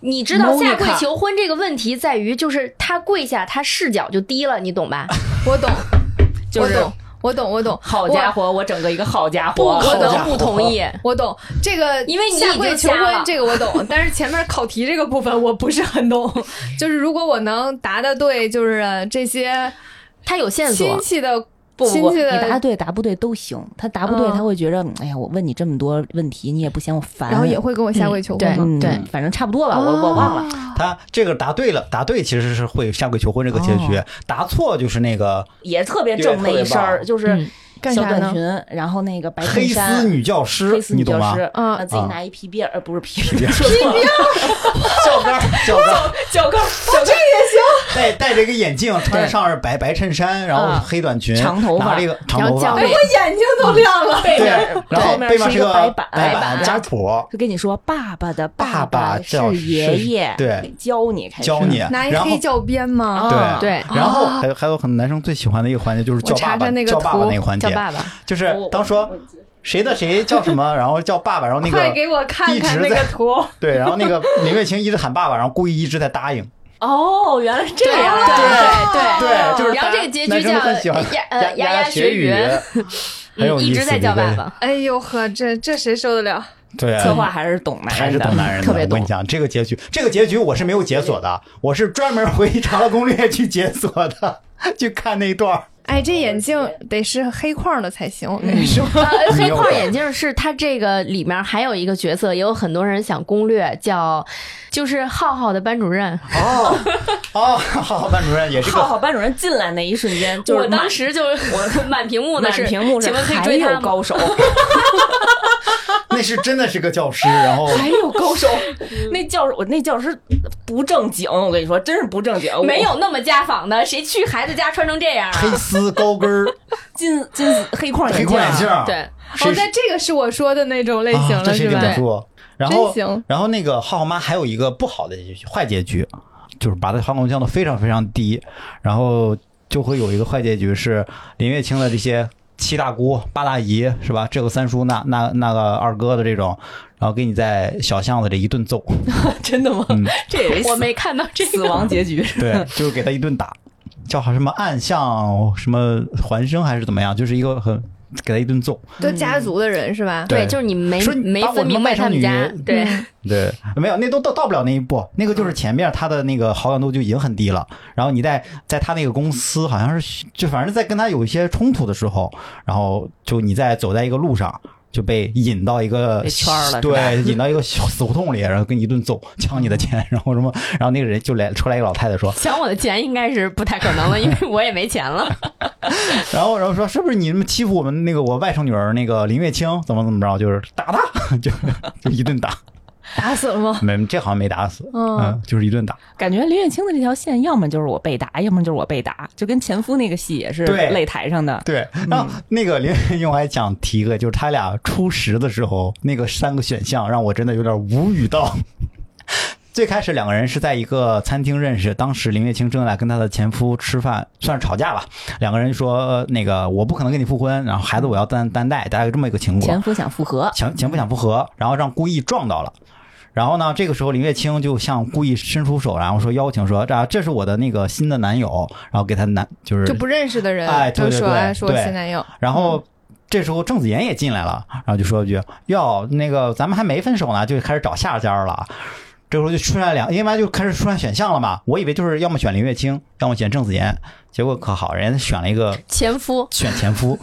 D: 你知道
B: Monica
D: 下跪求婚这个问题在于，就是他跪下，他视角就低了，你懂吧？
B: 我懂，
A: 就是
B: 我懂，我懂，我懂。
A: 好家伙，我整个一个好家
D: 不
A: 伙，
D: 可
C: 哦好家
D: 能
C: 伙
D: 不同意。
B: 我，我懂这个，
D: 因为你已经
B: 下跪求
D: 加了
B: 婚这个我懂， 但是前面考题这个部分我不是很懂。就是如果我能答的对，就是这些
D: 他有线索
B: 亲，戚的
A: 不不
B: 亲
A: 不，
B: 戚
A: 你答
B: 的，
A: 对答不对都行。他答不对，
B: 嗯
A: 他会觉着，哎呀，我问你这么多问题，你也不嫌我烦。
B: 然后也会跟我下跪求婚吗？
A: 嗯，
D: 对啊
A: 反正差不多吧，我我忘了。
C: 他这个答对了，答对其实是会下跪求婚这个结局，答错就是那个
A: 也特别正那一身儿，就是
D: 嗯
B: 干
A: 小
B: 啥呢
A: 短裙，然后那个白
C: 黑
A: 衬
C: 丝
A: 衫。
C: 女教师
A: 黑，丝
C: 你
A: 女
C: 懂
A: 教
C: 吗？
A: 师，
B: 嗯
A: 啊，自己
C: 啊
A: 拿一皮鞭儿，呃，不是皮 鞭儿，说错了，
C: 小刚，小
A: 脚
C: 刚
A: 跟儿，脚跟儿
C: 戴戴着一个眼镜，穿着上是白白衬衫，然后
A: 啊
C: 黑短裙，
A: 长头发
C: 拿着一个长
D: 然
C: 头
D: 后
C: 发
D: 叫，
B: 哎，我眼睛都亮了。
A: 背
C: 对
A: 面儿，，
C: 然
A: 后
C: 后背面
A: 面
C: 是
A: 一个白
C: 板
A: 板，，
C: 白板家谱，
A: 就跟你说，爸爸的
C: 爸
A: 爸
C: 爸叫
A: 是爷
C: 是
A: 爷，
C: 对，
A: 教你开始
C: 教你，
B: 拿一
C: 然后
B: 黑教鞭吗？
A: 啊
D: 对哦
C: 然后还有还有很多男生最喜欢的一个环节就是叫
B: 我
C: 爸
B: 查
C: 爸，
B: 查那个
C: 叫爸爸
B: 图
C: 那个环节
D: 叫，爸爸。
C: 就是当说谁的谁叫什么，然后叫爸爸，然后那
B: 快
C: 个
B: 给我看看那
C: 一直
B: 个
C: 在
B: 图。
C: 对，然后那个林月清一直喊爸爸，然后故意一直在答应，
A: 哦，原来是这样，
D: 对对
C: 对，就是
D: 然后
C: 大家
D: 这个结局
C: 男生
D: 叫
C: 都很喜欢
D: 呀呃
C: 牙
D: 牙牙
C: 牙
D: 学
C: 语
D: 语，
C: 很有
D: 嗯，一
C: 意
D: 直
C: 思
D: 在叫爸，
C: 这个
D: 爸。
B: 哎呦呵，这这谁受得了？
C: 对，
A: 策划还是懂男人的，
C: 还是懂男人的。
A: 特别
C: 我跟
A: 懂
C: 你。讲，这个结局，这个结局我是没有解锁的，我是专门回 《查了攻略》去解锁的，去看那一段儿。
B: 哎，这眼镜得是黑框的才行，我
C: 嗯
B: 哦跟你说。
D: 呃，
C: 没
D: 黑
C: 有
D: 框
C: 的
D: 眼镜是他这个里面还有一个角色，也有很多人想攻略，叫就是浩浩的班主任。
C: 哦哦，浩浩班主任也是
A: 浩
C: 个
A: 浩班主任进来那一瞬间，就是
D: 我当时就是我满屏幕
A: 满
D: 的是，
A: 屏幕是
D: 请问可以
A: 还
D: 追
A: 有
D: 他吗？
A: 高手，
C: 那是真的是个教师，然后
A: 还有高 手，那教我那教师不正经，我跟你说，真是不正经，我
D: 没有那么家访的，谁去孩子家穿成这样
C: 黑
D: 啊？
C: 丝高跟儿、
A: 金金丝黑框
C: 黑
A: 眼镜啊
C: 框眼镜
A: 儿，
C: 儿，
D: 对，
B: 哦
C: 谁，
B: 那这个是我说的那种类型
C: 啊
B: 了，
C: 这
B: 是
C: 谁
B: 吧？
C: 顶得住？然后
B: 真行，
C: 然后那个浩浩妈还有一个不好的结局，坏结局，就是把他防空降到非常非常低，然后就会有一个坏结局是林月清的这些七大姑八大姨是吧？这个三叔那那那个二哥的这种，然后给你在小巷子里一顿揍，
A: 真的吗？
C: 嗯，
A: 这也是
D: 我没看到这
A: 死
D: 个。
A: 亡结局。
C: 对，就是给他一顿打，叫好什么暗巷什么环生还是怎么样，就是一个很给他一顿揍。
B: 都家族的人是吧？
C: 对
D: 对，就是你没
C: 说你
D: 没
C: 把我
D: 分明
C: 弄
D: 白
C: 卖
D: 他
C: 成
D: 们
C: 女
D: 家，对，
C: 对，没有，那都到到不了那一步，那个就是前面他的那个好感度就已经很低了，然后你在在他那个公司好像是就反正在跟他有一些冲突的时候，然后就你在走在一个路上。就被引到一个
A: 被圈儿了是吧
C: 对，引到一个小死胡同里，然后跟你一顿揍，抢你的钱，然后什么，然后那个人就来出来一个老太太说，
D: 抢我的钱应该是不太可能了，因为我也没钱了。
C: 然后然后说是不是你们欺负我们那个我外甥女儿那个林月清怎么怎么着，就是打她， 就就一顿打，
B: 打死了吗？
C: 没这好像没打死，
B: 嗯
C: 嗯，就是一顿打。
A: 感觉林月清的这条线，要么就是我被打，要么就是我被打，就跟前夫那个戏也是
C: 对
A: 擂台上的。
C: 对，然后那个林月英我还想提一个，就是他俩初识的时候，那个三个选项让我真的有点无语到。 最开始两个人是在一个餐厅认识，当时林月清正在跟她的前夫吃饭，算是吵架吧。两个人说、呃那个我不可能跟你复婚，然后孩子我要担担待，大概有这么一个情况
A: 前。夫想复合，
C: 前前夫想复合，然后让故意撞到了。然后呢，这个时候林月清就向故意伸出手，然后说邀请说，这这是我的那个新的男友，然后给他男就是
B: 就不认识的人，
C: 哎对
B: 就
C: 对
B: 说
C: 对
B: 哎说我
C: 对
B: 前男友，
C: 然后这时候郑子妍也进来了，然后就说一句：“哟，那个咱们还没分手呢，就开始找下家了。”这时候就出来两，因为就开始出来选项了嘛。我以为就是要么选林月清，要么选郑子妍，结果可好，人家选了一个
D: 前夫，
C: 选前夫。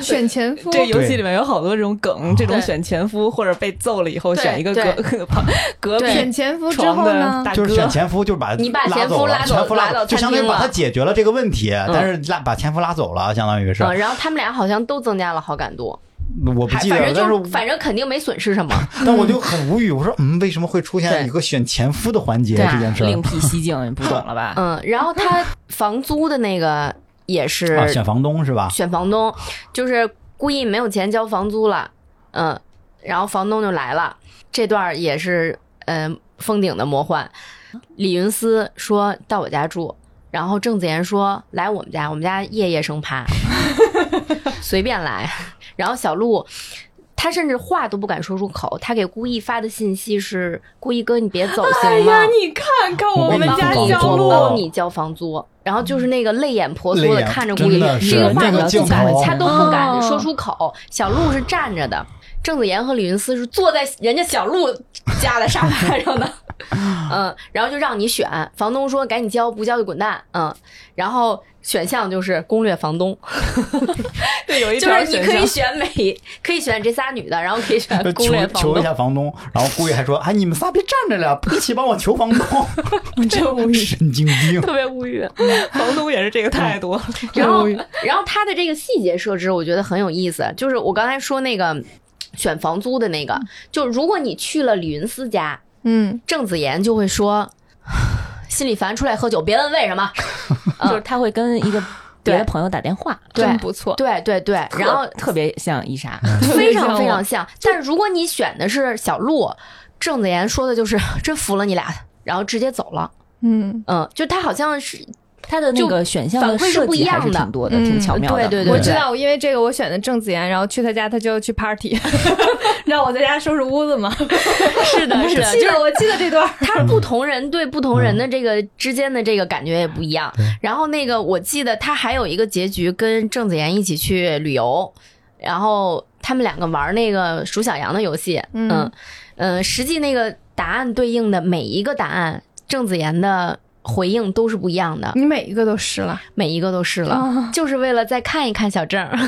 B: 选前夫。
A: 这
C: 有
A: 游戏里面有好多这种梗，这种选前夫或者被揍了以后
D: 对
A: 选一个隔 隔
D: 对
A: 壁
B: 选前夫之
A: 床
B: 后
A: 的
B: 呢？
A: 大哥
C: 就是选前夫，就是把
D: 你把
C: 拉
D: 前夫
C: 走了
D: 拉走
C: 前夫
D: 拉
C: 拉
D: 到
C: 就
D: 餐
C: 相当于
D: 厅
C: 把他
D: 了嗯
C: 解决了这个问题，但是拉把前夫拉走了，相当于是
D: 嗯，然后他们俩好像都增加了好感度，
C: 我不
D: 还
C: 记得
D: 嗯
C: 了，
D: 反正
C: 但是
D: 就
C: 我
D: 是反正肯定没损失 什么，
C: 但我就很无语，我说嗯，为什么会出现
D: 对
C: 一个选前夫的环节
D: 对啊
C: 这件事
A: 另
C: 儿
A: 辟蹊径，你不懂了吧？
D: 嗯，然后他房租的那个也是
C: 啊？选房东是吧？
D: 选房东，就是故意没有钱交房租了，嗯，然后房东就来了。这段儿也是，嗯，封顶的魔幻。李云思说到我家住，然后郑子妍说来我们家，我们家夜夜生趴， 随便来。然后小鹿。他甚至话都不敢说出口，他给顾意发的信息是：“顾意哥，你别走，
F: 哎
D: 行吗？
F: 呀，你看看
C: 我
F: 我
C: 跟
F: 们
C: 你
F: 家
C: 说
F: 小
C: 我
F: 鹿
D: 帮哎哦 你交房租，然后就是那个泪眼婆
C: 泪
D: 娑的
C: 眼
D: 看着顾
C: 真
D: 里，
C: 的
D: 这
C: 是
D: 个话
C: 那
D: 都
C: 个
D: 不
C: 镜
D: 敢，
C: 头
D: 他都不敢
F: 哦
D: 说出口。小鹿是站着的，郑子妍和李云思是坐在人家小鹿家的沙发上的， 嗯，然后就让你选，房东说赶紧交，不交就滚蛋，嗯，然后选项就是攻略房东，
A: 对，有一
D: 就是你可以选每可以选这仨女的，然后可以选攻略
C: 呃求
D: 房
C: 求一
D: 东。
C: 下房东，然后顾意还说：“哎，你们仨别站着了，一起帮我求房东。
A: 你真无”语。
C: 神经病！
D: 特别无语，
A: 房东也是这个态度，
D: 然
A: 真
D: 后
A: 无语，
D: 然后它的这个细节设置，我觉得很有意思。就是我刚才说那个选房租的那个，
A: 嗯
D: 就如果你去了李云思家，
B: 嗯，
D: 郑子妍就会说， 心里烦，出来喝酒，别问为什么。 嗯
A: 就是他会跟 一个别的朋友打电话，
D: 对
B: 真不错。
D: 对对对， 嗯
A: 特
D: 然后
A: 特别像伊莎，
D: 非常非常像。但是如果你选的是小鹿，郑子妍说的就是 真服了你俩，然后直接走了。
B: 嗯，
D: 嗯，就他好像是
A: 他的那个选项的
D: 反馈是
A: 设
D: 不一
A: 计还
D: 样
A: 是
D: 的
A: 挺多的，
B: 嗯
A: 挺巧妙的。
D: 对对
B: 我
D: 对
B: 知道，因为这个我选的郑子妍，然后去他家，他就要去 party，让我在家收拾屋子嘛。
D: 是的，是的，
B: 记
D: 就是
B: 得我记得这段儿，
D: 他不同人对不同人的这个之间的这个感觉也不一样。然后那个我记得他还有一个结局，跟郑子妍一起去旅游，然后他们两个玩那个数小羊的游戏，
B: 嗯
D: 嗯呃，实际那个答案对应的每一个答案，郑子妍的回应都是不一样的，
B: 你每一个都湿了。
D: 每一个都是了，
B: 啊
D: 就是为了再看一看小 郑儿，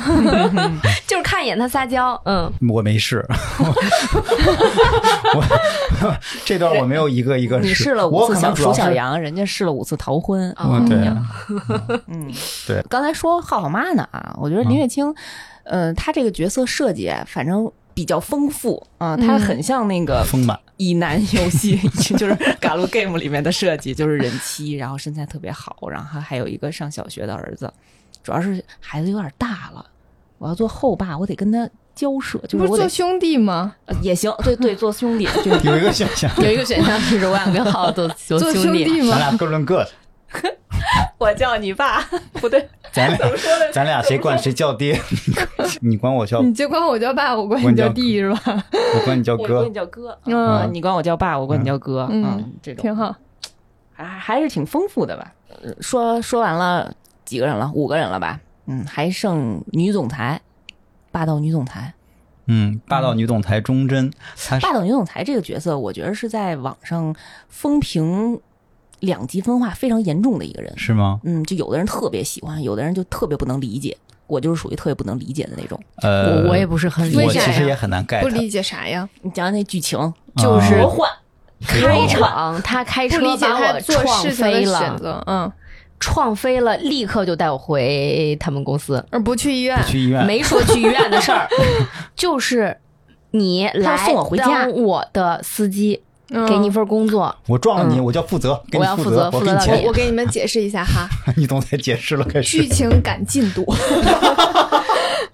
D: 就是看一眼他撒娇，嗯，
C: 我没事， 我 这段我没有一个一个
A: 你试了五
C: 我
A: 次
C: 可
A: 小
C: 能主
A: 鼠
C: 要
A: 小
C: 是
A: 羊，人家试了五次逃婚。
D: 哦
C: 嗯对
A: 嗯，
C: 对。
A: 刚才说浩浩妈呢啊，我觉得林月清，嗯、她这个角色设计啊反正比较丰富啊，她
B: 嗯
A: 很像那个
C: 丰满，
A: 以男游戏， 就是《嘎鲁 Game》里面的设计，就是人妻，然后身材特别好，然后还有一个上小学的儿子，主要是孩子有点大了，我要做后爸，我得跟他交涉，就
B: 不
A: 是
B: 是
A: 我得
B: 做兄弟吗？
A: 呃也行，对对，做兄弟，就是
C: 有一个选 项，
D: 有一个选项就是我想跟浩 做做
B: 做
D: 兄
B: 兄
D: 弟，啊
B: 弟
C: 咱
B: 吗？
C: 俩各论各的，
A: 我叫你爸，不对，
C: 咱俩咱俩谁管谁叫爹， 你管我叫，
B: 你就管我叫爸，我管
C: 管
B: 你
C: 你
B: 叫
C: 叫
B: 弟是吧？
C: 我管你叫
A: 我管
C: 哥
A: 你，叫哥，
B: 嗯，
A: 你管我叫爸，我管你叫哥，
B: 嗯
A: 嗯，这种
B: 挺好。
A: 还还是挺丰富的吧。呃说说完了几个人了，五个人了吧？嗯，还剩女总裁，霸道女总裁。
C: 嗯，霸道女总裁钟真，她是
A: 霸道女总裁这个角色，我觉得是在网上风评两极分化非常严重的一个人。
C: 是吗？
A: 嗯，就有的人特别喜欢，有的人就特别不能理解。我就是属于特别不能理解的那种。
C: 呃，
D: 我我也不是很
B: 为
D: 理
C: 我
D: 解
B: 啥
C: 其实
B: 呀
D: 呀。
C: 也很难啊 get，
B: 不理解啥呀？
A: 你讲讲那剧情，
D: 就是
A: 魔幻，
D: 开场他开
B: 不
D: 哎车
B: 理解
D: 把
B: 他
D: 我
B: 做
D: 撞
B: 事情的
D: 飞
B: 选
D: 了，
B: 择，嗯，
D: 撞飞了，立刻就带我回他们公司，
B: 而不去医院，
C: 去医院，
D: 没说去医院的事儿，就是你来
A: 送我回家
D: 当我的司机，
B: 嗯
D: 给你一份工作，
C: 我撞了你，
D: 嗯
C: 我就要负责，给
D: 我
C: 你
D: 要负责
C: 责，我
D: 负
C: 给
D: 责
C: 你
D: 到
C: 钱
D: 底
B: 我。给你们解释一下哈，
C: 女总裁解释了，开始
B: 剧情赶进 度，赶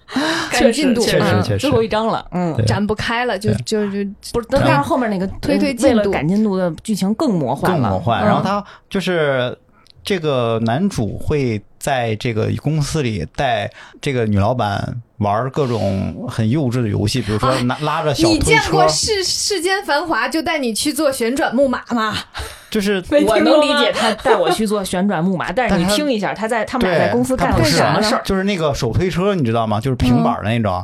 A: 确
B: 进
A: 实
B: 度，
A: 确
C: 嗯
A: 实
C: 确实
A: 最后一章了，嗯，
C: 对
B: 展不开了，就就就
A: 不是，但但
C: 然
A: 是
C: 后
A: 后面那个
B: 推推进
A: 为了
B: 度
A: 赶进度的剧情更魔幻
C: 更
A: 了，
C: 魔幻。
B: 嗯
C: 然后 他就是这个男主会在这个公司里带这个女老板玩各种很幼稚的游戏，比如说
A: 啊
B: 哎
C: 拿拉着小
B: 你
C: 推
B: 见
C: 车
B: 过，世世间繁华就带你去做旋转木马吗？
C: 就是
A: 我能理解他带我去做旋转木马，但是你
C: 但是他
A: 听一下，他在他们俩
C: 对
A: 在公司
C: 他
A: 干
C: 不
A: 了
C: 是啊
A: 什么事儿？
C: 就是那个手推车，你知道吗？就是平板的那种。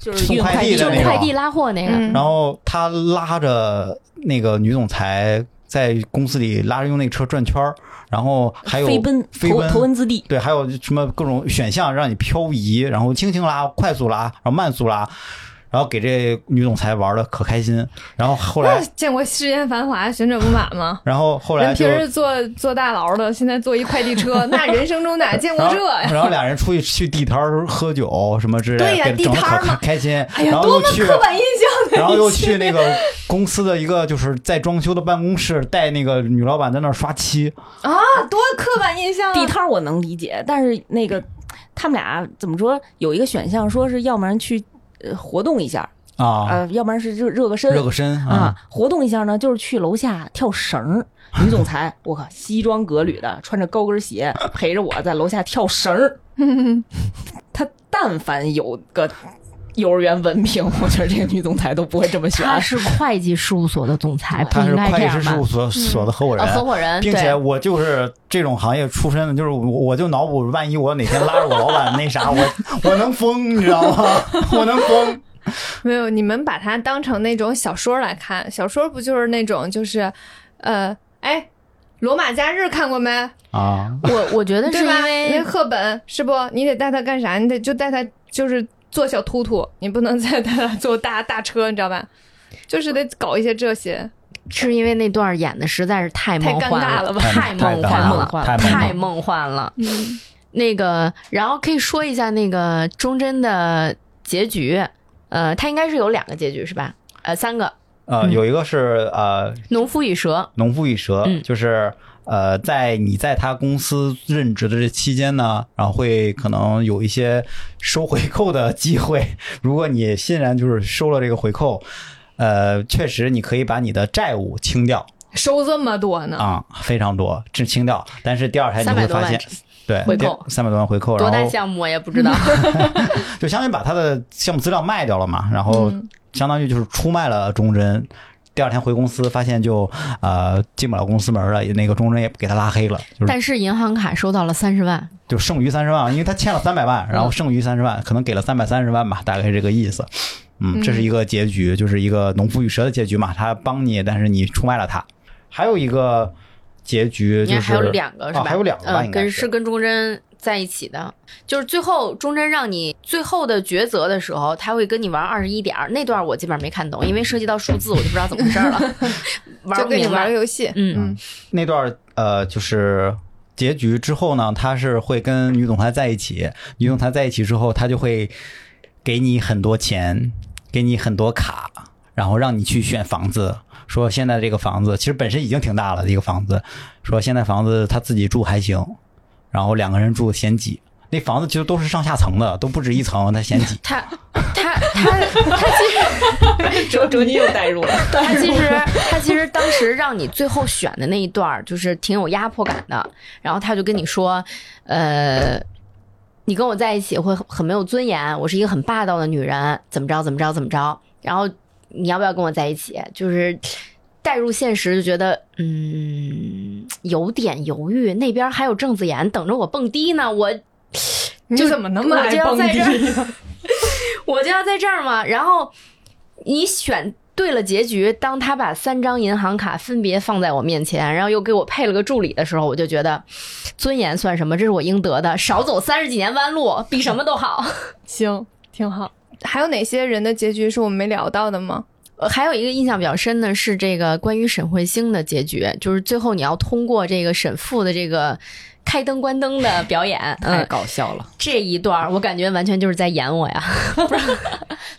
A: 就是
C: 送
A: 运
C: 快递
A: 递
C: 的
D: 就
C: 那
D: 是
C: 个
D: 快递拉货那个，
B: 嗯
C: 然后他拉着那个女总裁在公司里拉着用那个车转圈儿，然后还有
A: 飞奔
C: 飞
A: 头
C: 奔
A: 头文字 D，
C: 对，还有什么各种选项让你漂移，然后轻轻拉、快速拉，然后慢速拉，然后给这女总裁玩的可开心。然后后来，
B: 见过世间繁华旋转木马吗？
C: 然后后来
B: 人
C: 就
B: 平，时做做大牢的，现在做一快递 车，那人生中哪见过
C: 然后
B: 这呀？
C: 然后俩人出去去地摊儿喝酒什么之类
B: 对呀
C: 的，给
B: 地
C: 整的
B: 摊
C: 可
B: 儿嘛
C: 开开心。
B: 哎呀，
C: 然后
B: 多
C: 又
B: 么
C: 去，
B: 刻板印象的
C: 然后
B: 一
C: 又
B: 期
C: 去那个公司的一个就是在装修的办公室，带那个女老板在那儿刷漆。
B: 啊，多刻板印象啊！
A: 地摊儿我能理解，但是那个他们俩怎么说？有一个选项说是要不然去呃活动一下，
C: 啊，
A: 呃，要不然是热热个身，
C: 热个身
A: 啊，，活动一下呢，就是去楼下跳绳儿。女总裁，我靠，西装革履的，穿着高跟鞋，陪着我在楼下跳绳儿。 她但凡有个幼儿园文凭，我觉得这个女总裁都不会这么选。啊
D: 他是会计事务所的总裁，不
C: 他是
D: 应该这
C: 会计
D: 样
C: 师事
D: 吧
C: 务？
B: 嗯
C: 所所的合伙人
B: 哦
D: 啊，，合伙人，
C: 并且
D: 对
C: 我就是这种行业出身的，就是我我就脑补，万一我哪天拉着我老板那啥，我 我能疯，你知道吗？ 我能疯。
B: 没有，你们把它当成那种小说来看，小说不就是那种就是，呃，哎，罗马假日看过没？
C: 啊，
D: 我我觉得是
B: 对吧？
D: 因
B: 那
D: 为
B: 赫本是不？你得带他干啥？你得就带他就是做小兔兔，你不能再带他坐大大车，你知道吧？就是得搞一些这些，
D: 是因为那段演的实在是太
B: 太
D: 梦
B: 尴
D: 幻
B: 尬
D: 了，
B: 了吧？
D: 太梦
C: 太
D: 幻
C: 梦太梦
D: 了，
C: 幻了
D: 太梦幻了。
B: 嗯，
D: 那个，然后可以说一下那个忠贞的结局，呃，它应该是有两个结局是吧？呃，三个，《
C: 呃，有一个是呃，
D: 农夫与蛇
C: 农夫与蛇，
D: 嗯
C: 就是呃，在你在他公司任职的这期间呢，然后会可能有一些收回扣的机会。 如果你欣然就是收了这个回扣，呃，确实你可以把你的债务清掉。
B: 收这么多呢？
C: 啊、非常多，这清掉。但是第二台你
D: 300
C: 会
D: 嗯多万
C: 发现，对，
D: 回扣
C: 三百多万回扣，》
D: 多
C: 然
D: 大
C: 后
D: 项目我也不知道。
C: 嗯就相当于把他的项目资料卖掉了嘛，然后
D: 嗯
B: 嗯
C: 相当于就是出卖了忠贞。第二天回公司，发现就呃进不了公司门了，那个忠贞也给他拉黑了，就是
D: 但是银行卡收到了三十万，
C: 就剩余三十万，因为他欠了三百万，
D: 嗯
C: 然后剩余三十万，可能给了三百三十万吧，大概是这个意思。嗯，这是一个结局，就是一个农夫与蛇的结局嘛，他帮你，但是你出卖了他。还有一个结局就
D: 你看
C: 是
D: 还有两个是吧？
C: 啊还有两个吧
D: 嗯，
C: 应该
D: 跟
C: 是
D: 跟忠贞在一起的，就是最后忠贞让你最后的抉择的时候，他会跟你玩二十一点儿那段我基本上没看懂，因为涉及到数字，我就不知道怎么回 事儿了，玩
B: 就
D: 不
B: 跟你
D: 明
B: 玩
D: 白
B: 个。游戏，
D: 嗯，
C: 那段儿呃，就是结局之后呢，他是会跟女总裁在一起，女总裁在一起之后，他就会给你很多钱，给你很多卡，然后让你去选房子。说现在这个房子其实本身已经挺大了，一个房子，说现在房子他自己住还行，然后两个人住嫌挤，那房子其实都是上下层的，都不止一层，它
A: 嗯
C: 嫌挤。
D: 他他他他其实
A: 卓卓你又代入了，
D: 他其实他其实当时让你最后选的那一段儿就是挺有压迫感的，然后他就跟你说，呃，你跟我在一起会很没有尊严，我是一个很霸道的女人，怎么着怎么着怎么着，然后你要不要跟我在一起？就是带入现实，就觉得嗯有点犹豫，那边还有郑子妍等着我蹦迪呢，我
B: 你怎么那么
D: 我就
B: 爱
D: 要
B: 蹦
D: 在
B: 迪
D: 这？ 儿，我就要在这儿嘛。然后你选对了结局，当他把三张银行卡分别放在我面前，然后又给我配了个助理的时候，我就觉得尊严算什么？这是我应得的，少走三十几年弯路，比什么都好。
B: 行，挺好。还有哪些人的结局是我们没聊到的吗？
D: 呃还有一个印象比较深的是这个关于沈慧星的结局，就是最后你要通过这个沈父的这个开灯关灯的表演，
A: 太
D: 嗯，
A: 搞笑了，
D: 这一段儿我感觉完全就是在演我呀。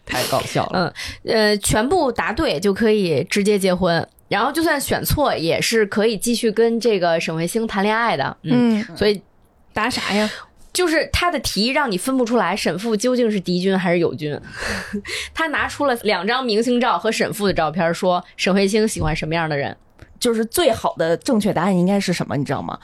A: 太搞笑了。
D: 呃，全部答对就可以直接结婚，然后就算选错也是可以继续跟这个沈慧星谈恋爱的。嗯，
B: 嗯，
D: 所以
B: 答啥呀？
D: 就是他的题让你分不出来沈父究竟是敌军还是友军。 他拿出了两张明星照和沈父的照片，说沈慧星喜欢什么样的人。
A: 就是最好的正确答案应该是什么？你知道吗？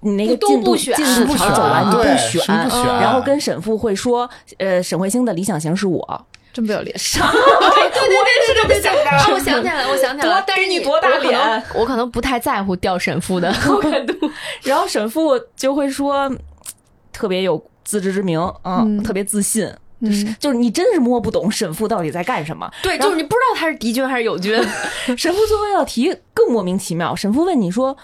A: 你那个
D: 你都
A: 进
D: 不
A: 度
D: 选
A: 进度条走完，你
C: 对
A: 不
C: 谁不选
A: 然后跟沈父会说，呃，沈慧星的理想型是我，
B: 真不要脸！
D: 对对对，是这么想的。啊我想起来了，我想起来了
A: 多。
D: 但是
A: 给你多大
D: 我可能
A: 脸
D: 我可能不太在乎掉沈父的好感度。
A: 然后沈父就会说，嘖特别有自知之明，嗯，
B: 嗯
A: 特别自信，
B: 嗯，
A: 就是你真是摸不懂沈父到底在干什么。
D: 对，就是你不知道他是敌军还是友军。
A: 沈父最后一道题更莫名其妙，沈父问你说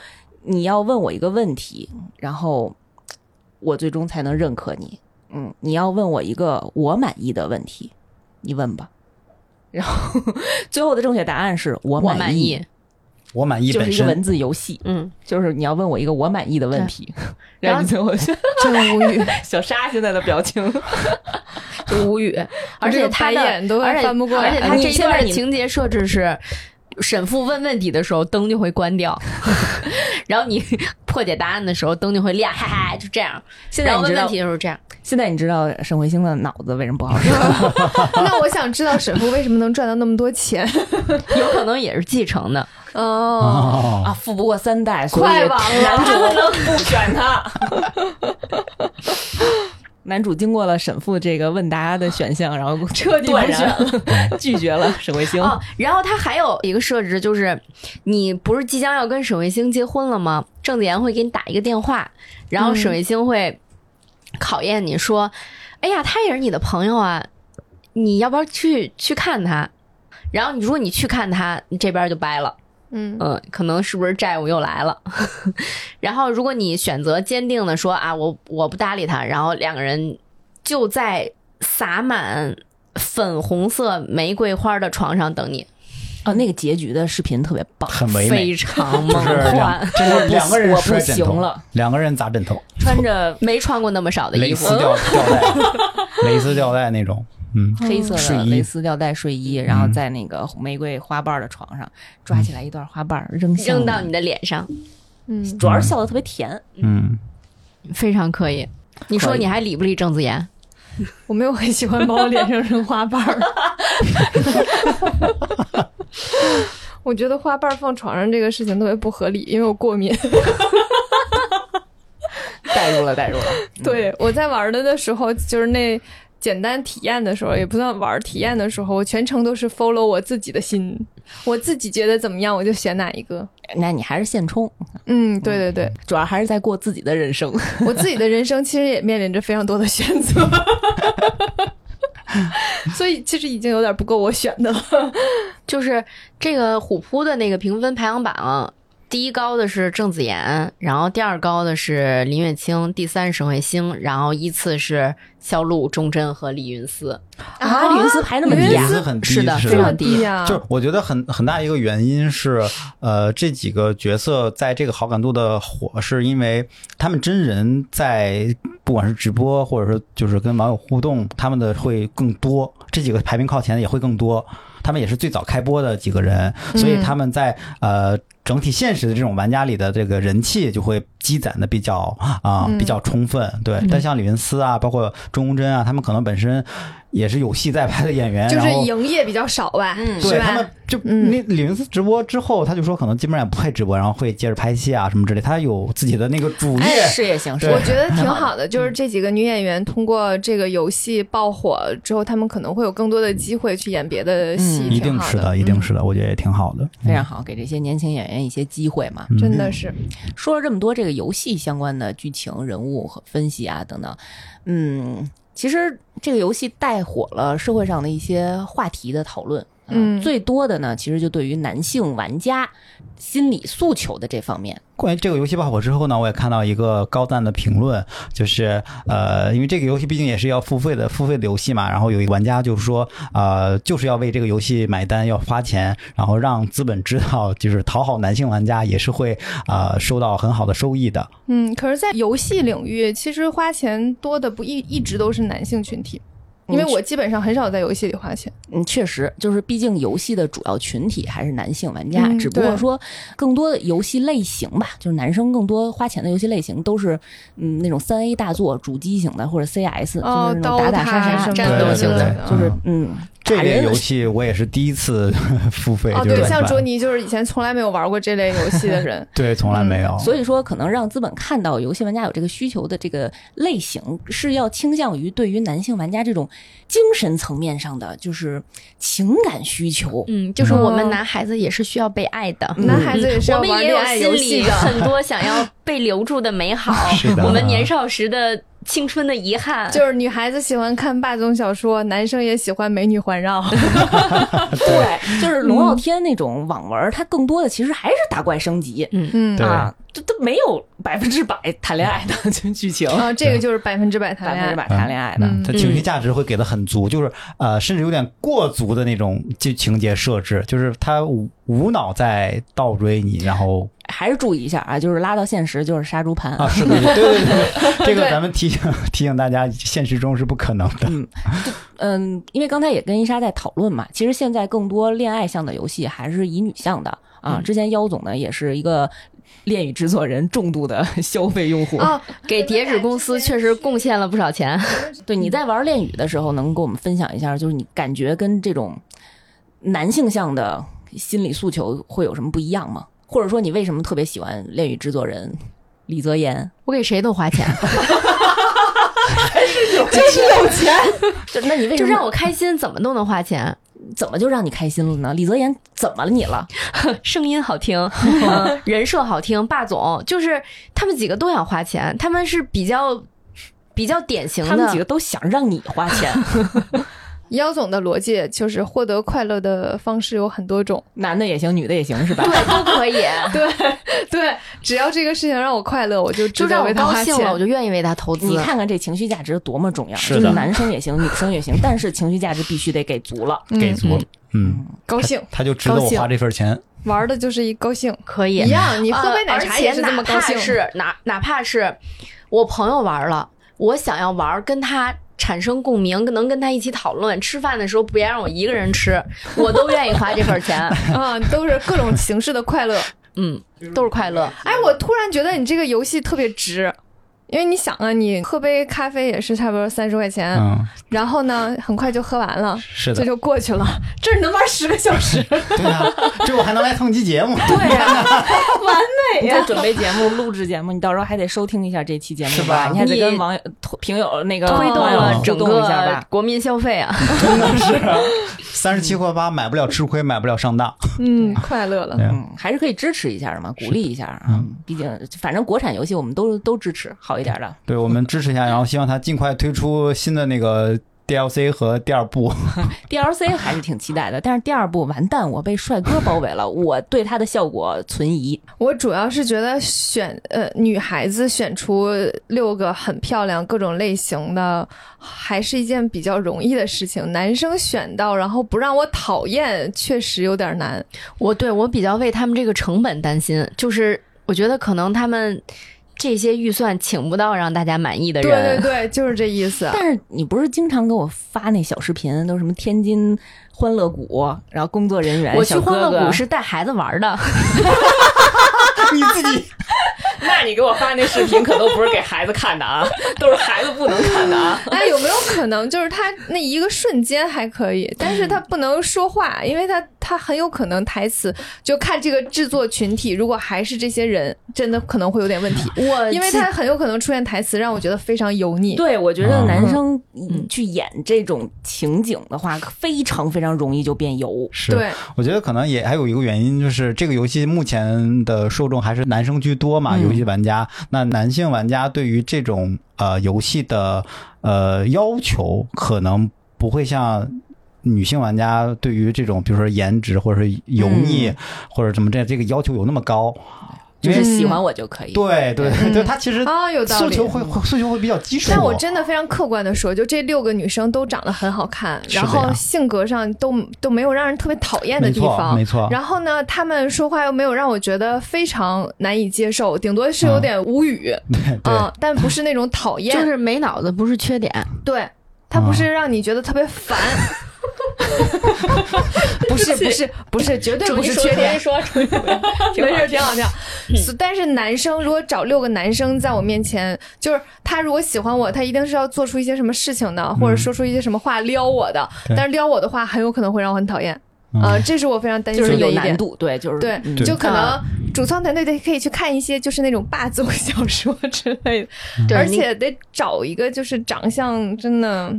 A: 你要问我一个问题，然后嘖我最终才能认可你。嗯，你要问我一个我满意的问题，你问吧。然后最后的正确答案是我
D: 我
A: 满
D: 满意。
C: 我满意
A: 就是
C: 本
A: 一个文
C: 身，
A: 字游戏，
D: 嗯。
A: 就是你要问我一个我满意的问题，然后你最后
B: 真无语，
A: 小沙现在的表情，
D: 就无语，而且他的
B: 白眼都快
D: 而且
B: 翻不过来
D: 而且他
A: 你
D: 这一
A: 现在
D: 段的
A: 你
D: 情节设置是，沈父问问题的时候灯就会关掉， 然后你 破解答案的时候灯就会亮，哈哈，就这样。
A: 现
D: 然
A: 在
D: 后
A: 你
D: 问
A: 知
D: 问
A: 道
D: 题，的时候这样，
A: 现在你知道沈慧星的脑子为什么不好使？
B: 那我想知道沈父为什么能赚到那么多钱？
D: 有可能也是继承的。
B: 哦，
C: 哦
A: 啊，富不过三代，所以
B: 快完了
A: 男主不能不选他。男主经过了沈父这个问答的选项， 然后彻底
F: 不
A: 断然拒绝了沈慧星。
D: 哦，然后他还有一个设置就是，你不是即将要跟沈慧星结婚了吗？郑子妍会给你打一个电话，然后沈慧星会考验你说：“哎呀，他也是你的朋友啊，你要不要去去看他？”然后你如果你去看他，你这边就掰了，
B: 嗯，
D: 嗯，可能是不是债务又来了？ 然后如果你选择坚定的说啊，我我不搭理他，然后两个人就在洒满粉红色玫瑰花的床上等你。
A: 啊，那个结局的视频特别棒，
C: 很唯
D: 非
C: 美，
D: 常
C: 就
D: 梦
C: 是两
D: 幻，
C: 就是两个人
A: 我不
C: 摔枕
A: 行
C: 头
A: 了，
C: 两个人砸枕头，
A: 穿着
D: 没穿过那么少的衣
C: 蕾
D: 服
C: 丝。吊吊 带，蕾丝吊带那种，嗯，
A: 黑色
C: 睡
A: 的
C: 衣嗯
A: 蕾丝吊带睡衣，然后在那个玫瑰花瓣的床上抓起来一段花瓣扔向
D: 扔到
A: 你
D: 你的脸上，
B: 嗯，
A: 主要是笑的特别甜。
C: 嗯，
D: 非常可以。你说
A: 可以
D: 你还理不理郑子妍？
B: 我没有很喜欢把我脸上扔花瓣儿。我觉得花瓣儿放床上这个事情特别不合理，因为我过敏。
A: 代入了，代入了。
B: 对，我在玩儿的的时候，就是那简单体验的时候，也不算玩儿体验的时候，我全程都是 follow 我自己的心，我自己觉得怎么样，我就选哪一个。
A: 那你还是现充，
B: 嗯，对对对，
A: 主要还是在过自己的人生。
B: 我自己的人生其实也面临着非常多的选择， 所以其实已经有点不够我选的了。
D: 就是这个虎扑的那个评分排行榜啊，第一高的是郑子妍，然后第二高的是林月清，第三是沈慧星，然后依次是肖路、钟真和李云思。
A: 啊，李云思排那么
B: 李
A: 低
B: 云
A: 啊
C: 工！资很低，
D: 嗯是的
C: 是
D: 非
B: 这
D: 常
B: 么
C: 吧？
B: 低呀、
C: 就是我觉得很很大一个原因是，呃，这几个角色在这个好感度的火，是因为他们真人在不管是直播，或者说就是跟网友互动，他们的会更多。这几个排名靠前的也会更多，他们也是最早开播的几
B: 嗯
C: 个人，所以他们在呃整体现实的这种玩家里的这个人气就会积攒的比较啊、
B: 嗯
C: 比较充分。对，但像李云思啊，包括钟无真啊，他们可能本身也是有戏在拍的演员，
B: 就是
C: 然后
B: 营业比较少吧，
C: 对嗯
B: 是
C: 他
B: 吧
C: 们？就
B: 嗯
C: 那李云思直播之后，他就说可能基本上也不会直播，然后会接着拍戏啊什么之类，他有自己的那个主业。
B: 哎
A: 事业形式，
C: 哎对
B: 我觉得挺
A: 好
B: 好的，就是这几个女演员通过这个游戏爆火之后，她们可能会有更多的机会去演别的戏，
C: 嗯一
B: 挺
C: 定
B: 好
C: 是
B: 的，嗯
C: 一定是的，我觉得也挺好的。
A: 非常好，给这些年轻演员一些机会嘛。
B: 嗯真的是，
A: 说了这么多这个游戏相关的剧情、人物和分析啊等等，嗯，其实这个游戏带火了社会上的一些话题的讨论。啊
B: 嗯
A: 最多的呢，其实就对于男性玩家心理诉求的这方面，
C: 关于呃这个游戏爆火之后呢，我也看到一个高赞的评论，就是呃，因为这个游戏毕竟也是要付费的，付费的游戏嘛。然后有一个玩家就说，呃，就是要为这个游戏买单，要花钱，然后让资本知道，就是讨好男性玩家也是会呃收到很好的收益的。
B: 嗯，可是，在游戏领域，其实花钱多的不一一直都是男性群体，因为
A: 嗯
B: 我基本上很少在游戏里花钱。
A: 嗯，确实，就是毕竟游戏的主要群体还是男性玩家，
B: 嗯
A: 只不过
B: 对
A: 说更多的游戏类型吧，就是男生更多花钱的游戏类型都是嗯那种三 A 大作主机型的或者 CS，、
B: 哦
A: 就是，那种
B: 刀
A: 打打杀杀
B: 塔
D: 战斗性
C: 的
A: 就
B: 就是是。
A: 嗯
C: 这
A: 打
C: 类
A: 人
C: 游戏我也是第一次付费，
B: 哦，
C: 就是
B: 对，
C: 玩，
B: 像卓尼就是以前从来没有玩过这类游戏的人
C: 对，从来没有。
A: 所以说，可能让资本看到游戏玩家有这个需求的这个类型，是要倾向于对于男性玩家这种精神层面上的，就是情感需求。
D: 嗯，就是我们男孩子也是需要被爱的。
B: 男孩子也是
D: 嗯我
B: 要
D: 们
B: 玩
D: 也
B: 恋
D: 有
B: 爱
D: 心
B: 游戏
D: 里
B: 的。
D: 很多想要被留住的美好
C: 是的，
D: 我们年少时的青春的遗憾，
B: 就是女孩子喜欢看霸总小说，男生也喜欢美女环绕。
A: 对，
B: 嗯
A: 就是龙傲天那种网文，它更多的其实还是打怪升级。
B: 嗯
C: 对
A: 啊，这都没有百分之百谈恋爱的就剧情，
B: 啊，
D: 嗯
B: 这个就是百分之百谈
A: 百分
B: 恋
A: 之
B: 爱。
A: 百谈恋爱的。
C: 嗯，它情绪价值会给的很足，就是呃，甚至有点过足的那种就情节设置，就是他无无脑在倒追你，然后
A: 还是注意一下啊，就是拉到现实就是杀猪盘
C: 啊，是的，对对对对，这嗯个咱们提醒 提醒大家，现实中是不可能的。
A: 嗯，因为刚才也跟伊莎在讨论嘛，其实现在更多恋爱向的游戏还是以女向的啊。之前妖总呢也是一个恋与制作人重度的消费用户。
D: 啊
B: 哦，
D: 给叠纸公司确实贡献了不少钱。
A: 对，你在玩恋与的时候，能跟我们分享一下，就是你感觉跟这种男性向的心理诉求会有什么不一样吗？或者说你为什么特别喜欢恋与制作人李泽言？
D: 我给谁都花钱，
A: 就 那你为什
D: 就
A: 么
D: 让我开心，怎么都能花钱。
A: 怎么就让你开心了呢？李泽言怎么了你了？
D: 声音好 听，嗯人设好听，霸总就是他们几个都想花钱，他们是比较比较典型的。
A: 他们几个都想让你花 钱，
B: 妖总的逻辑就是获得快乐的方式有很多 种。
A: 男的也行，女的也行，是吧？
D: 对都可以，
B: 对，只要这个事情让我快乐，我就 值
D: 就
B: 得
D: 让我
B: 为他
D: 高
B: 花
D: 兴了，我
B: 钱。
D: 就愿意为他投资。
A: 你看看这情绪价值多么重要，
C: 是
A: 就
C: 的
A: 是男生也行，女生也行，但是情绪价值必须得给足了。
C: 给足，嗯，
B: 嗯高兴，
C: 他就值得我花这份钱。
B: 玩的就是一高兴。
D: 可以
B: 一样，你
D: 呃
B: 喝杯奶
D: 啊而
B: 茶
D: 且
B: 也是这么高兴
D: 哪怕。是哪哪怕是我朋友玩了，我想要玩，跟他产生共鸣，能跟他一起讨论，吃饭的时候别让我一个人吃，我都愿意花这份钱。
B: 啊，都是各种形式的快乐。
D: 嗯，都是快乐。
B: 哎，我突然觉得你这个游戏特别值，因为你想啊，你喝杯咖啡也是差不多三十块钱，
C: 嗯，
B: 然后呢，很快就喝完了，
C: 是
B: 这
C: 的，
B: 就过去了，这能玩十个小 时。
C: 对啊，这我还能来蹭期节目。
A: 你在准备节目、录制节目，你到时候还得收听一下这期节目
C: 是吧
A: 你还得跟
D: 你
A: 网友、评友那个
D: 推动
A: 网友
D: 了
A: 互
D: 整
A: 动一下
D: 个
A: 吧。
D: 国民消费啊！
C: 真的是三十七块八，买不了吃亏，买不了上当。
B: 嗯，快乐了。
A: 嗯，还是可以支持一下的嘛，鼓励一下啊。嗯毕竟，反正国产游戏我们都都支持，好一点的。
C: 对我们支持一下，然后希望他尽快推出新的那个 DLC 和第二部。
A: DLC 还是挺期待的，但是第二部完蛋，我被帅哥包围了，我对它的效果存疑。
B: 我主要是觉得选呃女孩子选出六个很漂亮、各种类型的，还是一件比较容易的事情。男生选到然后不让我讨厌，确实有点难。
D: 我对我比较为他们这个成本担心，就是我觉得可能他们这些预算请不到让大家满意的
B: 对
D: 人。
B: 对对，就是这意思。
A: 但是你不是经常给我发那小视频，都什么天津欢乐谷，然后工作人员，
D: 我去
A: 小哥
D: 欢乐
A: 哥
D: 谷是带孩子玩的，
C: 你自己
D: 那你
A: 你给我发那视频可都不是给孩子看的啊， 都是孩子不能看的啊。
B: 哎，有没有可能就是他那一个瞬间还可以，但是他不能说话，因为他他很有可能台词就看这个制作群体，如果还是这些人，真的可能会有点问题，
D: 我
B: 因为他很有可能出现台词让我觉得非常油 腻。
A: 对，我觉得男生嗯去演这种情景的话，非常非常容易就变油。
C: 是
B: 对，
C: 我觉得可能也还有一个原因，就是这个游戏目前的受众还是男生居多嘛，
A: 嗯
C: 游戏玩家。那男性玩家对于这种呃游戏的呃要求，可能不会像。女性玩家对于这种，比如说颜值或者是油腻、
B: 嗯
C: 或者什么这这个要求有那么高，因
A: 就
C: 为
A: 是喜欢我就可以。
C: 对对
B: 嗯
C: 对，他其实
B: 啊有道
C: 诉
B: 理
C: 求会会诉求会比较基础。
B: 但我真的非常客观的说，就这六个女生都长得很好看，
C: 是的
B: 然
C: 呀
B: 后性格上都都没有让人特别讨厌的地方，
C: 没错没错
B: 然后呢，她们说话又没有让我觉得非常难以接受，顶多是有点无语，
C: 对嗯对、
B: 嗯，但不是那种讨厌，
D: 就是没脑子不是缺点，
B: 对，它不是让你觉得特别烦。啊 不是不是不是，绝对不是缺点。
A: 说说，
B: 没事，挺好听。所但是男生如果找六个男生在我面前，就是他如果喜欢我，他一定是要做出一些什么事情的，或者说出一些什么话撩我的。
C: 对
B: 但是撩我的话，很有可能会让我很讨厌。啊、这是我非常担心
A: 就
B: 的
A: 是
B: 一
A: 有
B: 点。
A: 难度，对，就是
B: 对，
A: 嗯
B: 就可能
D: 啊
B: 主创团队得可以去看一些就是那种霸总小说之类的，
D: 对
B: 而
D: 你
B: 且得找一个就是长相真的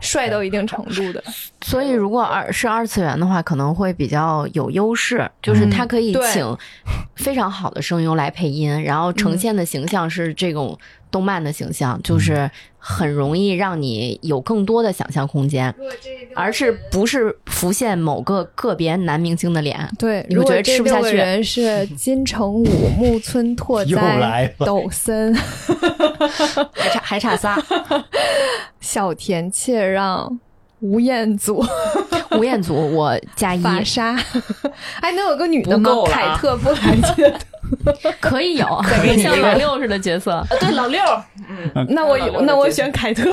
B: 帅到一定程度的。
D: 所以，如果二是二次元的话，可能会比较有优势，就是他可以
B: 嗯对
D: 请非常好的声优来配音，然后呈现的形象是这种动漫的形象，就是很容易让你有更多的想象空间，而是不是浮现某个个别男明星的脸。
B: 对，
D: 你
B: 如
D: 会觉
B: 果
D: 得
B: 这
D: 吃不
B: 六
D: 下
B: 个
D: 去
B: 人 是金城武、木村拓
C: 又来
B: 哉
C: 了、
B: 抖森、
D: 还差还差仨，
B: 小田切让、吴彦祖、
D: 吴彦祖我加一，
B: 法莎，哎，能有个女的
A: 不
B: 吗
A: 够？了啊
B: 凯特·布兰 切，
D: 可以有， 可以像老六似的角 色。
A: 啊对老六，
B: 那我有，那我选凯特。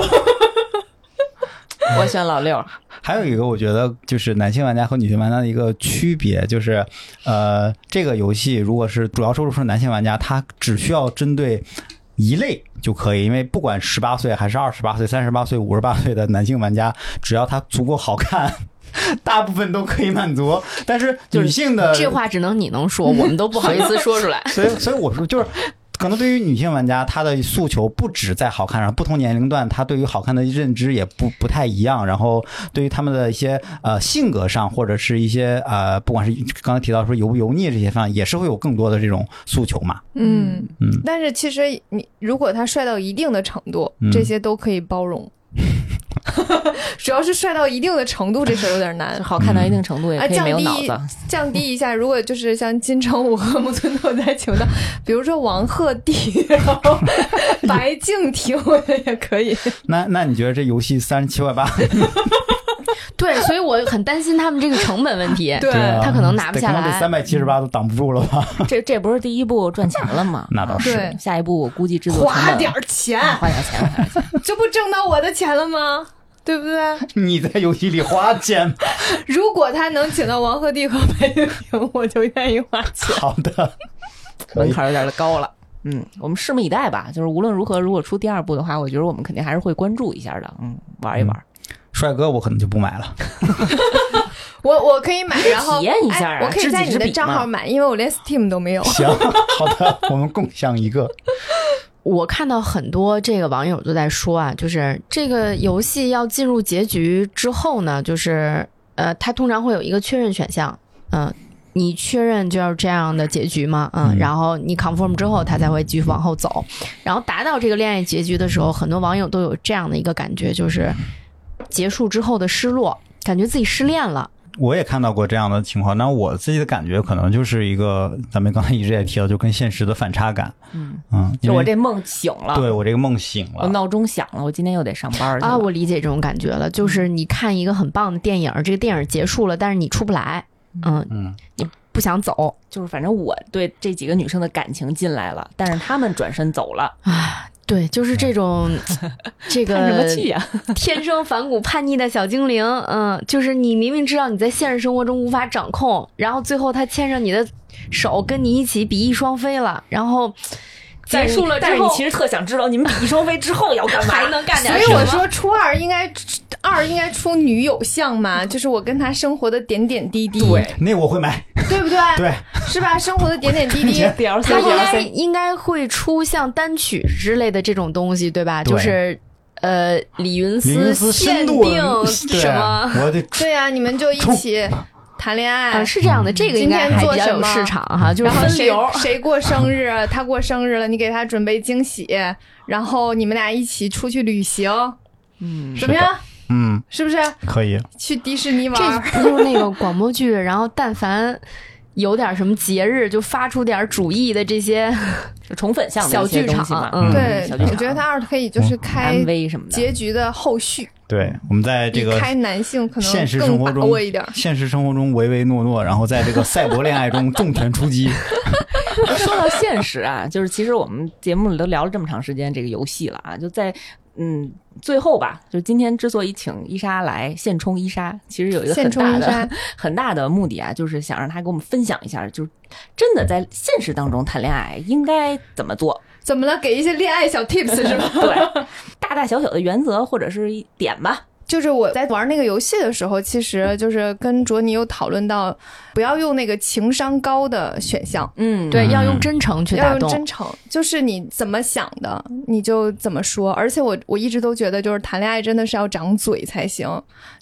A: 我选老六，
C: 还有一个，我觉得就是男性玩家和女性玩家的一个区别，就是，呃，这个游戏如果是主要收入是男性玩家，他只需要针对一类就可以，因为不管十八岁还是二十八岁、三十八岁、五十八岁的男性玩家，只要他足够好看， 大部分都可以满足。但是女性的
D: 这话只能你能说，我们都不好意思说出来。
C: 所以，所以我说就是。可能对于女性玩家，她的诉求不止在好看上，不同年龄段她对于好看的认知也不不太一样。然后对于她们的一些呃性格上，或者是一些呃，不管是刚才提到说油不油腻这些上，也是会有更多的这种诉求嘛。
B: 嗯
C: 嗯，
B: 但是其实你如果他帅到一定的程度，
C: 嗯
B: 这些都可以包容。 主要是帅到一定的程度，这事儿有点 难。
A: 好看到
C: 嗯
A: 一定程度也
B: 啊，
A: 可以
B: 降
A: 没有
B: 低
A: 脑子。
B: 降低一下，如果就是像金城武和木村拓哉请到，比如说王鹤棣，然 后白敬亭，我觉得也可以。
C: 那那你觉得这游戏三十七块八？
D: 对，所以我很担心他们这个成本问题。
B: 对
C: 啊
D: 他可能拿不下
C: 可
D: 来
C: 能得三百七十八都挡不住了吧？？
A: 这这不是第一部赚钱了吗
C: 那倒是
B: 对
A: 下一步我估计制作成
B: 花
A: 本啊
B: 点儿钱，
A: 花点钱，花点钱
B: 这不挣到我的钱了吗？对不对？
C: 你在游戏里花钱，
B: 如果他能请到王鹤棣和白敬亭，我就愿意花钱。
C: 好的， 可
A: 门
C: 以。
A: 槛有点高了。嗯，我们拭目以待吧。就是无论如何，如果出第二部的话，我觉得我们肯定还是会关注一下的。嗯，玩一玩。
C: 帅哥，我可能就不买了。
B: 我我可以买，然后
A: 体验一下啊
B: 哎我可以
A: 知己
B: 在你
A: 知
B: 的
A: 彼
B: 账
A: 嘛
B: 号买，因为我连 Steam 都 没有。
C: 行，好的，我们共享一个。
D: 我看到很多这个网友都在说啊，就是这个游戏要进入结局之后呢，就是呃，它通常会有一个确认选项，嗯、你确认就是这样的结局吗？嗯，
C: 嗯
D: 然后你 confirm 之后，它才会继续往后走。然后达到这个恋爱结局的时候，很多网友都有这样的一个感觉，就是结束之后的失落，感觉自己失恋了。
C: 我也看到过这样的情况，那我自己的感觉可能就是一个，咱们刚才一直也提到，就跟现实的反差感。
A: 嗯，
C: 嗯，因
A: 就
C: 为
A: 我这梦醒了，
C: 对我这个梦醒
A: 我
C: 了，
A: 闹钟响了，我今天又得上班去了
D: 啊，我理解这种感觉了，就是你看一个很棒的电影，这个电影结束了，但是你出不来，嗯，
C: 嗯，
D: 不想走，
A: 就是反正我对这几个女生的感情进来了，但是她们转身走了，
D: 对，就是这种 这
A: 叹什么 气
D: 个
A: 呀、
D: 天生反骨叛逆的小精灵，嗯，就是你明明知道你在现实生活中无法掌控，然后最后他牵着你的手跟你一起比翼双飞了，然后
A: 结束了
F: 但
A: 之
F: 是你
A: 后，
F: 其
A: 实特想知道你们 比翼双飞之后要干嘛，还能干
B: 所以我说初二应该二应该出女友相嘛，就是我跟他生活的点点滴滴，对
C: 那我会买，
B: 不对？
C: 对，
B: 是吧？生活的点点滴滴，
F: DLC
D: 他应该
F: DLC
D: 应该会出像单曲之类的这种东西，对吧？
C: 对
D: 就是呃，李云
C: 李云斯
D: 限
C: 深度
D: 定
C: 对
D: 什么？
C: 我得
B: 对呀、你们就一起谈恋爱
D: 啊，。是这样的，这个应该
B: 今天
D: 还
B: 做
D: 比较
B: 什
D: 有
B: 么
D: 市场哈，就是
B: 然后
D: 分
B: 谁
D: 流。
B: 谁过生日， 他过生日了，你给他准备惊喜，然后你们俩一起出去旅行，嗯，怎么样？
C: 嗯，
B: 是不是
C: 可以，
B: 去迪士尼玩
D: 这
B: 儿？
D: 不就是那个广播剧？然后但凡有点什么节日，就发出点主意的这些，
A: 就宠粉向的
D: 小
A: 一些
D: 剧
A: 东西
D: 场
A: 嘛
D: 嗯
B: 对
A: 小剧，场
B: 我觉得他二可以就是开
A: MV 什么的，
B: 结局的后续，
C: 对，我们在这
B: 比
C: 个
B: 开男性可能
C: 现实生
B: 更
C: 活
B: 把
C: 中
B: 握一点儿。
C: 现实生活中唯唯诺诺，然后在这个赛博恋爱中重拳出击，
A: 说到现实啊， 就是其实我们节目里都聊了这么长时间这个游戏了啊，就在嗯最后吧，就今天之所以请伊莎来现充伊莎，其实有一个很
B: 现充
A: 大
B: 伊莎
A: 的 很大的目的啊，就是想让她给我们分享一下，就是真的在现实当中谈恋爱应该怎么做，
B: 怎么了？给一些恋爱小 tips 是吗？
A: 对，大大小小的原则或者是一点吧，
B: 就是我在玩那个游戏的时候，其实就是跟卓尼有讨论到，不要用那个情商高的选项，
A: 嗯，
D: 对，要用真诚去打
B: 要用
D: 动。
B: 真诚，就是你怎么想的你就怎么说。而且我我一直都觉得，就是谈恋爱真的是要长嘴才行，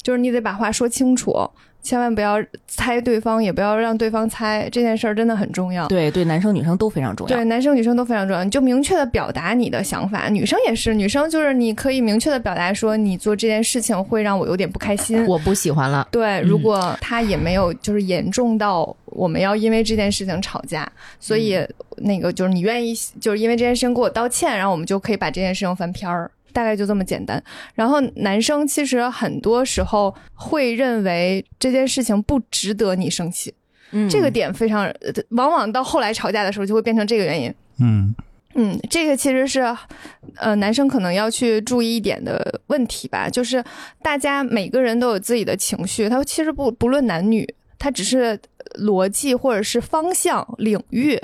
B: 就是你得把话说清楚，千万不要猜对方，也不要让对方猜，这件事儿真的很重要。
A: 对对，男生女生都非常重要，
B: 对，男生女生都非常重要，你就明确的表达你的想法。女生也是，女生就是你可以明确的表达说，你做这件事情会让我有点不开心。
D: 我不喜欢了。
B: 对，如果他也没有就是严重到我们要因为这件事情吵架，所以那个就是你愿意就是因为这件事情给我道歉，然后我们就可以把这件事情翻篇儿。大概就这么简单。然后男生其实很多时候会认为这件事情不值得你生气，
A: 嗯，
B: 这个点非常，呃往往到后来吵架的时候就会变成这个原因。
C: 嗯，
B: 嗯，这个其实是，呃，男生可能要去注意一点的问题吧，就是大家每个人都有自己的情绪，他其实不不论男女，他只是逻辑或者是方向、领域、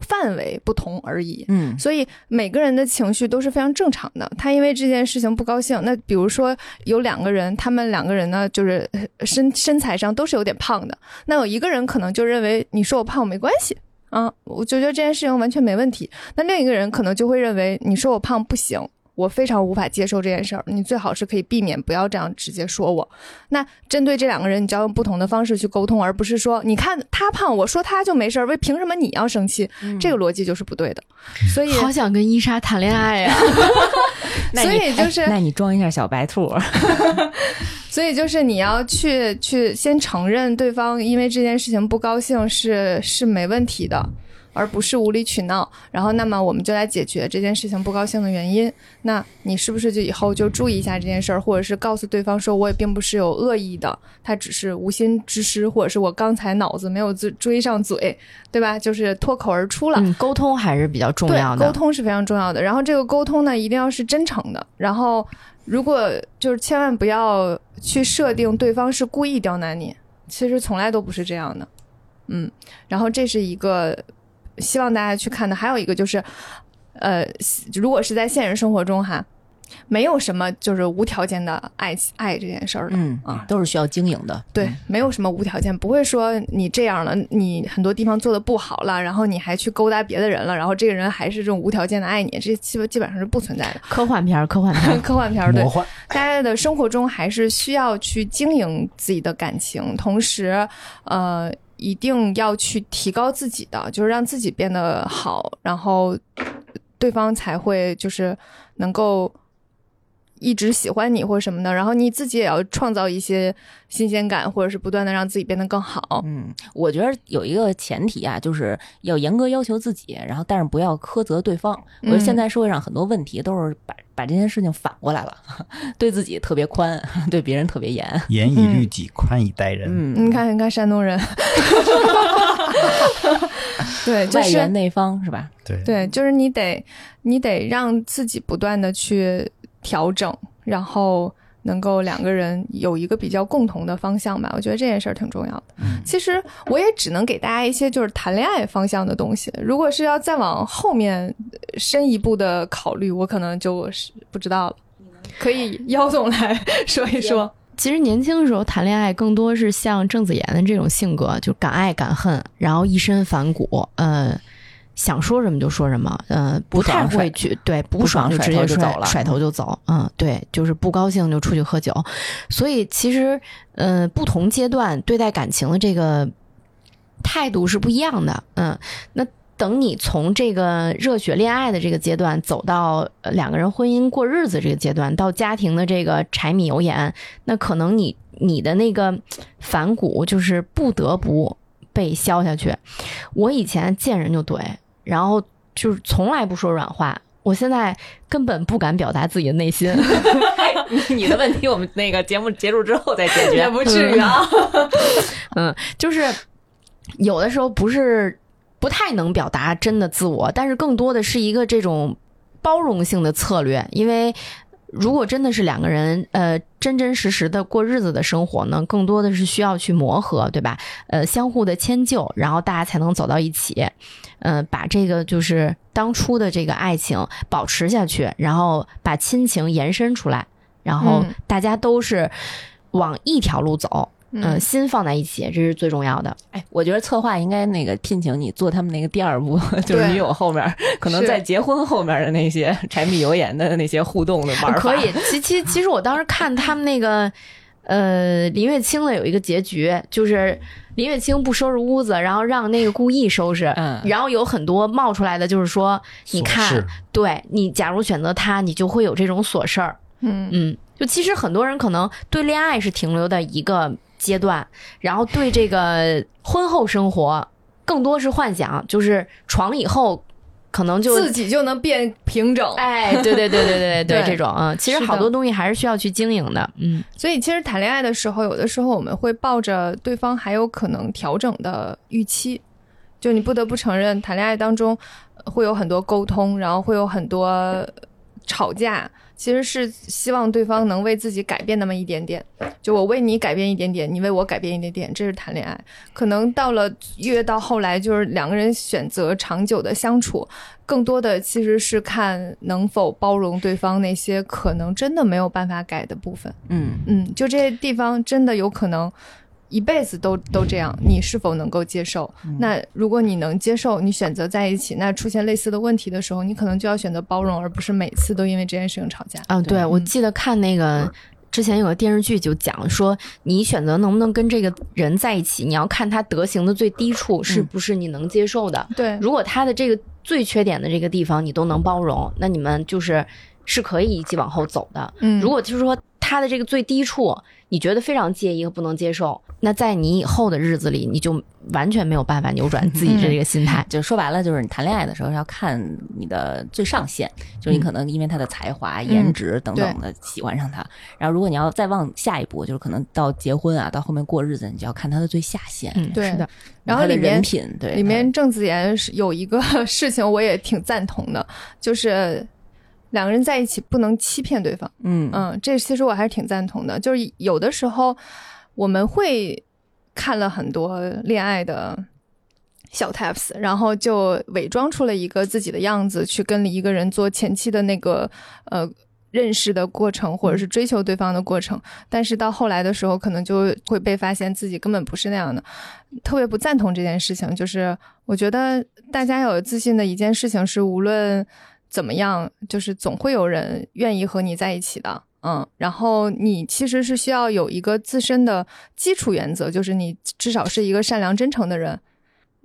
B: 范围不同而已。
A: 嗯
B: 所以每个人的情绪都是非常正常的。他因为这件事情不高兴，那比如说有两个人，他们两个人呢，就是呃身身材上都是有点胖的，那有一个人可能就认为你说我胖我没关系。啊，我就觉得这件事情完全没问题。那另一个人可能就会认为你说我胖不行，我非常无法接受这件事儿。你最好是可以避免不要这样直接说我。那针对这两个人，你就要用不同的方式去沟通，而不是说你看他胖，我说他就没事儿，为凭什么你要生气？这个逻辑就是不对的。所以
D: 好想跟伊莎谈恋爱啊 呀、
A: 那
B: 所
A: 你
B: 以就是
A: 哎那你装一下小白兔，
B: 所以就是你要去去先承认对方因为这件事情不高兴是是没问题的，而不是无理取闹。然后，那么我们就来解决这件事情不高兴的原因。那你是不是就以后就注意一下这件事儿，或者是告诉对方说我也并不是有恶意的，他只是无心之失，或者是我刚才脑子没有追追上嘴，对吧？就是脱口而出了。
D: 嗯，沟通还是比较重
B: 对，
D: 要
B: 沟
D: 的。
B: 通是非常重要的。然后这个沟通呢，一定要是真诚的。然后如果就是千万不要去设定对方是故意刁难你，其实从来都不是这样的。嗯，然后这是一个希望大家去看的，还有一个就是，呃，如果是在现实生活中哈，没有什么就是无条件的爱爱这件事儿的，
A: 嗯
B: 啊，
A: 都是需要经营的，
B: 对，没有什么无条件，不会说你这样了，你很多地方做的不好了，然后你还去勾搭别的人了，然后这个人还是这种无条件的爱你，这基本基本上是不存在的。。
D: 科幻片儿，科幻片儿
B: 科幻片儿啊对
C: 魔，幻，
B: 大家的生活中还是需要去经营自己的感情，同时，呃，一定要去提高自己的，就是让自己变得好，然后对方才会就是能够一直喜欢你或什么的。然后你自己也要创造一些新鲜感，或者是不断的让自己变得更好。
A: 嗯，我觉得有一个前提啊，就是要严格要求自己，然后但是不要苛责对方。我觉得现在社会上很多问题都是把把这件事情反过来了， 对自己特别宽， 对别人特别严。
C: 严以律己，宽以待人，
A: 嗯，
B: 你看，你看山东人， 对，就
A: 外
B: 是
A: 圆内方是吧？
C: 对，
B: 对，就是你得你得让自己不断的去调整，然后能够两个人有一个比较共同的方向吧。我觉得这件事儿挺重要的。其实我也只能给大家一些就是谈恋爱方向的东西。如果是要再往后面呃深一步的考虑，我可能就是不知道了。可以 姚总来说一说。
D: 其实年轻的时候谈恋爱更多是像郑子妍的这种性格，就敢爱敢恨，然后一身反骨，呃，想说什么就说什么，呃，
A: 不
D: 不
A: 爽
D: 太
A: 甩
D: 会去对不
A: 不
D: 爽
A: 爽
D: 就
A: 甩头
D: 直接
A: 就
D: 甩
A: 走了
D: 甩头就走，嗯，对，就是不高兴就出去喝酒，所以其实呃，不同阶段对待感情的这个态度是不一样的，嗯，那。等你从这个热血恋爱的这个阶段走到呃两个人婚姻过日子这个阶段，到家庭的这个柴米油盐，那可能你你的那个反骨就是不得不被消下去。我以前见人就怼，然后就是从来不说软话。我现在根本不敢表达自己的内心，
A: 你的问题我们那个节目结束之后再解决，
F: 不至于啊，
D: 嗯，就是有的时候不是不太能表达真的自我，但是更多的是一个这种包容性的策略，因为。如果真的是两个人，呃，真真实实的过日子的生活呢，更多的是需要去磨合，对吧？呃，相互的迁就，然后大家才能走到一起，呃，把这个就是当初的这个爱情保持下去，然后把亲情延伸出来，然后
B: 嗯
D: 大家都是往一条路走，
B: 呃
D: 嗯，心放在一起，这是最重要的。
A: 哎，我觉得策划应该那个聘请你做他们那个第二部， 就是
B: 对
A: 女友后面儿可能
B: 是
A: 在结婚后面的那些柴米油盐的那些互动的玩法。
D: 嗯可以，其其 其实我当时看他们那个，呃，林月清的有一个结局，就是林月清不收拾屋子，然后让那个故意收拾，
A: 嗯
D: 然后有很多冒出来的，就是说，你
E: 琐
D: 看
E: 事，
D: 对你假如选择他，你就会有这种琐事儿，
B: 嗯
D: 嗯，就其实很多人可能对恋爱是停留在一个阶段，然后对这个婚后生活更多是幻想，就是闯了以后。可能就
B: 自己就能变平整。
D: 哎，对对对对对对
B: 对
D: 这种嗯，其实
B: 是的
D: 好多东西还是需要去经营的，嗯，
B: 所以其实谈恋爱的时候，有的时候我们会抱着对方还有可能调整的预期，就你不得不承认，谈恋爱当中呃会有很多沟通，然后会有很多呃吵架，其实是希望对方能为自己改变那么一点点。就我为你改变一点点，你为我改变一点点，这是谈恋爱。可能到了越到后来，就是两个人选择长久的相处，更多的其实是看能否包容对方那些可能真的没有办法改的部分。
A: 嗯，
B: 嗯，就这些地方真的有可能一辈子都都这样，你是否能够接受？那如果你能接受，你选择在一起，那出现类似的问题的时候，你可能就要选择包容，而不是每次都因为这件事情吵架。
D: 啊，对，
A: 对
B: 嗯
D: 我记得看那个之前有个电视剧就讲说，你选择能不能跟这个人在一起，你要看他德行的最低处是
B: 嗯
D: 不是你能接受的。
B: 对，
D: 如果他的这个最缺点的这个地方你都能包容，那你们就是是可以一起往后走的。
B: 嗯，
D: 如果就是说他的这个最低处，你觉得非常介意和不能接受，那在你以后的日子里，你就完全没有办法扭转自
B: 嗯
D: 己的这个心态。
A: 就说白了，就是你谈恋爱的时候要看你的最上限，就是你
B: 嗯
A: 可能因为他的才华、颜值等等的喜欢上他。然后，如果你要再往下一步，就是可能到结婚啊，到后面过日子，你就要看他的最下限，
D: 嗯，
B: 对
D: 是的，
B: 然后
A: 他的
B: 里面
A: 人品，对
B: 里面
A: 他
B: 郑子妍是有一个 事情我也挺赞同的，就是两个人在一起不能欺骗对方。
A: 嗯
B: 嗯，这其实我还是挺赞同的。就是有的时候我们会看了很多恋爱的小 tips，然后就伪装出了一个自己的样子，去跟一个人做前期的那个呃认识的过程，或者是追求对方的过程。但是到后来的时候，可能就会被发现自己根本不是那样的。特别不赞同这件事情，就是我觉得大家要有自信的一件事情是，无论怎么样，就是总会有人愿意和你在一起的。嗯，然后你其实是需要有一个自身的基础原则，就是你至少是一个善良真诚的人。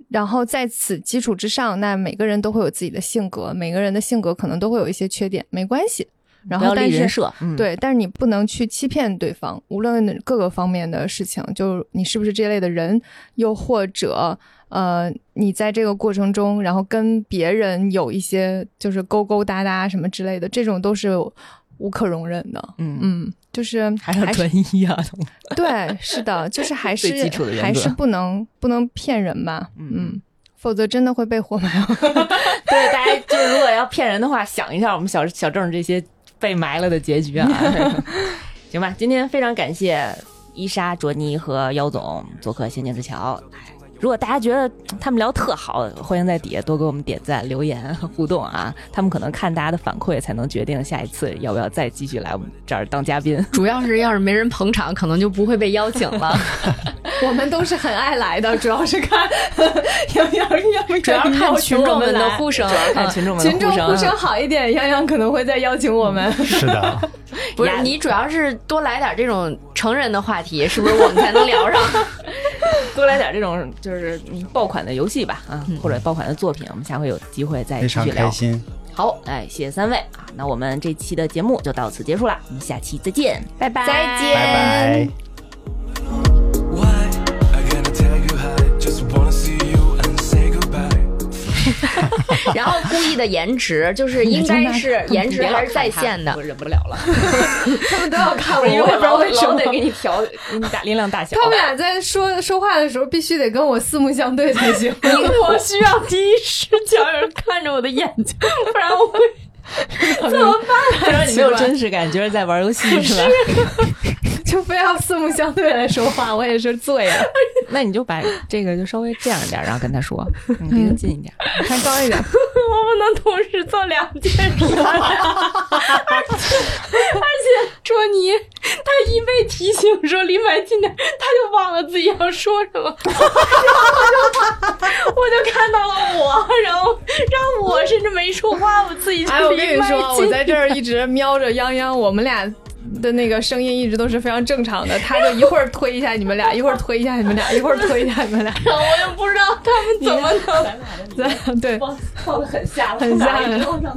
B: 然后在此基础之上，那每个人都会有自己的性格，每个人的性格可能都会有一些缺点，没关系。然
A: 不要
B: 后但
A: 立
B: 是
A: 人设，嗯，
B: 对，但是你不能去欺骗对方，无论各个方面的事情，就是你是不是这类的人，又或者呃，你在这个过程中，然后跟别人有一些就是勾勾搭搭什么之类的，这种都是无可容忍的。
A: 嗯
B: 嗯，就是
A: 还要
B: 是
A: 专一啊，
B: 对，是的，就是还是
A: 最基础的原
B: 还
A: 则
B: 是不能不能骗人吧，
A: 嗯
B: 嗯，否则真的会被活埋。
A: 对，大家就是如果要骗人的话，想一下我们小小郑这些被埋了的结局啊。 行吧，今天非常感谢伊莎、卓尼和妖总做客《仙剑之桥》。哎如果大家觉得他们聊特好，欢迎在底下多给我们点赞、留言、互动啊！他们可能看大家的反馈，才能决定下一次要不要再继续来我们这儿当嘉宾。
D: 主要是要是没人捧场，可能就不会被邀请了。
F: 我们都是很爱来哎的，主要是看洋洋要不
D: 主要 是看群众们的呼声，
A: 看嗯群众们的
F: 群众呼
D: 啊
F: 声啊好一点，洋洋可能会再邀请我们。
C: 是的，
D: 不是你主要是多来点这种成人的话题，是不是我们才能聊上？
A: 多来点这种就是嗯爆款的游戏吧啊，
F: 嗯
A: 或者爆款的作品，我们下回有机会再
C: 非
A: 继
C: 常
A: 续
C: 开
A: 聊。
C: 心，
A: 好，哎，谢谢三位啊，那我们这期的节目就到此结束了，我们下期再见，拜拜，
D: 再见
C: 拜拜。
G: Why? I gotta tell you hi. Just wanna see you and say goodbye.
D: 然后故意的延迟，就是应该是延迟还是在线的
A: 我。忍不了了，
F: 他们都要看我，
A: 因为
F: 我也不知道为什么
A: 老。得给你调，给你打音量大小。
F: 他们俩在说说话的时候，必须得跟我四目相对才 行。
D: 我需要第一视角有人看着我的眼睛，不然我会
A: 虽然你没有真实感，觉得在玩游戏 是吧？
F: 就非要四目相对来说话，我也是醉了。
A: 那你就把这个就稍微这样一点，然后跟他说，你离他近一点。
F: 看高一点，
D: 我不能同时做两件事，而且而且卓尼他一被提醒说离麦近点，他就忘了自己要说什么， 然后就我就看到了我，然后让我甚至没说话，我自己就
F: 哎，我跟
D: 离
F: 你
D: 麦
F: 说，我
D: 近
F: 在这儿一直瞄着泱泱，我们俩的那个声音一直都是非常正常的。他就一会儿推一下你们俩，一会儿推一下你们俩，一会儿推一下你 们俩，
D: 点，我也不知道他们怎么能，我
F: 对对，
A: 放的很下了，
F: 很吓人。
D: 不知道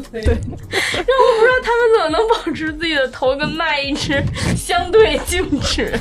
D: 他们怎么能保持自己的头跟麦一直相对静止。